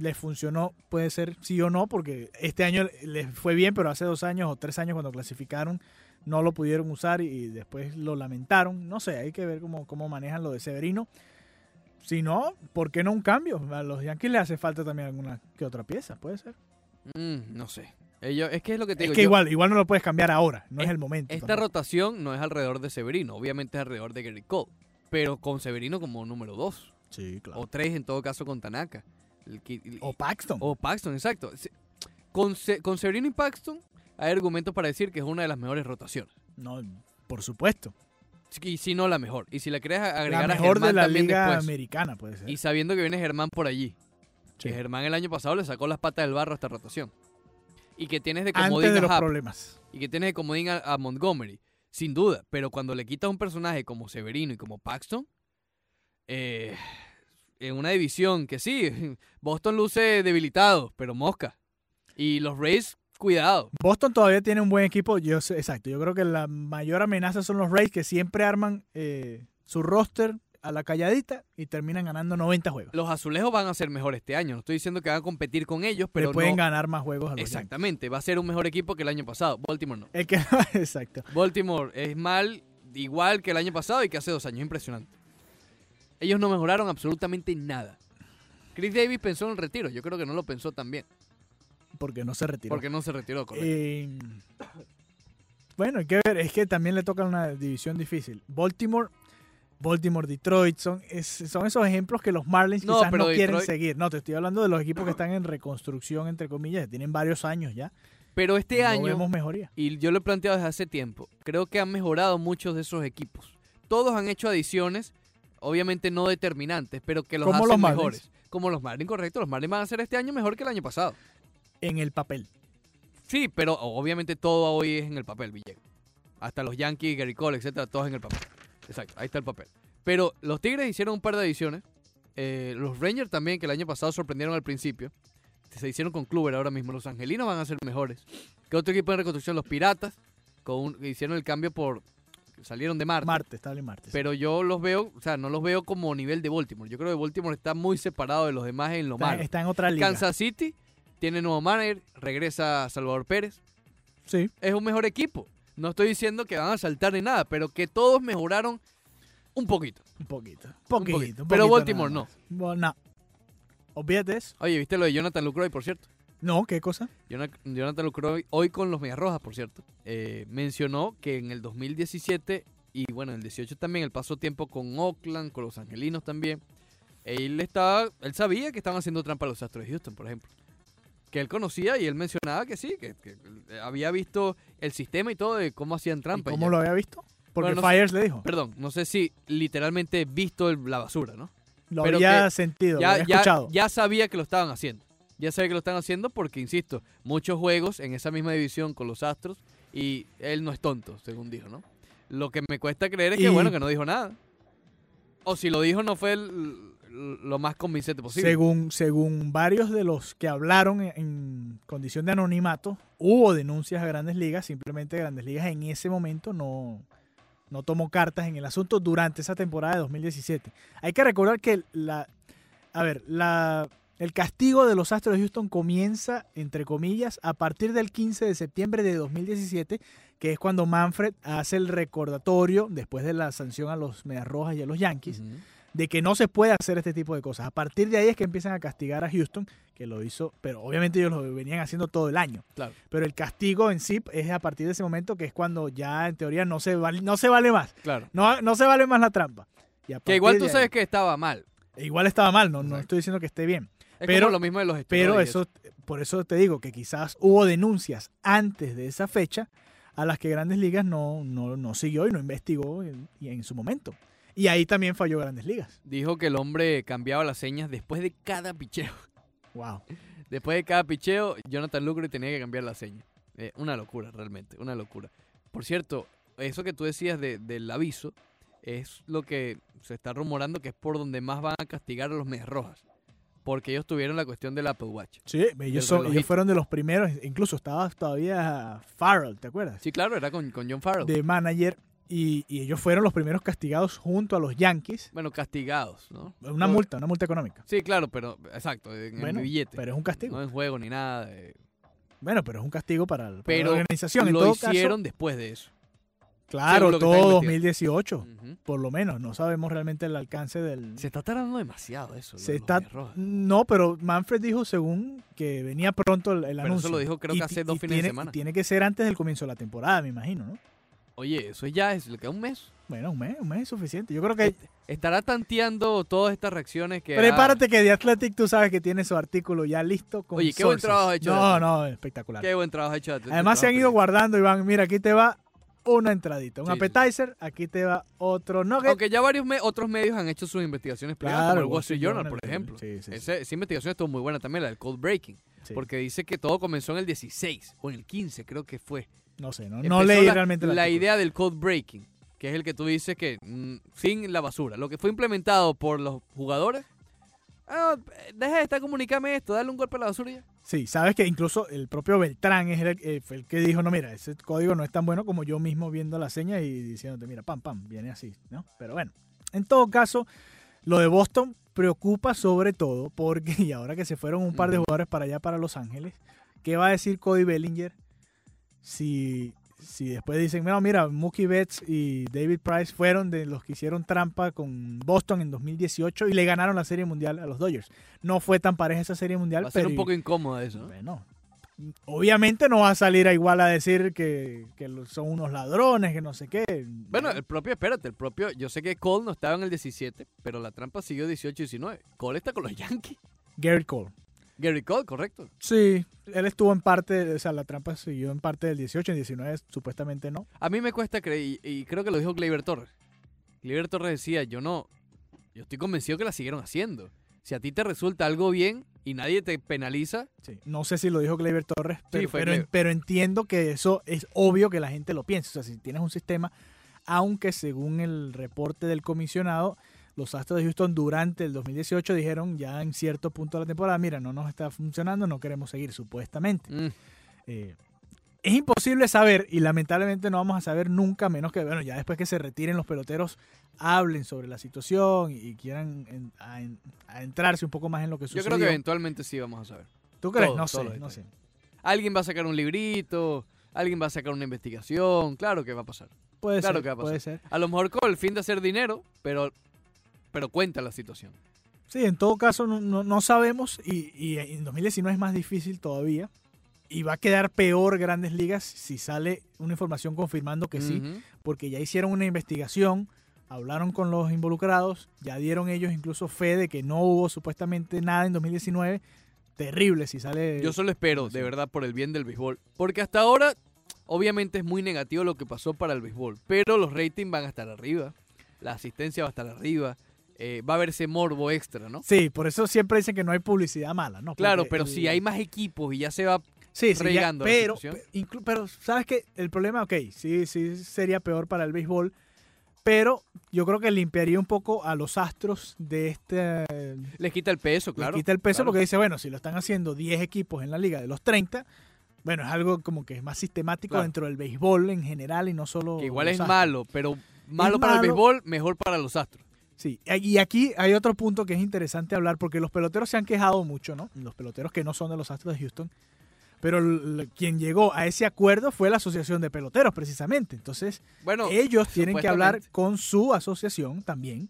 [SPEAKER 2] Les funcionó, puede ser sí o no, porque este año les fue bien, pero hace dos años o tres años cuando clasificaron no lo pudieron usar y después lo lamentaron. No sé, hay que ver cómo, cómo manejan lo de Severino. Si no, ¿por qué no un cambio? A los Yankees les hace falta también alguna que otra pieza, puede ser.
[SPEAKER 1] Mm, no sé. Ellos- es que es lo que te
[SPEAKER 2] Es
[SPEAKER 1] digo.
[SPEAKER 2] que
[SPEAKER 1] yo-
[SPEAKER 2] igual, igual no lo puedes cambiar ahora, no es,
[SPEAKER 1] Es-
[SPEAKER 2] el momento.
[SPEAKER 1] Esta
[SPEAKER 2] tampoco.
[SPEAKER 1] rotación no es alrededor de Severino, obviamente es alrededor de Gerrit Cole, pero con Severino como número 2
[SPEAKER 2] Sí, claro.
[SPEAKER 1] o 3 en todo caso con Tanaka. El que-
[SPEAKER 2] O, Paxton.
[SPEAKER 1] o Paxton, exacto. Se- Con, Se- con Severino y Paxton hay argumentos para decir que es una de las mejores rotaciones.
[SPEAKER 2] No, por supuesto.
[SPEAKER 1] Y si no la mejor. Y si la quieres a- agregar
[SPEAKER 2] La
[SPEAKER 1] a
[SPEAKER 2] mejor
[SPEAKER 1] Germán
[SPEAKER 2] de la
[SPEAKER 1] también
[SPEAKER 2] liga
[SPEAKER 1] después.
[SPEAKER 2] americana, puede ser.
[SPEAKER 1] Y sabiendo que viene Germán por allí.
[SPEAKER 2] Sí.
[SPEAKER 1] Que Germán el año pasado le sacó las patas del barro a esta rotación. Y que tienes de
[SPEAKER 2] Antes
[SPEAKER 1] comodín
[SPEAKER 2] de
[SPEAKER 1] a
[SPEAKER 2] los
[SPEAKER 1] Happ,
[SPEAKER 2] problemas.
[SPEAKER 1] y que tienes de comodín a, a Montgomery, sin duda. Pero cuando le quitas un personaje como Severino y como Paxton, eh, en una división que sí, Boston luce debilitado, pero mosca. Y los Rays, cuidado.
[SPEAKER 2] Boston todavía tiene un buen equipo, yo sé- exacto. Yo creo que la mayor amenaza son los Rays que siempre arman eh, su roster a la calladita y terminan ganando 90 juegos.
[SPEAKER 1] Los azulejos van a ser mejor este año. No estoy diciendo que van a competir con ellos, pero
[SPEAKER 2] Pero pueden
[SPEAKER 1] no-
[SPEAKER 2] ganar más juegos a los Yankees.
[SPEAKER 1] Exactamente, va a ser un mejor equipo que el año pasado. Baltimore no.
[SPEAKER 2] El que exacto.
[SPEAKER 1] Baltimore es mal, igual que el año pasado y que hace dos años. Impresionante. Ellos no mejoraron absolutamente nada. Chris Davis pensó en el retiro. Yo creo que no lo pensó tan bien.
[SPEAKER 2] Porque no se retiró.
[SPEAKER 1] Porque no se retiró, correcto.
[SPEAKER 2] Eh, bueno, hay que ver, es que también le toca una división difícil. Baltimore, Baltimore, Detroit, son, es- son esos ejemplos que los Marlins
[SPEAKER 1] No,
[SPEAKER 2] quizás
[SPEAKER 1] pero
[SPEAKER 2] no quieren
[SPEAKER 1] Detroit-
[SPEAKER 2] seguir. No, te estoy hablando de los equipos que están en reconstrucción, entre comillas, que tienen varios años ya.
[SPEAKER 1] Pero este
[SPEAKER 2] Eh, No
[SPEAKER 1] año,
[SPEAKER 2] vemos mejoría.
[SPEAKER 1] y yo lo he planteado desde hace tiempo, creo que han mejorado muchos de esos equipos. Todos han hecho adiciones, obviamente no determinantes, pero que los
[SPEAKER 2] Como
[SPEAKER 1] hacen
[SPEAKER 2] los Marlins.
[SPEAKER 1] mejores. Como los Marlins, correcto. Los Marlins van a ser este año mejor que el año pasado.
[SPEAKER 2] En el papel.
[SPEAKER 1] Sí, pero obviamente todo hoy es en el papel, Villegas. Hasta los Yankees, Gary Cole, etcétera, todos en el papel. Exacto, ahí está el papel. Pero los Tigres hicieron un par de adiciones. Eh, los Rangers también, que el año pasado sorprendieron al principio. Se hicieron con Kluber ahora mismo. Los Angelinos van a ser mejores. ¿Qué otro equipo en reconstrucción? Los Piratas. Con un- hicieron el cambio por... Salieron de Marte.
[SPEAKER 2] Martes, está bien martes.
[SPEAKER 1] Pero yo los veo, o sea, no los veo como nivel de Baltimore. Yo creo que Baltimore está muy separado de los demás en lo
[SPEAKER 2] está,
[SPEAKER 1] malo.
[SPEAKER 2] está en otra liga.
[SPEAKER 1] Kansas City tiene nuevo manager, regresa Salvador Pérez
[SPEAKER 2] Sí.
[SPEAKER 1] es un mejor equipo. No estoy diciendo que van a saltar ni nada, pero que todos mejoraron un poquito.
[SPEAKER 2] Un poquito. Un
[SPEAKER 1] poquito.
[SPEAKER 2] poquito.
[SPEAKER 1] Pero
[SPEAKER 2] nada
[SPEAKER 1] Baltimore
[SPEAKER 2] más. Bo- no. Obvíate eso.
[SPEAKER 1] Oye, ¿viste lo de Jonathan Lucroy, por cierto?
[SPEAKER 2] No, ¿qué cosa?
[SPEAKER 1] Jona- Jonathan Lucroy, hoy con los Medias Rojas, por cierto, eh, mencionó que en el 2017 y bueno, en el 18 también, él pasó tiempo con Oakland, con los Angelinos también. Él estaba, él sabía que estaban haciendo trampa los Astros de Houston, por ejemplo. Que él conocía y él mencionaba que sí, que, que había visto el sistema y todo de cómo hacían
[SPEAKER 2] ¿Y
[SPEAKER 1] trampa. y
[SPEAKER 2] ¿Cómo
[SPEAKER 1] ya.
[SPEAKER 2] lo había visto? Porque
[SPEAKER 1] Bueno, no sé.
[SPEAKER 2] Fires le dijo.
[SPEAKER 1] Perdón, no sé si literalmente visto el- la basura, ¿no?
[SPEAKER 2] Lo
[SPEAKER 1] pero
[SPEAKER 2] había
[SPEAKER 1] que
[SPEAKER 2] sentido, lo
[SPEAKER 1] Ya,
[SPEAKER 2] había
[SPEAKER 1] ya-
[SPEAKER 2] escuchado.
[SPEAKER 1] ya sabía que lo estaban haciendo. Ya sabía que lo estaban haciendo porque, insisto, muchos juegos en esa misma división con los Astros y él no es tonto, según dijo, ¿no? Lo que me cuesta creer es que,
[SPEAKER 2] Y-
[SPEAKER 1] bueno, que no dijo nada. O si lo dijo, no fue el- lo más convincente posible.
[SPEAKER 2] Según, según varios de los que hablaron en, en condición de anonimato, hubo denuncias a grandes ligas, simplemente grandes ligas en ese momento no, no tomó cartas en el asunto durante esa temporada de 2017. Hay que recordar que la, a ver, la, el castigo de los Astros de Houston comienza, entre comillas, a partir del 15 de septiembre de 2017, que es cuando Manfred hace el recordatorio después de la sanción a los Medias Rojas y a los Yankees
[SPEAKER 1] Ujú.
[SPEAKER 2] de que no se puede hacer este tipo de cosas. A partir de ahí es que empiezan a castigar a Houston, que lo hizo, pero obviamente ellos lo venían haciendo todo el año.
[SPEAKER 1] Claro.
[SPEAKER 2] Pero el castigo en sí es a partir de ese momento que es cuando ya en teoría no se vale, no se vale más.
[SPEAKER 1] Claro.
[SPEAKER 2] No, no se vale más la trampa. Y a
[SPEAKER 1] Que igual
[SPEAKER 2] partir
[SPEAKER 1] tú
[SPEAKER 2] de
[SPEAKER 1] sabes
[SPEAKER 2] ahí-
[SPEAKER 1] que estaba mal.
[SPEAKER 2] igual estaba mal, no, no
[SPEAKER 1] Exacto.
[SPEAKER 2] estoy diciendo que esté bien.
[SPEAKER 1] Es
[SPEAKER 2] Pero-
[SPEAKER 1] como lo mismo de los
[SPEAKER 2] Pero
[SPEAKER 1] esteroides.
[SPEAKER 2] eso, por eso te digo que quizás hubo denuncias antes de esa fecha a las que Grandes Ligas no, no, no siguió y no investigó en, y en su momento. Y ahí también falló Grandes Ligas.
[SPEAKER 1] Dijo que el hombre cambiaba las señas después de cada picheo.
[SPEAKER 2] Wow.
[SPEAKER 1] Después de cada picheo, Jonathan Lucro tenía que cambiar la seña. Eh, una locura, realmente, una locura. Por cierto, eso que tú decías de- del aviso es lo que se está rumorando que es por donde más van a castigar a los medias rojas. Porque ellos tuvieron la cuestión del Apple Watch.
[SPEAKER 2] Sí, ellos, son- ellos
[SPEAKER 1] relojito.
[SPEAKER 2] fueron de los primeros, incluso estaba todavía Farrell, ¿te acuerdas?
[SPEAKER 1] Sí, claro, era con, con John Farrell.
[SPEAKER 2] De manager, y, y ellos fueron los primeros castigados junto a los Yankees.
[SPEAKER 1] Bueno, castigados, ¿no?
[SPEAKER 2] Una
[SPEAKER 1] No,
[SPEAKER 2] multa, una multa económica.
[SPEAKER 1] Sí, claro, pero exacto, en
[SPEAKER 2] Bueno,
[SPEAKER 1] el billete.
[SPEAKER 2] Pero es un castigo.
[SPEAKER 1] No en juego ni nada. eh,
[SPEAKER 2] Bueno, pero es un castigo para, para
[SPEAKER 1] Pero
[SPEAKER 2] la organización. En
[SPEAKER 1] lo
[SPEAKER 2] todo
[SPEAKER 1] hicieron después de eso.
[SPEAKER 2] caso, Claro,
[SPEAKER 1] según lo que Mm.
[SPEAKER 2] todo
[SPEAKER 1] tengo
[SPEAKER 2] 2018,
[SPEAKER 1] Ujú.
[SPEAKER 2] por lo menos. No sabemos realmente el alcance del...
[SPEAKER 1] Se está tardando demasiado eso. lo
[SPEAKER 2] se
[SPEAKER 1] de los
[SPEAKER 2] está...
[SPEAKER 1] Medias Rojas.
[SPEAKER 2] No, pero Manfred dijo según que venía pronto el, el
[SPEAKER 1] eso
[SPEAKER 2] anuncio.
[SPEAKER 1] lo dijo creo
[SPEAKER 2] Y
[SPEAKER 1] que hace
[SPEAKER 2] ti-
[SPEAKER 1] dos
[SPEAKER 2] y
[SPEAKER 1] fines de
[SPEAKER 2] tiene-
[SPEAKER 1] semana.
[SPEAKER 2] Tiene que ser antes del comienzo de la temporada, me imagino, ¿no?
[SPEAKER 1] Oye, eso ya es, le queda un mes.
[SPEAKER 2] Bueno, un mes, un mes es suficiente. Yo creo que...
[SPEAKER 1] Estará tanteando todas estas reacciones que. ha-
[SPEAKER 2] Prepárate que The Athletic tú sabes que tiene su artículo ya listo. Con
[SPEAKER 1] Oye, qué buen
[SPEAKER 2] sources.
[SPEAKER 1] trabajo ha hecho
[SPEAKER 2] No,
[SPEAKER 1] The
[SPEAKER 2] no, espectacular.
[SPEAKER 1] Qué buen trabajo ha hecho. Atlético
[SPEAKER 2] Además se han ido
[SPEAKER 1] Nacional.
[SPEAKER 2] guardando, Iván. Mira, aquí te va una entradita, un
[SPEAKER 1] Sí, sí, sí.
[SPEAKER 2] appetizer, aquí te va otro nugget.
[SPEAKER 1] Aunque ya varios me- otros medios han hecho sus investigaciones privadas, como el Wall Street Journal, por
[SPEAKER 2] el-
[SPEAKER 1] ejemplo.
[SPEAKER 2] Sí, sí, sí,
[SPEAKER 1] Ese- esa investigación estuvo muy buena también, la del cold breaking,
[SPEAKER 2] sí.
[SPEAKER 1] porque dice que todo comenzó en el 16 o en el 15, creo que fue.
[SPEAKER 2] no sé, no, no
[SPEAKER 1] Empezó
[SPEAKER 2] leí
[SPEAKER 1] la-
[SPEAKER 2] realmente el
[SPEAKER 1] la
[SPEAKER 2] artículo.
[SPEAKER 1] idea del code breaking, que es el que tú dices que mm, sin la basura, lo que fue implementado por los jugadores. Ah, deja de estar comunicame esto, dale un golpe a la basura y ya.
[SPEAKER 2] Sí, sabes que incluso el propio Beltrán es el, eh, fue el que dijo, no, mira, ese código no es tan bueno como yo mismo viendo la seña y diciéndote, mira, pam, pam, viene así, ¿no? Pero bueno, en todo caso, lo de Boston preocupa sobre todo porque, y ahora que se fueron un par de
[SPEAKER 1] Ujú.
[SPEAKER 2] jugadores para allá, para Los Ángeles, ¿qué va a decir Cody Bellinger si, si después dicen, no, mira, Mookie Betts y David Price fueron de los que hicieron trampa con Boston en 2018 y le ganaron la Serie Mundial a los Dodgers? No fue tan pareja esa Serie Mundial,
[SPEAKER 1] Va a ser
[SPEAKER 2] pero...
[SPEAKER 1] un poco incómodo eso, ¿no?
[SPEAKER 2] Bueno, obviamente no va a salir a igual a decir que, que lo- son unos ladrones, que no sé qué.
[SPEAKER 1] Bueno, el propio, espérate, el propio, yo sé que Cole no estaba en el 17, pero la trampa siguió 18-19. Cole está con los Yankees.
[SPEAKER 2] Gary Cole.
[SPEAKER 1] Gary Cole, correcto.
[SPEAKER 2] Sí, él estuvo en parte, o sea, la trampa siguió en parte del 18, en 19 supuestamente no.
[SPEAKER 1] A mí me cuesta creer, y, y creo que lo dijo Gleyber Torres. Gleyber Torres decía, yo no, yo estoy convencido que la siguieron haciendo. Si a ti te resulta algo bien y nadie te penaliza,
[SPEAKER 2] Sí. No sé si lo dijo Gleyber Torres, pero,
[SPEAKER 1] fue
[SPEAKER 2] pero,
[SPEAKER 1] Gleyber.
[SPEAKER 2] pero entiendo que eso es obvio que la gente lo piensa. O sea, si tienes un sistema, aunque según el reporte del comisionado, los Astros de Houston durante el 2018 dijeron ya en cierto punto de la temporada, mira, no nos está funcionando, no queremos seguir supuestamente.
[SPEAKER 1] mm,
[SPEAKER 2] Eh, es imposible saber y lamentablemente no vamos a saber nunca, a menos que, bueno, ya después que se retiren los peloteros, hablen sobre la situación y, y quieran en- a- en- a entrarse un poco más en lo que
[SPEAKER 1] yo
[SPEAKER 2] sucedió.
[SPEAKER 1] creo que eventualmente sí vamos a saber.
[SPEAKER 2] ¿Tú crees?
[SPEAKER 1] todo,
[SPEAKER 2] no
[SPEAKER 1] todo
[SPEAKER 2] sé,
[SPEAKER 1] lo
[SPEAKER 2] no
[SPEAKER 1] que
[SPEAKER 2] sé.
[SPEAKER 1] Alguien va a sacar un librito, alguien va a sacar una investigación, claro que va a pasar.
[SPEAKER 2] Puede
[SPEAKER 1] Claro
[SPEAKER 2] ser,
[SPEAKER 1] que va a pasar.
[SPEAKER 2] puede ser.
[SPEAKER 1] A lo mejor con el fin de hacer dinero, pero, pero cuenta la situación.
[SPEAKER 2] Sí, en todo caso no, no- no sabemos y, y en 2019 es más difícil todavía. Y va a quedar peor Grandes Ligas si sale una información confirmando que sí,
[SPEAKER 1] Ujú.
[SPEAKER 2] porque ya hicieron una investigación, hablaron con los involucrados, ya dieron ellos incluso fe de que no hubo supuestamente nada en 2019. Terrible si sale...
[SPEAKER 1] Yo solo espero, de verdad, por el bien del béisbol. Porque hasta ahora, obviamente es muy negativo lo que pasó para el béisbol. Pero los ratings van a estar arriba. La asistencia va a estar arriba. eh, va a verse morbo extra, ¿no?
[SPEAKER 2] Sí, por eso siempre dicen que no hay publicidad mala, ¿no?
[SPEAKER 1] Claro,
[SPEAKER 2] Porque
[SPEAKER 1] pero
[SPEAKER 2] el-
[SPEAKER 1] si hay más equipos y ya se va...
[SPEAKER 2] Sí, sí, ya,
[SPEAKER 1] regando la
[SPEAKER 2] pero,
[SPEAKER 1] situación.
[SPEAKER 2] pe- inclu- pero, ¿sabes qué? El problema, ok, sí, sí sería peor para el béisbol, pero yo creo que limpiaría un poco a los astros de este...
[SPEAKER 1] Les quita el peso,
[SPEAKER 2] le
[SPEAKER 1] claro.
[SPEAKER 2] quita el peso
[SPEAKER 1] claro.
[SPEAKER 2] porque dice, bueno, si lo están haciendo 10 equipos en la liga de los 30, bueno, es algo como que es más sistemático
[SPEAKER 1] Claro.
[SPEAKER 2] dentro del béisbol en general y no solo...
[SPEAKER 1] Que igual
[SPEAKER 2] los
[SPEAKER 1] es
[SPEAKER 2] Astros.
[SPEAKER 1] malo, pero malo para el
[SPEAKER 2] malo.
[SPEAKER 1] béisbol, mejor para los astros.
[SPEAKER 2] Sí, y aquí hay otro punto que es interesante hablar porque los peloteros se han quejado mucho, ¿no? Los peloteros que no son de los Astros de Houston. Pero l- quien llegó a ese acuerdo fue la Asociación de Peloteros, precisamente. Entonces,
[SPEAKER 1] Bueno,
[SPEAKER 2] ellos tienen que hablar
[SPEAKER 1] supuestamente.
[SPEAKER 2] con su asociación también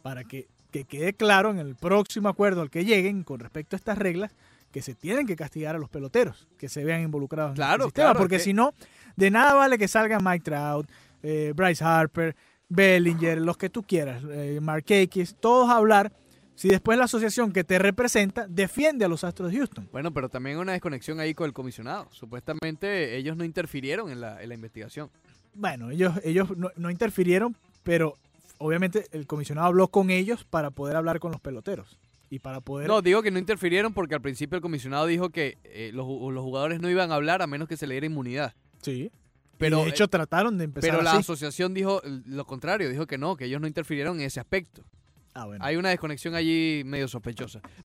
[SPEAKER 2] para que, que quede claro en el próximo acuerdo al que lleguen con respecto a estas reglas que se tienen que castigar a los peloteros que se vean involucrados en
[SPEAKER 1] Claro,
[SPEAKER 2] el sistema,
[SPEAKER 1] claro,
[SPEAKER 2] porque
[SPEAKER 1] que-
[SPEAKER 2] si no, de nada vale que salgan Mike Trout, eh, Bryce Harper, Bellinger, los que tú quieras, eh, Markakis, todos a hablar si después la asociación que te representa defiende a los Astros de Houston.
[SPEAKER 1] bueno, pero también hay una desconexión ahí con el comisionado. Supuestamente ellos no interfirieron en la, en la investigación.
[SPEAKER 2] Bueno, ellos, ellos no, no interfirieron, pero obviamente el comisionado habló con ellos para poder hablar con los peloteros. Y para poder...
[SPEAKER 1] No, digo que no interfirieron porque al principio el comisionado dijo que eh, los, ju- los jugadores no iban a hablar a menos que se le diera inmunidad.
[SPEAKER 2] sí.
[SPEAKER 1] pero, eh,
[SPEAKER 2] Pero, de hecho, trataron de empezar
[SPEAKER 1] Pero la
[SPEAKER 2] así.
[SPEAKER 1] asociación dijo lo contrario, dijo que no, que ellos no interfirieron en ese aspecto.
[SPEAKER 2] Ah, bueno.
[SPEAKER 1] Hay una desconexión allí medio sospechosa.